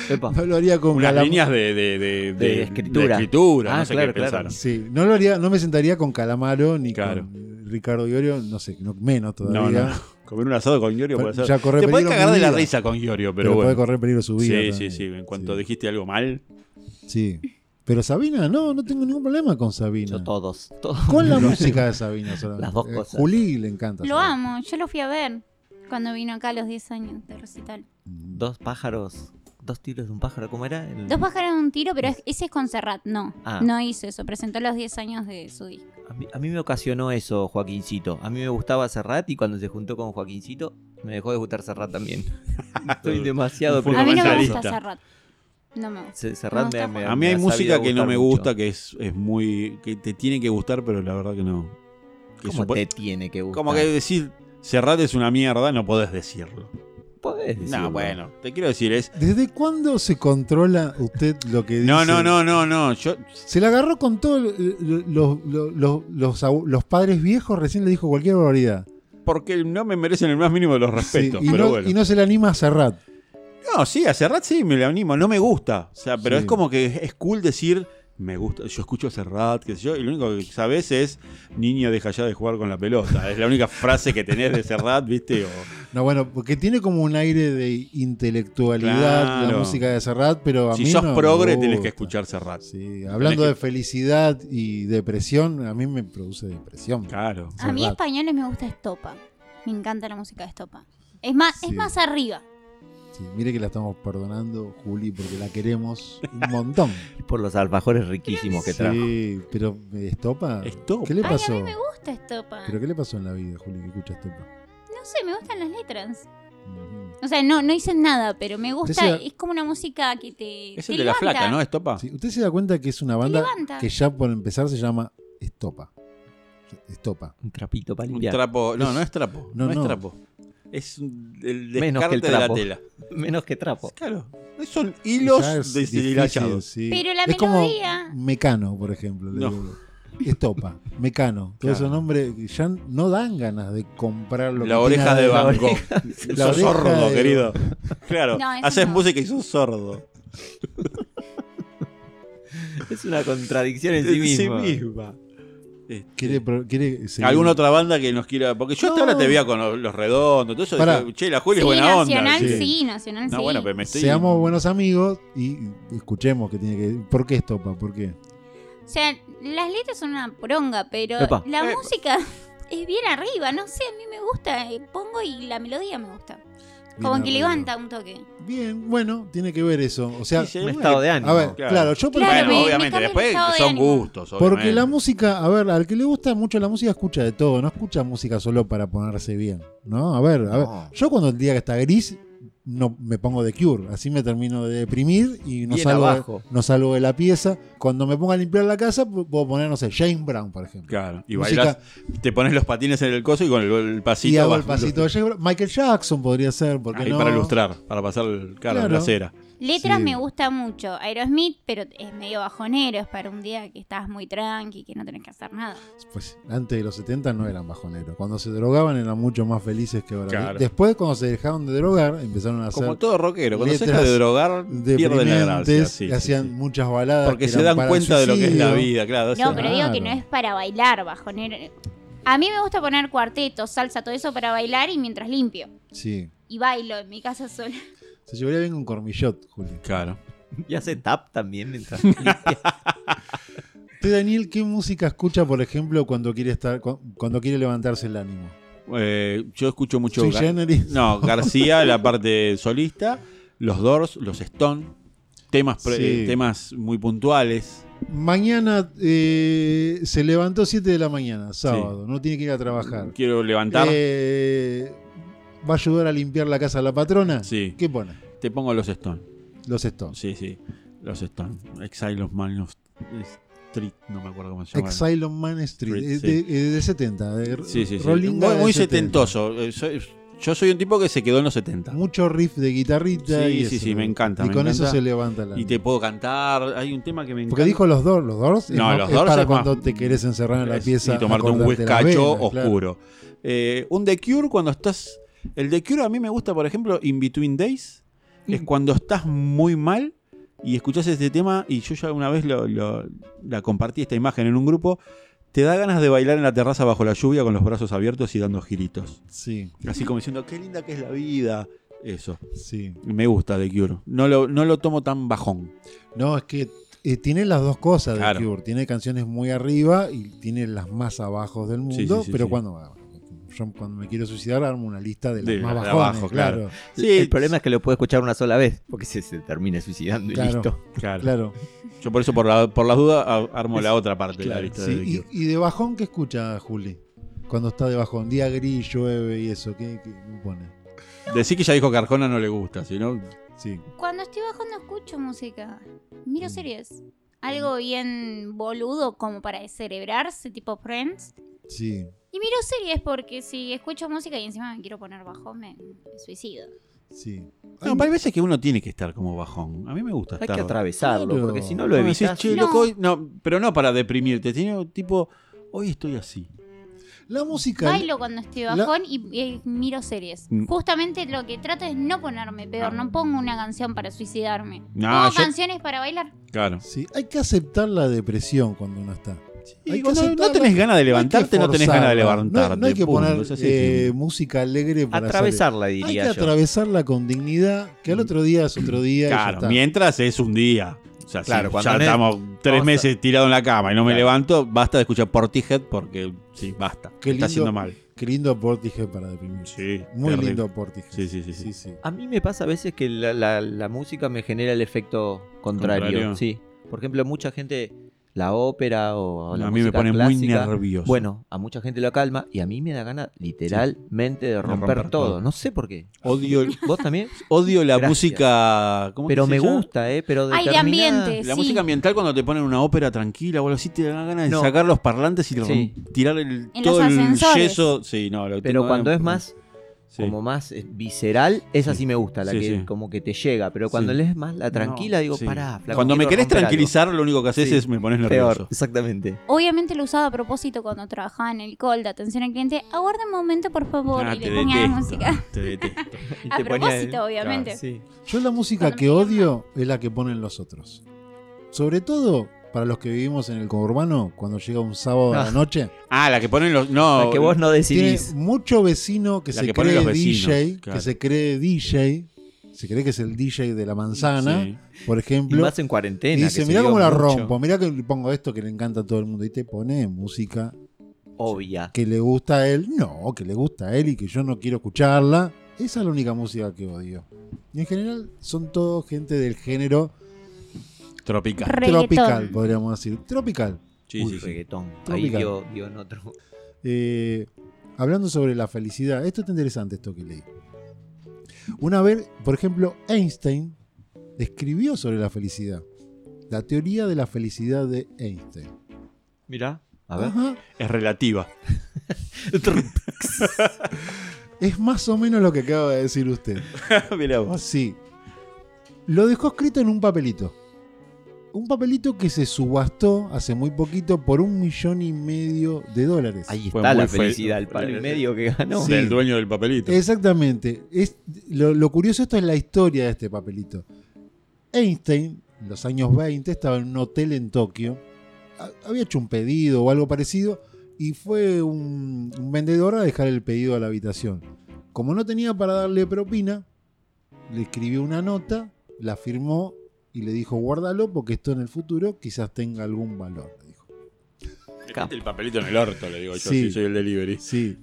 [SPEAKER 3] Epa.
[SPEAKER 1] no lo haría con
[SPEAKER 2] Unas
[SPEAKER 1] Calam-
[SPEAKER 2] líneas de, de, de,
[SPEAKER 3] De escritura.
[SPEAKER 2] escritura,
[SPEAKER 3] Ah,
[SPEAKER 2] no sé
[SPEAKER 3] claro,
[SPEAKER 2] qué
[SPEAKER 3] claro.
[SPEAKER 2] pensaron.
[SPEAKER 1] Sí, no lo haría, no me sentaría con Calamaro ni
[SPEAKER 2] Claro.
[SPEAKER 1] con Ricardo Iorio, no sé, no- menos todavía.
[SPEAKER 2] No, no. Comer un asado con Iorio puede ser.
[SPEAKER 1] Ya corre
[SPEAKER 2] Te puedes
[SPEAKER 1] peligro
[SPEAKER 2] cagar
[SPEAKER 1] mi
[SPEAKER 2] de la
[SPEAKER 1] vida,
[SPEAKER 2] risa con
[SPEAKER 1] pero,
[SPEAKER 2] Iorio, pero, bueno.
[SPEAKER 1] puede correr peligro su vida.
[SPEAKER 2] Sí, sí,
[SPEAKER 1] también.
[SPEAKER 2] sí. En cuanto dijiste algo mal,
[SPEAKER 1] Sí. Pero Sabina, no, no tengo ningún problema con Sabina.
[SPEAKER 3] Yo todos, todos.
[SPEAKER 1] Con la música de Sabina solamente.
[SPEAKER 3] Las dos
[SPEAKER 1] Eh,
[SPEAKER 3] cosas.
[SPEAKER 1] Juli le encanta.
[SPEAKER 4] Lo
[SPEAKER 1] Sabina.
[SPEAKER 4] amo, yo lo fui a ver cuando vino acá a los 10 años de recital.
[SPEAKER 3] Dos pájaros, dos tiros de un pájaro, ¿cómo era? El-
[SPEAKER 4] Dos pájaros de un tiro, pero es- ese es con Serrat, no.
[SPEAKER 3] Ah.
[SPEAKER 4] No hizo eso, presentó los 10 años de su disco.
[SPEAKER 3] A mí, a mí me ocasionó eso, Joaquincito. A mí me gustaba Serrat y cuando se juntó con Joaquincito, me dejó de gustar Serrat también. Estoy demasiado
[SPEAKER 2] Fue
[SPEAKER 4] A mí no me gusta
[SPEAKER 2] Fundamentalista.
[SPEAKER 4] Serrat. No me gusta.
[SPEAKER 3] Se- Serrat me,
[SPEAKER 4] No,
[SPEAKER 3] me-
[SPEAKER 2] A mí hay
[SPEAKER 3] me ha
[SPEAKER 2] música
[SPEAKER 3] sabido
[SPEAKER 2] que no
[SPEAKER 3] gustar
[SPEAKER 2] me
[SPEAKER 3] mucho.
[SPEAKER 2] gusta, que es, es muy. que te tiene que gustar, pero la verdad que no. Que
[SPEAKER 3] ¿Cómo
[SPEAKER 2] supo-
[SPEAKER 3] te tiene que gustar?
[SPEAKER 2] como que decir Serrat es una mierda, no podés decirlo.
[SPEAKER 3] Podés decirlo.
[SPEAKER 2] No, bueno, te quiero decir, es.
[SPEAKER 1] ¿Desde cuándo se controla usted lo que dice?
[SPEAKER 2] No, no, no, no, no. Yo,
[SPEAKER 1] Se la agarró con todos los, los, los abu- los padres viejos, recién le dijo cualquier barbaridad.
[SPEAKER 2] porque no me merecen el más mínimo de los respetos.
[SPEAKER 1] Sí, y,
[SPEAKER 2] pero
[SPEAKER 1] no,
[SPEAKER 2] bueno.
[SPEAKER 1] y no se le anima a Serrat.
[SPEAKER 2] No, sí, a Serrat sí me lo animo, no me gusta. O sea, pero
[SPEAKER 1] Sí.
[SPEAKER 2] es como que es cool decir, me gusta, yo escucho a Serrat, qué sé yo, y lo único que sabes es, niño, deja ya de jugar con la pelota. Es la única frase que tenés de Serrat, ¿viste? O,
[SPEAKER 1] No, bueno, porque tiene como un aire de intelectualidad la
[SPEAKER 2] Claro.
[SPEAKER 1] música de Serrat, pero a
[SPEAKER 2] si
[SPEAKER 1] mí
[SPEAKER 2] sos
[SPEAKER 1] no me
[SPEAKER 2] progre,
[SPEAKER 1] gusta.
[SPEAKER 2] tenés que escuchar Serrat.
[SPEAKER 1] Sí, hablando de
[SPEAKER 2] Tenés
[SPEAKER 1] felicidad y depresión, a mí me produce depresión.
[SPEAKER 2] Claro.
[SPEAKER 4] A mí
[SPEAKER 1] Serrat.
[SPEAKER 4] españoles me gusta Estopa. Me encanta la música de Estopa. Es más,
[SPEAKER 1] Sí.
[SPEAKER 4] es más arriba.
[SPEAKER 1] Sí, mire que la estamos perdonando, Juli, porque la queremos un montón.
[SPEAKER 3] Por los alfajores riquísimos que trajo.
[SPEAKER 1] Sí, pero ¿me estopa?
[SPEAKER 2] Estopa.
[SPEAKER 1] ¿Qué le
[SPEAKER 4] Ay, a
[SPEAKER 1] pasó?
[SPEAKER 4] mí me gusta Estopa.
[SPEAKER 1] ¿Pero qué le pasó en la vida, Juli, que escucha estopa?
[SPEAKER 4] No sé, me gustan las letras.
[SPEAKER 1] Ujú.
[SPEAKER 4] O sea, no, no dicen nada, pero me gusta.
[SPEAKER 1] Decía-
[SPEAKER 4] es como una música que te.
[SPEAKER 2] Es
[SPEAKER 4] te
[SPEAKER 2] el de la
[SPEAKER 4] levanta.
[SPEAKER 2] flaca, ¿no? Estopa.
[SPEAKER 1] Sí, ¿Usted se da cuenta que es una banda
[SPEAKER 4] levanta.
[SPEAKER 1] que ya por empezar se llama Estopa? Estopa.
[SPEAKER 3] Un trapito para
[SPEAKER 2] Un
[SPEAKER 3] limpiar.
[SPEAKER 2] trapo. No, no es trapo.
[SPEAKER 1] No,
[SPEAKER 2] No, es
[SPEAKER 1] no.
[SPEAKER 2] trapo. Es un- el
[SPEAKER 3] Menos que
[SPEAKER 2] descarte
[SPEAKER 3] el
[SPEAKER 2] de la
[SPEAKER 3] trapo.
[SPEAKER 2] tela.
[SPEAKER 3] Menos que trapo.
[SPEAKER 2] Claro.
[SPEAKER 1] Ya
[SPEAKER 2] Son
[SPEAKER 1] es
[SPEAKER 2] hilos
[SPEAKER 1] difícil,
[SPEAKER 2] deshilachados.
[SPEAKER 1] sí.
[SPEAKER 4] Pero la
[SPEAKER 1] es
[SPEAKER 4] melodía-
[SPEAKER 1] como Mecano, por ejemplo. le
[SPEAKER 2] No.
[SPEAKER 1] digo. Estopa, Mecano. Todos
[SPEAKER 2] Claro.
[SPEAKER 1] esos nombres que ya no dan ganas de comprar lo que
[SPEAKER 2] La
[SPEAKER 1] tiene
[SPEAKER 2] oreja de
[SPEAKER 1] adentro.
[SPEAKER 2] Van Gogh.
[SPEAKER 1] La
[SPEAKER 2] sos
[SPEAKER 1] oreja
[SPEAKER 2] sordo,
[SPEAKER 1] de-
[SPEAKER 2] querido. Claro.
[SPEAKER 4] No, eso
[SPEAKER 2] Haces
[SPEAKER 4] no.
[SPEAKER 2] música y sos sordo.
[SPEAKER 3] Es una contradicción en sí
[SPEAKER 2] En sí
[SPEAKER 3] misma.
[SPEAKER 2] misma. Este,
[SPEAKER 1] Quiere, pro- quiere seguir-
[SPEAKER 2] ¿Alguna otra banda que nos quiera? Porque yo hasta
[SPEAKER 1] No.
[SPEAKER 2] ahora te veía con los, los redondos, todo eso.
[SPEAKER 1] Pará.
[SPEAKER 2] dije, che, la Juli
[SPEAKER 4] Sí,
[SPEAKER 2] es buena onda.
[SPEAKER 4] nacional,
[SPEAKER 1] sí.
[SPEAKER 4] sí. nacional,
[SPEAKER 2] No,
[SPEAKER 4] sí.
[SPEAKER 2] bueno, pero me estoy.
[SPEAKER 1] Seamos buenos amigos y escuchemos que tiene que. ¿Por qué Estopa? ¿Por qué?
[SPEAKER 4] O sea, las letras son una poronga, pero
[SPEAKER 3] Epa.
[SPEAKER 4] la
[SPEAKER 2] Epa.
[SPEAKER 4] música es bien arriba. No sé, a mí me gusta. eh, Pongo y la melodía me gusta.
[SPEAKER 1] Bien
[SPEAKER 4] Como que
[SPEAKER 1] arriba.
[SPEAKER 4] levanta un toque.
[SPEAKER 1] Bien, bueno, tiene que ver eso. O sea,
[SPEAKER 2] Sí, sí.
[SPEAKER 3] Un estado de ánimo.
[SPEAKER 1] a ver, claro,
[SPEAKER 2] Claro.
[SPEAKER 1] yo por
[SPEAKER 4] Claro,
[SPEAKER 1] ejemplo-
[SPEAKER 2] bueno,
[SPEAKER 4] me- me
[SPEAKER 2] obviamente.
[SPEAKER 4] cambia el
[SPEAKER 2] Después
[SPEAKER 4] estado de
[SPEAKER 2] son
[SPEAKER 4] ánimo.
[SPEAKER 2] gustos.
[SPEAKER 1] Porque la
[SPEAKER 2] obviamente.
[SPEAKER 1] música, a ver, al que le gusta mucho la música escucha de todo, no escucha música solo para ponerse bien, ¿no? A ver, a ver.
[SPEAKER 3] No.
[SPEAKER 1] Yo cuando el día que está gris, no me pongo de cure. Así me termino de deprimir y no
[SPEAKER 3] Bien
[SPEAKER 1] salgo, de-
[SPEAKER 3] abajo.
[SPEAKER 1] no salgo de la pieza. Cuando me ponga a limpiar la casa, pu- puedo poner, no sé, James Brown, por ejemplo.
[SPEAKER 2] Claro. Y
[SPEAKER 1] Música-
[SPEAKER 2] bailás, te pones los patines en el coso y con el, el pasito.
[SPEAKER 1] y hago el
[SPEAKER 2] vas-
[SPEAKER 1] pasito de James Brown. Michael Jackson podría ser, porque
[SPEAKER 2] Ahí
[SPEAKER 1] no.
[SPEAKER 2] para ilustrar, para pasar el cara
[SPEAKER 1] Claro.
[SPEAKER 2] la cera.
[SPEAKER 4] Letras
[SPEAKER 1] Sí.
[SPEAKER 4] me gusta mucho. Aerosmith, pero es medio bajonero. Es para un día que estás muy tranqui, que no tenés que hacer nada.
[SPEAKER 1] Pues antes de los 70 no eran bajoneros. Cuando se drogaban eran mucho más felices que ahora.
[SPEAKER 2] Claro.
[SPEAKER 1] Después, cuando se dejaron de drogar, empezaron a hacer.
[SPEAKER 2] Como todo rockero, cuando se deja
[SPEAKER 1] letras
[SPEAKER 2] de drogar, pierden la gracia.
[SPEAKER 1] deprimentes,
[SPEAKER 2] sí,
[SPEAKER 1] que
[SPEAKER 2] sí,
[SPEAKER 1] hacían
[SPEAKER 2] sí.
[SPEAKER 1] muchas baladas.
[SPEAKER 2] Porque
[SPEAKER 1] que
[SPEAKER 2] se
[SPEAKER 1] eran
[SPEAKER 2] dan
[SPEAKER 1] para el
[SPEAKER 2] cuenta de lo que es la
[SPEAKER 1] suicidio.
[SPEAKER 2] vida, claro. o sea,
[SPEAKER 4] No, pero digo que no
[SPEAKER 1] Claro.
[SPEAKER 4] es para bailar bajonero. A mí me gusta poner cuartetos, salsa, todo eso para bailar y mientras limpio.
[SPEAKER 1] Sí.
[SPEAKER 4] Y bailo en mi casa sola.
[SPEAKER 1] Se llevaría bien un cormillot, Julio.
[SPEAKER 2] Claro.
[SPEAKER 3] Y hace tap también mientras.
[SPEAKER 1] Usted, Daniel, ¿qué música escucha, por ejemplo, cuando quiere estar cu- cuando quiere levantarse el ánimo?
[SPEAKER 2] Eh, yo escucho mucho.
[SPEAKER 1] Sui
[SPEAKER 2] Ga-
[SPEAKER 1] Generis.
[SPEAKER 2] No, García, la parte solista, los Doors, los Stone, temas, pre-
[SPEAKER 1] Sí.
[SPEAKER 2] temas muy puntuales.
[SPEAKER 1] Mañana eh, se levantó 7 de la mañana, sábado. No tiene que ir a trabajar.
[SPEAKER 2] Quiero levantar,
[SPEAKER 1] Eh, ¿Va a ayudar a limpiar la casa de la patrona?
[SPEAKER 2] Sí.
[SPEAKER 1] ¿Qué pone?
[SPEAKER 2] te pongo los Stone.
[SPEAKER 1] Los Stones.
[SPEAKER 2] Sí, sí, los Stone. Exile of Man of Street, no me acuerdo cómo se llama.
[SPEAKER 1] Exile on Man Street.
[SPEAKER 2] Street,
[SPEAKER 1] eh,
[SPEAKER 2] sí.
[SPEAKER 1] de- eh, del 70. de
[SPEAKER 2] Sí, sí, sí.
[SPEAKER 1] Rollinga
[SPEAKER 2] Muy,
[SPEAKER 1] del
[SPEAKER 2] muy
[SPEAKER 1] 70.
[SPEAKER 2] setentoso. Eh, soy- yo soy un tipo que se quedó en los 70.
[SPEAKER 1] Mucho riff de guitarrita.
[SPEAKER 2] Sí,
[SPEAKER 1] y
[SPEAKER 2] sí,
[SPEAKER 1] eso.
[SPEAKER 2] sí, me encanta,
[SPEAKER 1] Y
[SPEAKER 2] me
[SPEAKER 1] con eso
[SPEAKER 2] encanta.
[SPEAKER 1] se levanta la.
[SPEAKER 2] Y te puedo cantar. Hay un tema que me encanta.
[SPEAKER 1] Porque dijo los Doors. Los Doors es,
[SPEAKER 2] No,
[SPEAKER 1] más-
[SPEAKER 2] los
[SPEAKER 1] es
[SPEAKER 2] Doors
[SPEAKER 1] para
[SPEAKER 2] es
[SPEAKER 1] cuando
[SPEAKER 2] más-
[SPEAKER 1] te querés encerrar en la
[SPEAKER 2] Es-
[SPEAKER 1] pieza.
[SPEAKER 2] y tomarte un
[SPEAKER 1] acordarte las
[SPEAKER 2] whiskacho
[SPEAKER 1] velas, claro.
[SPEAKER 2] oscuro. Eh, un The Cure cuando estás. El The Cure a mí me gusta, por ejemplo, In Between Days. Es cuando estás muy mal y escuchás este tema. Y yo ya una vez lo- lo- la compartí esta imagen en un grupo. Te da ganas de bailar en la terraza bajo la lluvia con los brazos abiertos y dando giritos.
[SPEAKER 1] Sí,
[SPEAKER 2] Así como diciendo, qué linda que es la vida. Eso.
[SPEAKER 1] sí.
[SPEAKER 2] Me gusta The Cure. No lo, no lo tomo tan bajón.
[SPEAKER 1] No, es que eh, tiene las dos cosas
[SPEAKER 2] Claro.
[SPEAKER 1] de Cure. Tiene canciones muy arriba y tiene las más abajo del
[SPEAKER 2] Sí,
[SPEAKER 1] mundo.
[SPEAKER 2] sí, sí,
[SPEAKER 1] pero
[SPEAKER 2] sí.
[SPEAKER 1] cuando yo cuando me quiero suicidar armo una lista de las
[SPEAKER 2] De
[SPEAKER 1] más
[SPEAKER 2] las de
[SPEAKER 1] bajones,
[SPEAKER 2] abajo, claro.
[SPEAKER 1] claro.
[SPEAKER 2] Sí,
[SPEAKER 3] el problema es que lo puede escuchar una sola vez, porque se, se termina suicidando
[SPEAKER 1] Claro.
[SPEAKER 3] y listo.
[SPEAKER 2] claro.
[SPEAKER 1] Claro.
[SPEAKER 2] Yo por eso, por, la, por las dudas, a- armo la otra parte de la lista
[SPEAKER 1] Sí,
[SPEAKER 2] de The Cure.
[SPEAKER 1] y, y de bajón qué escucha Juli? Cuando está de bajón, día gris, llueve y eso, ¿qué, qué pone?
[SPEAKER 2] Decí que ya dijo que Arjona no le gusta, sino
[SPEAKER 1] Sí.
[SPEAKER 4] Cuando estoy bajando escucho música. Miro
[SPEAKER 2] Mm.
[SPEAKER 4] series. Algo bien boludo como para descerebrarse, tipo Friends.
[SPEAKER 1] Sí.
[SPEAKER 4] Y miro series porque si escucho música y encima me quiero poner bajo, me, me suicido.
[SPEAKER 1] Sí.
[SPEAKER 2] No, hay veces que uno tiene que estar como bajón. A mí me gusta
[SPEAKER 3] Hay
[SPEAKER 2] estar.
[SPEAKER 3] que atravesarlo,
[SPEAKER 1] Claro.
[SPEAKER 3] porque si no
[SPEAKER 2] No,
[SPEAKER 3] lo
[SPEAKER 2] Ah, decís,
[SPEAKER 3] evitas.
[SPEAKER 2] "Che,
[SPEAKER 4] No.
[SPEAKER 2] loco, hoy-". no, pero no para deprimirte, sino tipo, hoy estoy así.
[SPEAKER 1] La música.
[SPEAKER 4] Bailo cuando estoy
[SPEAKER 1] La-
[SPEAKER 4] bajón y, y miro series.
[SPEAKER 2] Mm.
[SPEAKER 4] Justamente lo que trato es no ponerme peor. No pongo una canción para suicidarme.
[SPEAKER 2] No,
[SPEAKER 4] pongo
[SPEAKER 2] Ah, yo-
[SPEAKER 4] canciones para bailar.
[SPEAKER 2] Claro.
[SPEAKER 1] Sí, hay que aceptar la depresión cuando uno está. Hay que
[SPEAKER 2] cuando no
[SPEAKER 1] aceptarlo.
[SPEAKER 2] tenés ganas de levantarte,
[SPEAKER 1] Hay que
[SPEAKER 2] no tenés ganas de
[SPEAKER 1] forzarla.
[SPEAKER 2] levantarte.
[SPEAKER 1] No, no hay que
[SPEAKER 2] punto,
[SPEAKER 1] poner
[SPEAKER 2] es así,
[SPEAKER 1] eh,
[SPEAKER 2] sí.
[SPEAKER 1] música alegre para
[SPEAKER 3] Atravesarla,
[SPEAKER 1] salir. Hay que
[SPEAKER 3] diría yo.
[SPEAKER 1] atravesarla con dignidad, que al otro día es otro día. y ya
[SPEAKER 2] Mm. claro,
[SPEAKER 1] está.
[SPEAKER 2] mientras es un día. O sea,
[SPEAKER 3] Claro,
[SPEAKER 2] si
[SPEAKER 3] cuando
[SPEAKER 2] ya
[SPEAKER 3] no es-
[SPEAKER 2] estamos tres
[SPEAKER 3] a-
[SPEAKER 2] meses tirado en la cama y no me
[SPEAKER 3] Claro.
[SPEAKER 2] levanto, basta de escuchar Portihead porque sí, basta.
[SPEAKER 1] Qué
[SPEAKER 2] Está
[SPEAKER 1] lindo.
[SPEAKER 2] haciendo mal.
[SPEAKER 1] Qué lindo Portige para deprimirse.
[SPEAKER 2] Sí,
[SPEAKER 1] Muy
[SPEAKER 2] terrible.
[SPEAKER 1] lindo Portige.
[SPEAKER 2] Sí, sí, sí, sí.
[SPEAKER 3] A mí me pasa a veces que la, la- la música me genera el efecto contrario.
[SPEAKER 2] Contrario.
[SPEAKER 3] Sí. Por ejemplo, mucha gente, la ópera o la
[SPEAKER 2] a mí me
[SPEAKER 3] música
[SPEAKER 2] pone muy
[SPEAKER 3] clásica,
[SPEAKER 2] nervioso.
[SPEAKER 3] Bueno, a mucha gente lo calma y a mí me da ganas literalmente de romper,
[SPEAKER 2] romper
[SPEAKER 3] todo.
[SPEAKER 2] todo.
[SPEAKER 3] No sé por qué.
[SPEAKER 2] odio,
[SPEAKER 3] ¿Vos también?
[SPEAKER 2] odio la
[SPEAKER 3] Gracias.
[SPEAKER 2] música. ¿cómo
[SPEAKER 3] Pero
[SPEAKER 2] que
[SPEAKER 3] me
[SPEAKER 2] se llama?
[SPEAKER 3] gusta, ¿eh? Pero
[SPEAKER 4] Ay, de
[SPEAKER 3] determinada-
[SPEAKER 4] ambiente.
[SPEAKER 2] La
[SPEAKER 4] Eh, Sí.
[SPEAKER 2] música ambiental cuando te ponen una ópera tranquila o algo así, te dan ganas de
[SPEAKER 3] No.
[SPEAKER 2] sacar los parlantes y
[SPEAKER 3] Sí.
[SPEAKER 2] rom- tirar el,
[SPEAKER 4] En
[SPEAKER 2] todo
[SPEAKER 4] los
[SPEAKER 2] el
[SPEAKER 4] ascensores.
[SPEAKER 2] yeso. Sí, no, lo
[SPEAKER 3] Pero
[SPEAKER 2] tengo
[SPEAKER 3] cuando
[SPEAKER 2] ganas-
[SPEAKER 3] es más,
[SPEAKER 2] Sí.
[SPEAKER 3] como más eh, visceral, esa sí, me gusta, la
[SPEAKER 2] Sí,
[SPEAKER 3] que
[SPEAKER 2] sí.
[SPEAKER 3] como que te llega. Pero
[SPEAKER 2] Sí.
[SPEAKER 3] cuando lees más la tranquila,
[SPEAKER 2] No,
[SPEAKER 3] digo,
[SPEAKER 2] sí.
[SPEAKER 3] pará, flaco,
[SPEAKER 2] Cuando me
[SPEAKER 3] quiero
[SPEAKER 2] querés
[SPEAKER 3] romper algo.
[SPEAKER 2] tranquilizar, lo único que haces
[SPEAKER 3] Sí.
[SPEAKER 2] es me pones nervioso.
[SPEAKER 3] Peor, exactamente.
[SPEAKER 4] Obviamente lo usaba a propósito cuando trabajaba en el call de atención al cliente. Aguarda un momento, por favor,
[SPEAKER 2] Ah,
[SPEAKER 4] y
[SPEAKER 2] te
[SPEAKER 4] le ponía la
[SPEAKER 2] detesto.
[SPEAKER 4] música.
[SPEAKER 2] Te detesto.
[SPEAKER 4] A propósito, obviamente.
[SPEAKER 3] Sí.
[SPEAKER 1] Yo la música
[SPEAKER 4] Cuando
[SPEAKER 1] que
[SPEAKER 4] me
[SPEAKER 1] odio es la que ponen los otros. Sobre todo para los que vivimos en el conurbano, cuando llega un sábado a la
[SPEAKER 3] Ah.
[SPEAKER 1] noche,
[SPEAKER 2] Ah, la que ponen los. No.
[SPEAKER 3] La que vos no
[SPEAKER 1] tiene
[SPEAKER 3] decidís.
[SPEAKER 1] mucho vecino que
[SPEAKER 2] La
[SPEAKER 1] se
[SPEAKER 2] que ponen
[SPEAKER 1] cree
[SPEAKER 2] los vecinos,
[SPEAKER 1] DJ,
[SPEAKER 2] claro.
[SPEAKER 1] que se cree DJ, se cree que es el DJ de la manzana,
[SPEAKER 2] Sí.
[SPEAKER 1] por
[SPEAKER 3] Y
[SPEAKER 1] ejemplo.
[SPEAKER 3] más en cuarentena.
[SPEAKER 1] Y
[SPEAKER 3] que
[SPEAKER 1] dice,
[SPEAKER 3] se
[SPEAKER 1] mirá
[SPEAKER 3] dio
[SPEAKER 1] cómo la
[SPEAKER 3] mucho".
[SPEAKER 1] rompo, mirá que le pongo esto que le encanta a todo el mundo. Y te pone música
[SPEAKER 3] Obvia.
[SPEAKER 1] que le gusta a él. No, que le gusta a él y que yo no quiero escucharla. Esa es la única música que odio. Y en general son todo gente del género
[SPEAKER 2] Tropical.
[SPEAKER 4] Reggaetón.
[SPEAKER 1] tropical, podríamos decir. Tropical.
[SPEAKER 2] Sí,
[SPEAKER 3] Uy,
[SPEAKER 2] sí, sí.
[SPEAKER 3] reggaetón. Ahí
[SPEAKER 1] Tropical.
[SPEAKER 3] dio, dio en otro.
[SPEAKER 1] Eh, hablando sobre la felicidad, esto está interesante, esto que leí. Una vez, por ejemplo, Einstein escribió sobre la felicidad. La teoría de la felicidad de Einstein.
[SPEAKER 3] Mirá. A ver.
[SPEAKER 1] Ajá.
[SPEAKER 2] Es relativa.
[SPEAKER 1] Es más o menos lo que acaba de decir usted.
[SPEAKER 2] Mirá vos.
[SPEAKER 1] Sí. Lo dejó escrito en un papelito. Un papelito que se subastó hace muy poquito por un millón y medio de dólares.
[SPEAKER 3] Ahí
[SPEAKER 2] Fue
[SPEAKER 3] está
[SPEAKER 2] muy
[SPEAKER 3] la
[SPEAKER 2] fe-
[SPEAKER 3] felicidad, el palo y medio que ganó.
[SPEAKER 1] Sí.
[SPEAKER 2] Del dueño del papelito.
[SPEAKER 1] Exactamente. Es, lo, lo curioso esto es la historia de este papelito. Einstein, en los años 20, estaba en un hotel en Tokio. Ha- Había hecho un pedido o algo parecido y fue un, un vendedor a dejar el pedido a la habitación. Como no tenía para darle propina, le escribió una nota, la firmó y le dijo guárdalo porque esto en el futuro quizás tenga algún valor. le dijo.
[SPEAKER 3] Capo.
[SPEAKER 2] Este El papelito en el orto, le digo yo,
[SPEAKER 1] Sí.
[SPEAKER 2] si soy el delivery.
[SPEAKER 1] Sí.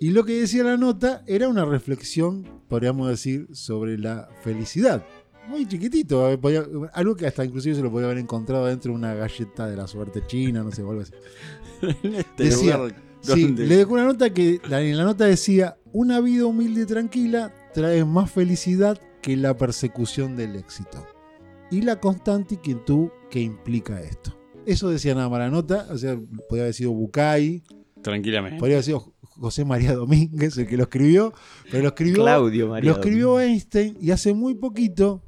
[SPEAKER 1] Y lo que decía la nota era una reflexión, podríamos decir, sobre la felicidad. Muy chiquitito, eh, podía- algo que hasta inclusive se lo podía haber encontrado dentro de una galleta de la suerte china, no sé, o algo así.
[SPEAKER 2] En este
[SPEAKER 1] Decía,
[SPEAKER 2] lugar
[SPEAKER 1] Sí,
[SPEAKER 2] donde-
[SPEAKER 1] le dejó una nota que la- en la nota decía, una vida humilde y tranquila trae más felicidad que la persecución del éxito. Y la constante inquietud que implica esto. Eso decía nada más la nota, o sea, podía haber sido Bucay,
[SPEAKER 2] Tranquilamente.
[SPEAKER 1] ¿Eh? Podría haber sido José María Domínguez el que lo escribió, pero lo escribió,
[SPEAKER 3] Claudio María.
[SPEAKER 1] lo escribió Einstein y hace muy poquito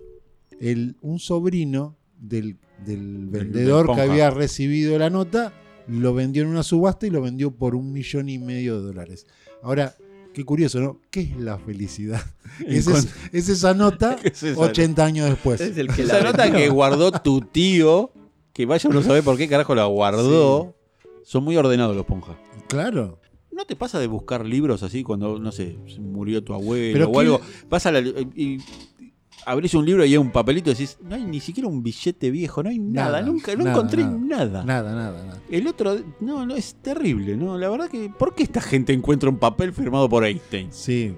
[SPEAKER 1] el, un sobrino del, del vendedor que
[SPEAKER 2] Ponja.
[SPEAKER 1] había recibido la nota lo vendió en una subasta y lo vendió por un millón y medio de dólares. Ahora, qué curioso, ¿no? ¿Qué es la felicidad? Es, es- es esa nota
[SPEAKER 2] ¿Qué es esa?
[SPEAKER 1] 80 años después.
[SPEAKER 3] Es el que
[SPEAKER 2] Esa
[SPEAKER 3] la
[SPEAKER 2] nota
[SPEAKER 3] vendió.
[SPEAKER 2] que guardó tu tío, que vaya uno sabe por qué carajo la guardó. Son muy ordenados los ponjas.
[SPEAKER 1] Claro.
[SPEAKER 2] ¿No te pasa de buscar libros así cuando, no sé, se murió tu abuelo
[SPEAKER 1] Pero
[SPEAKER 2] o
[SPEAKER 1] qué-
[SPEAKER 2] algo? Vas a la- y abrís un libro y hay un papelito y decís, no hay ni siquiera un billete viejo, no hay nada,
[SPEAKER 1] Nada,
[SPEAKER 2] nunca, no
[SPEAKER 1] nada,
[SPEAKER 2] encontré
[SPEAKER 1] nada,
[SPEAKER 2] nada.
[SPEAKER 1] Nada, nada, nada.
[SPEAKER 2] El otro, no, no, es terrible, ¿no? La verdad que, ¿por qué esta gente encuentra un papel firmado por Einstein?
[SPEAKER 1] Sí.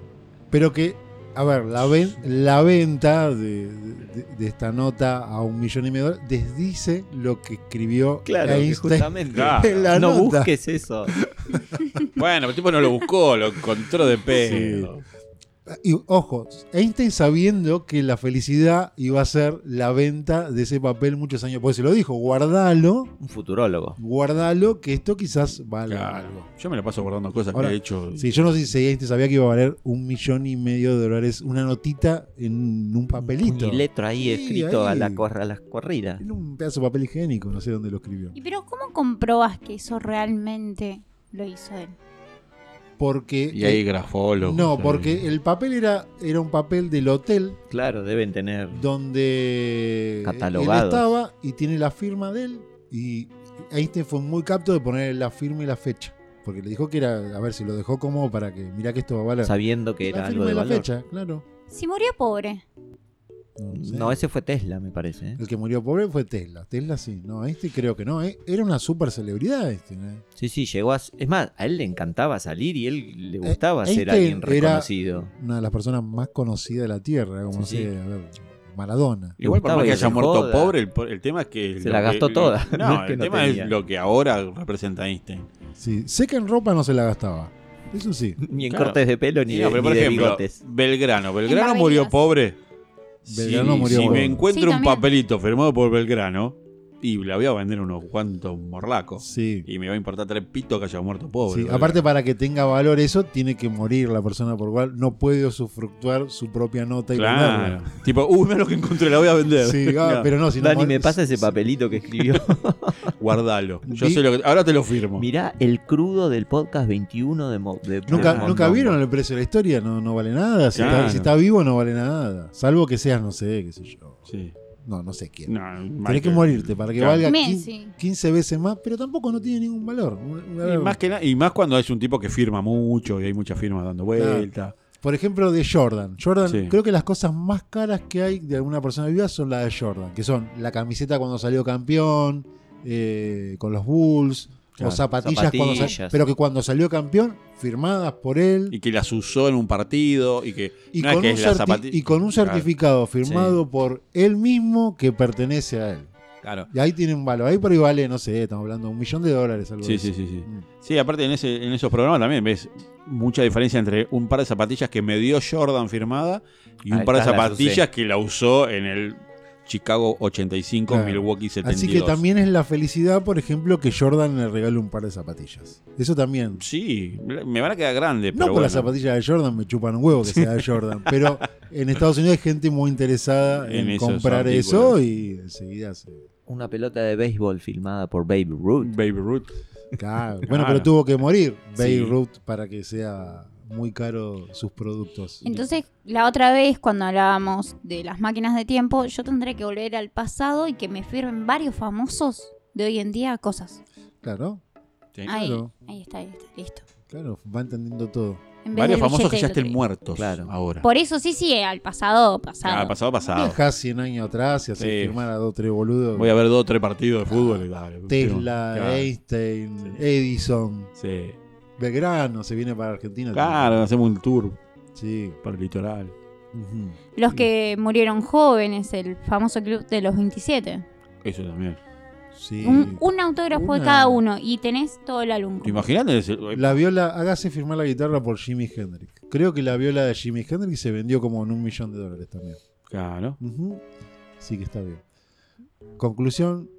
[SPEAKER 1] Pero que, a ver, la, ven- la venta de, de- de esta nota a un millón y medio de dólares desdice lo que escribió
[SPEAKER 3] Claro, que
[SPEAKER 1] Einstein
[SPEAKER 3] justamente.
[SPEAKER 2] Claro.
[SPEAKER 1] en la
[SPEAKER 3] no
[SPEAKER 1] nota.
[SPEAKER 3] busques eso.
[SPEAKER 2] Bueno, el tipo no lo buscó, lo encontró de pedo.
[SPEAKER 1] Y ojo, Einstein sabiendo que la felicidad iba a ser la venta de ese papel muchos años. Pues se lo dijo, guardalo,
[SPEAKER 3] Un futurólogo.
[SPEAKER 1] guardalo, que esto quizás valga
[SPEAKER 2] Claro.
[SPEAKER 1] algo.
[SPEAKER 2] Yo me la paso guardando cosas
[SPEAKER 1] Ahora,
[SPEAKER 2] que he hecho.
[SPEAKER 1] Sí, yo no sé si Einstein sabía que iba a valer un millón y medio de dólares una notita en un papelito.
[SPEAKER 3] Y letra ahí
[SPEAKER 1] Sí,
[SPEAKER 3] escrito
[SPEAKER 1] ahí.
[SPEAKER 3] A, la corra- a las corridas.
[SPEAKER 1] En un pedazo de papel higiénico, no sé dónde lo escribió.
[SPEAKER 4] ¿Y pero cómo comprobas que eso realmente lo hizo él?
[SPEAKER 1] Porque
[SPEAKER 2] Y ahí grafólogo.
[SPEAKER 1] No, porque el papel era, era un papel del hotel
[SPEAKER 3] Claro, deben tener.
[SPEAKER 1] donde
[SPEAKER 3] Catalogados.
[SPEAKER 1] él estaba y tiene la firma de él. Y Einstein fue muy capto de poner la firma y la fecha. Porque le dijo que era, a ver si lo dejó como para que, mirá que esto va a valer.
[SPEAKER 3] Sabiendo que
[SPEAKER 1] la
[SPEAKER 3] era
[SPEAKER 1] firma
[SPEAKER 3] algo de
[SPEAKER 1] y la
[SPEAKER 3] valor.
[SPEAKER 1] fecha, claro.
[SPEAKER 4] Si murió pobre.
[SPEAKER 1] No, sé.
[SPEAKER 3] No, ese fue Tesla, me parece. ¿eh?
[SPEAKER 1] El que murió pobre fue Tesla. Tesla sí, no, Einstein creo que no. eh. Era una super celebridad Einstein. eh.
[SPEAKER 3] Sí, sí, llegó a. Es más, a él le encantaba salir y él le gustaba ser
[SPEAKER 1] Eh, Einstein
[SPEAKER 3] alguien
[SPEAKER 1] era-
[SPEAKER 3] reconocido.
[SPEAKER 1] Una de las personas más conocidas de la Tierra, como
[SPEAKER 3] Sí, sí.
[SPEAKER 1] no sé, a ver, Maradona.
[SPEAKER 2] Igual por
[SPEAKER 3] Gustavo
[SPEAKER 2] más que
[SPEAKER 3] y
[SPEAKER 2] haya
[SPEAKER 3] se
[SPEAKER 2] muerto
[SPEAKER 3] joda.
[SPEAKER 2] pobre, el, po- el tema es que...
[SPEAKER 3] Se
[SPEAKER 2] lo
[SPEAKER 3] la
[SPEAKER 2] que-
[SPEAKER 3] gastó toda,
[SPEAKER 2] No,
[SPEAKER 3] no es que
[SPEAKER 2] el
[SPEAKER 3] no
[SPEAKER 2] tema
[SPEAKER 3] tenía.
[SPEAKER 2] es lo que ahora representa Einstein.
[SPEAKER 1] Sí, sé que en ropa no se la gastaba. Eso sí.
[SPEAKER 3] Ni en
[SPEAKER 2] Claro.
[SPEAKER 3] cortes de pelo ni,
[SPEAKER 2] Sí,
[SPEAKER 3] de,
[SPEAKER 2] no, pero
[SPEAKER 3] ni
[SPEAKER 2] por
[SPEAKER 3] de
[SPEAKER 2] ejemplo,
[SPEAKER 3] bigotes.
[SPEAKER 2] Belgrano. Belgrano
[SPEAKER 4] En
[SPEAKER 2] murió
[SPEAKER 4] Barbados.
[SPEAKER 2] pobre.
[SPEAKER 1] Belgrano
[SPEAKER 2] si,
[SPEAKER 1] murió
[SPEAKER 2] si
[SPEAKER 1] pobre.
[SPEAKER 2] me encuentro
[SPEAKER 4] Sí,
[SPEAKER 2] un
[SPEAKER 4] también.
[SPEAKER 2] papelito firmado por Belgrano y le voy a vender unos cuantos morlacos.
[SPEAKER 1] Sí.
[SPEAKER 2] Y me va a importar tres pitos que haya muerto pobre.
[SPEAKER 1] Sí,
[SPEAKER 2] Belgrano.
[SPEAKER 1] aparte para que tenga valor eso, tiene que morir la persona por cual no puede usufructuar su propia nota y
[SPEAKER 2] Claro.
[SPEAKER 1] venderla.
[SPEAKER 2] Tipo, uy, mira lo que encontré, la voy a vender.
[SPEAKER 1] Sí, ah,
[SPEAKER 2] No,
[SPEAKER 1] pero no, si no
[SPEAKER 3] Dani,
[SPEAKER 1] mor-
[SPEAKER 3] me pasa ese papelito que escribió.
[SPEAKER 2] Guardalo. Yo
[SPEAKER 1] Vi-
[SPEAKER 2] sé lo que- ahora te lo firmo.
[SPEAKER 3] Mirá el crudo del podcast 21 de, Mo- de- de
[SPEAKER 1] ¿Nunca,
[SPEAKER 2] Ah,
[SPEAKER 1] nunca
[SPEAKER 3] Mondongo.
[SPEAKER 1] vieron el precio de la historia? No, no vale nada. Si,
[SPEAKER 2] Claro.
[SPEAKER 1] está, si está vivo no vale nada. Salvo que seas, no sé, qué sé yo.
[SPEAKER 2] Sí.
[SPEAKER 1] No, no sé quién.
[SPEAKER 2] No,
[SPEAKER 1] Tenés
[SPEAKER 2] Michael.
[SPEAKER 1] que morirte para que
[SPEAKER 2] Claro.
[SPEAKER 1] valga quin-
[SPEAKER 4] Messi.
[SPEAKER 1] 15 veces más, pero tampoco no tiene ningún valor. Un- un- a
[SPEAKER 2] Y
[SPEAKER 1] ver,
[SPEAKER 2] más, que na- y más cuando es un tipo que firma mucho y hay muchas firmas dando vuelta.
[SPEAKER 1] Por ejemplo, de Jordan. Jordan,
[SPEAKER 2] Sí.
[SPEAKER 1] creo que las cosas más caras que hay de alguna persona viva son las de Jordan, que son la camiseta cuando salió campeón, eh, con los Bulls,
[SPEAKER 2] Claro.
[SPEAKER 1] o zapatillas, cuando sal-
[SPEAKER 3] Zapatillas.
[SPEAKER 1] pero que cuando salió campeón, firmadas por él,
[SPEAKER 2] Y que las usó en un partido y que
[SPEAKER 1] y,
[SPEAKER 2] no es
[SPEAKER 1] con,
[SPEAKER 2] que
[SPEAKER 1] un
[SPEAKER 2] es la
[SPEAKER 1] certi-
[SPEAKER 2] zapatilla.
[SPEAKER 1] y con un
[SPEAKER 2] Claro.
[SPEAKER 1] certificado firmado por él mismo que pertenece a él.
[SPEAKER 2] Claro.
[SPEAKER 1] Y ahí tiene un valor. Ahí por ahí vale, no sé, estamos hablando de un millón de dólares. Algo
[SPEAKER 2] Sí,
[SPEAKER 1] de
[SPEAKER 2] sí,
[SPEAKER 1] eso.
[SPEAKER 2] sí, sí.
[SPEAKER 1] Mm.
[SPEAKER 2] Sí, aparte en, ese, en esos programas también ves mucha diferencia entre un par de zapatillas que me dio Jordan firmada y un
[SPEAKER 3] Ah,
[SPEAKER 2] par de
[SPEAKER 3] estas las
[SPEAKER 2] zapatillas que la usó en el Chicago 85,
[SPEAKER 1] Claro.
[SPEAKER 2] Milwaukee 72.
[SPEAKER 1] Así que también es la felicidad, por ejemplo, que Jordan le regale un par de zapatillas. Eso también.
[SPEAKER 2] Sí, me van a quedar grande,
[SPEAKER 1] No
[SPEAKER 2] pero
[SPEAKER 1] por
[SPEAKER 2] bueno.
[SPEAKER 1] las zapatillas de Jordan, me chupan un huevo que sea de Jordan. pero en Estados Unidos hay gente muy interesada en,
[SPEAKER 2] En esos
[SPEAKER 1] comprar eso
[SPEAKER 2] artículos.
[SPEAKER 1] y enseguida se.
[SPEAKER 3] Una pelota de béisbol filmada por Babe Ruth.
[SPEAKER 2] Baby Ruth.
[SPEAKER 1] Claro. Bueno,
[SPEAKER 2] Claro.
[SPEAKER 1] pero tuvo que morir
[SPEAKER 2] Sí.
[SPEAKER 1] Beirut para que sea muy caro sus productos.
[SPEAKER 4] Entonces, la otra vez, cuando hablábamos de las máquinas de tiempo, yo tendré que volver al pasado y que me firmen varios famosos de hoy en día cosas.
[SPEAKER 1] Claro,
[SPEAKER 2] Sí.
[SPEAKER 4] Ahí,
[SPEAKER 1] Claro.
[SPEAKER 4] ahí está, ahí está, listo.
[SPEAKER 1] claro, va entendiendo todo.
[SPEAKER 4] En vez
[SPEAKER 2] Varios
[SPEAKER 4] del
[SPEAKER 2] famosos que
[SPEAKER 4] billete
[SPEAKER 2] ya
[SPEAKER 4] de
[SPEAKER 2] estén
[SPEAKER 4] lotería.
[SPEAKER 2] muertos
[SPEAKER 3] Claro.
[SPEAKER 2] ahora.
[SPEAKER 4] Por eso sí, sí, al pasado,
[SPEAKER 2] Ah,
[SPEAKER 4] pasado.
[SPEAKER 2] pasado, pasado.
[SPEAKER 1] Viajás 100 años atrás y así
[SPEAKER 2] Sí.
[SPEAKER 1] firmar a dos, tres boludos.
[SPEAKER 2] Voy a ver dos o tres partidos de fútbol. y dale,
[SPEAKER 3] eh,
[SPEAKER 1] Tesla,
[SPEAKER 2] claro.
[SPEAKER 1] Einstein,
[SPEAKER 2] Sí.
[SPEAKER 1] Edison,
[SPEAKER 2] Sí.
[SPEAKER 1] Belgrano se viene para Argentina.
[SPEAKER 2] Claro, hacemos un tour
[SPEAKER 1] Sí.
[SPEAKER 2] para el litoral.
[SPEAKER 1] Ujú.
[SPEAKER 4] Los que murieron jóvenes, el famoso club de los 27.
[SPEAKER 2] Eso también.
[SPEAKER 1] Sí.
[SPEAKER 4] Un, un autógrafo de
[SPEAKER 1] Una-
[SPEAKER 4] cada uno y tenés todo el álbum.
[SPEAKER 2] ¿Te imaginas?
[SPEAKER 1] La viola, hágase firmar la guitarra por Jimi Hendrix. Creo que la viola de Jimi Hendrix se vendió como en un millón de dólares también.
[SPEAKER 2] Claro.
[SPEAKER 1] Ujú. Así que está bien. Conclusión,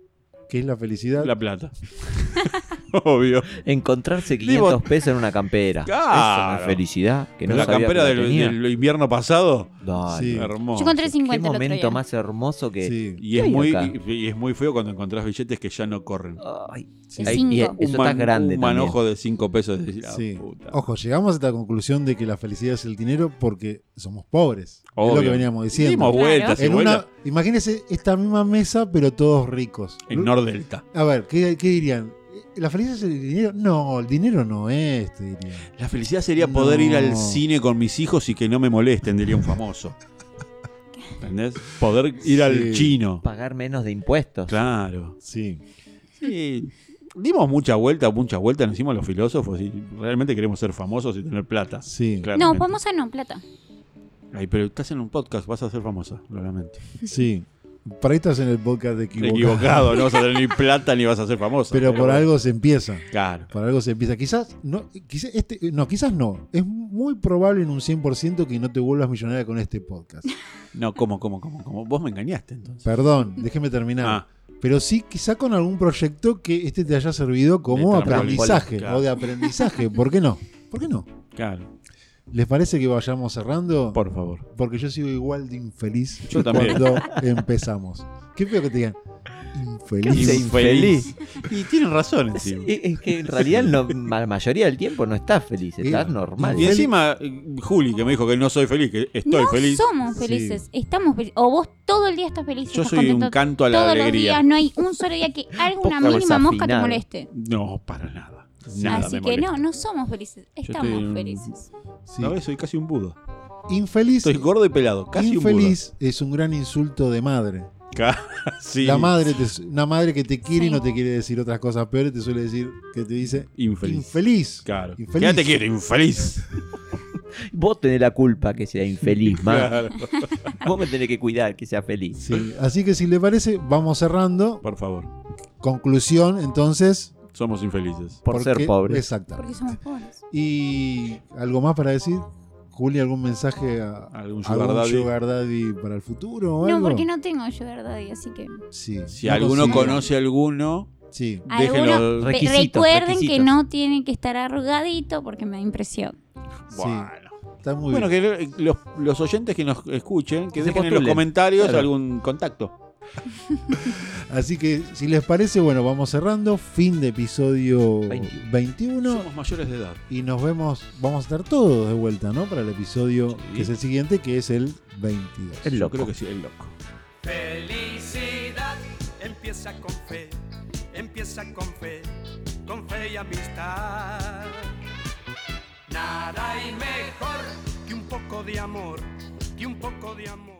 [SPEAKER 1] ¿qué es la felicidad?
[SPEAKER 2] La plata. Obvio.
[SPEAKER 3] Encontrarse
[SPEAKER 2] Digo-
[SPEAKER 3] 500 pesos en una campera.
[SPEAKER 2] Claro.
[SPEAKER 3] Eso no es felicidad. Que no
[SPEAKER 2] la
[SPEAKER 3] sabía
[SPEAKER 2] campera
[SPEAKER 3] que la
[SPEAKER 2] del,
[SPEAKER 3] tenía.
[SPEAKER 2] del invierno pasado.
[SPEAKER 3] Dale.
[SPEAKER 1] Sí.
[SPEAKER 2] Hermoso.
[SPEAKER 4] Yo encontré
[SPEAKER 3] Qué
[SPEAKER 4] 50 el otro
[SPEAKER 3] momento
[SPEAKER 4] día.
[SPEAKER 3] más hermoso que.
[SPEAKER 1] Sí,
[SPEAKER 2] Y es,
[SPEAKER 3] ¿Qué hay
[SPEAKER 2] muy,
[SPEAKER 3] acá?
[SPEAKER 2] y, y es muy feo cuando encontrás billetes que ya no corren.
[SPEAKER 3] Ay,
[SPEAKER 1] sí,
[SPEAKER 3] ahí-
[SPEAKER 4] Cinco.
[SPEAKER 3] y eso
[SPEAKER 4] Un
[SPEAKER 3] está
[SPEAKER 2] man-
[SPEAKER 3] grande.
[SPEAKER 2] un
[SPEAKER 3] también.
[SPEAKER 2] manojo de 5 pesos. de decir, ah,
[SPEAKER 1] sí.
[SPEAKER 2] puta.
[SPEAKER 1] Ojo, llegamos a esta conclusión de que la felicidad es el dinero porque somos pobres. Es lo
[SPEAKER 2] Obvio.
[SPEAKER 1] que veníamos
[SPEAKER 2] Dimos
[SPEAKER 1] diciendo.
[SPEAKER 2] vueltas y
[SPEAKER 1] En
[SPEAKER 2] vueltas
[SPEAKER 1] una, imagínense esta misma mesa, pero todos ricos.
[SPEAKER 2] en Nordelta.
[SPEAKER 1] A ver, ¿qué, qué dirían? ¿La felicidad es el dinero? No, el dinero no es, te dirían.
[SPEAKER 2] La felicidad sería poder
[SPEAKER 1] No.
[SPEAKER 2] ir al cine con mis hijos y que no me molesten, diría un famoso. ¿Entendés? Poder ir al
[SPEAKER 1] Sí.
[SPEAKER 2] chino.
[SPEAKER 3] Pagar menos de impuestos.
[SPEAKER 2] Claro.
[SPEAKER 1] Sí.
[SPEAKER 2] Sí. Dimos mucha vuelta, mucha vuelta, nos hicimos los filósofos y realmente queremos ser famosos y tener plata.
[SPEAKER 1] Sí,
[SPEAKER 4] No,
[SPEAKER 2] claramente.
[SPEAKER 4] famosa no, plata.
[SPEAKER 2] Ay, pero estás en un podcast, vas a ser famosa, lo lamento.
[SPEAKER 1] sí. Para ahí estás en el podcast de equivocado.
[SPEAKER 2] Equivocado, no vas a tener ni plata ni vas a ser famosa.
[SPEAKER 1] Pero por
[SPEAKER 2] bueno,
[SPEAKER 1] algo se empieza.
[SPEAKER 2] Claro.
[SPEAKER 1] Por algo se empieza. Quizás no, quizás este, no, quizás no. Es muy probable en un 100% que no te vuelvas millonaria con este podcast.
[SPEAKER 2] No, ¿cómo, cómo, cómo, cómo? Vos me engañaste entonces.
[SPEAKER 1] Perdón, déjeme terminar.
[SPEAKER 2] Ah,
[SPEAKER 1] Pero sí, quizá con algún proyecto que este te haya servido como
[SPEAKER 2] De trampolín.
[SPEAKER 1] aprendizaje
[SPEAKER 2] Claro.
[SPEAKER 1] o de aprendizaje. ¿Por qué no? ¿Por qué no?
[SPEAKER 2] claro.
[SPEAKER 1] ¿Les parece que vayamos cerrando?
[SPEAKER 2] Por favor.
[SPEAKER 1] Porque yo sigo igual de infeliz
[SPEAKER 2] Yo también.
[SPEAKER 1] cuando empezamos. Qué feo que te digan. Infeliz.
[SPEAKER 3] Dice infeliz.
[SPEAKER 2] Y tienen razón encima.
[SPEAKER 3] Es es que en realidad no- la mayoría del tiempo no estás feliz, estás
[SPEAKER 1] Sí.
[SPEAKER 3] normal.
[SPEAKER 2] Y encima, eh, Juli, que me dijo que no soy feliz, que estoy
[SPEAKER 4] no
[SPEAKER 2] feliz.
[SPEAKER 4] somos
[SPEAKER 1] Sí.
[SPEAKER 4] felices, estamos felices. O vos todo el día estás feliz.
[SPEAKER 2] Yo
[SPEAKER 4] estás
[SPEAKER 2] soy un
[SPEAKER 4] contento
[SPEAKER 2] canto a la
[SPEAKER 4] todos los
[SPEAKER 2] alegría.
[SPEAKER 4] días. No hay un solo día que alguna
[SPEAKER 3] Poco
[SPEAKER 4] mínima mosca te
[SPEAKER 3] desafinado.
[SPEAKER 4] moleste.
[SPEAKER 2] No, para nada. Nada
[SPEAKER 4] Así
[SPEAKER 2] me
[SPEAKER 4] que
[SPEAKER 2] molesta.
[SPEAKER 4] no, no somos felices,
[SPEAKER 2] estoy
[SPEAKER 4] estamos
[SPEAKER 2] en un-
[SPEAKER 4] felices.
[SPEAKER 1] Sí.
[SPEAKER 2] ¿Sabés? Soy casi un budo.
[SPEAKER 1] Infeliz.
[SPEAKER 2] Soy gordo y pelado, casi
[SPEAKER 1] infeliz es un gran insulto de madre.
[SPEAKER 2] un budo. Ca- sí.
[SPEAKER 1] La madre te su- una madre que te quiere y
[SPEAKER 4] Sí.
[SPEAKER 1] no te quiere decir otras cosas peores, te suele decir que te dice
[SPEAKER 2] Infeliz.
[SPEAKER 1] infeliz.
[SPEAKER 2] Claro.
[SPEAKER 1] Infeliz.
[SPEAKER 2] Quédate quieto, infeliz.
[SPEAKER 3] Vos tenés la culpa que sea infeliz, man.
[SPEAKER 2] Claro.
[SPEAKER 3] Vos me tenés que cuidar que sea feliz.
[SPEAKER 1] Sí, Así que si le parece, vamos cerrando.
[SPEAKER 2] Por favor,
[SPEAKER 1] Conclusión, entonces.
[SPEAKER 2] somos infelices.
[SPEAKER 3] Por
[SPEAKER 1] porque-
[SPEAKER 3] ser pobre.
[SPEAKER 4] Porque
[SPEAKER 1] Exactamente.
[SPEAKER 4] somos pobres.
[SPEAKER 1] Y algo más para decir, Juli, algún mensaje a algún
[SPEAKER 2] Algún sugar daddy.
[SPEAKER 1] sugar daddy para el futuro o
[SPEAKER 4] No,
[SPEAKER 1] algo?
[SPEAKER 4] porque no tengo yo, ¿verdad? Y así que.
[SPEAKER 1] Sí,
[SPEAKER 2] Si
[SPEAKER 1] no
[SPEAKER 2] alguno
[SPEAKER 1] consigo.
[SPEAKER 2] conoce alguno,
[SPEAKER 1] Sí,
[SPEAKER 2] déjenlo.
[SPEAKER 4] Pe-
[SPEAKER 3] Requisitos,
[SPEAKER 4] recuerden
[SPEAKER 3] requisitos.
[SPEAKER 4] que no tiene que estar arrugadito porque me da impresión.
[SPEAKER 2] Bueno.
[SPEAKER 1] está muy
[SPEAKER 2] Bueno,
[SPEAKER 1] bien.
[SPEAKER 2] que lo- los, los oyentes que nos escuchen, que
[SPEAKER 3] Se
[SPEAKER 2] dejen en los
[SPEAKER 3] postulen.
[SPEAKER 2] comentarios
[SPEAKER 3] Claro.
[SPEAKER 2] algún contacto.
[SPEAKER 1] Así que si les parece, bueno, vamos cerrando. Fin de episodio
[SPEAKER 3] 21.
[SPEAKER 1] 21.
[SPEAKER 2] Somos mayores de edad.
[SPEAKER 1] Y nos vemos, vamos a estar todos de vuelta, ¿no? Para el episodio que es el siguiente, que es el 22.
[SPEAKER 3] El
[SPEAKER 2] Yo
[SPEAKER 3] loco.
[SPEAKER 2] creo que sí, el loco.
[SPEAKER 5] Felicidad empieza con fe, empieza con fe, con fe y amistad. Nada hay mejor que un poco de amor, que un poco de amor.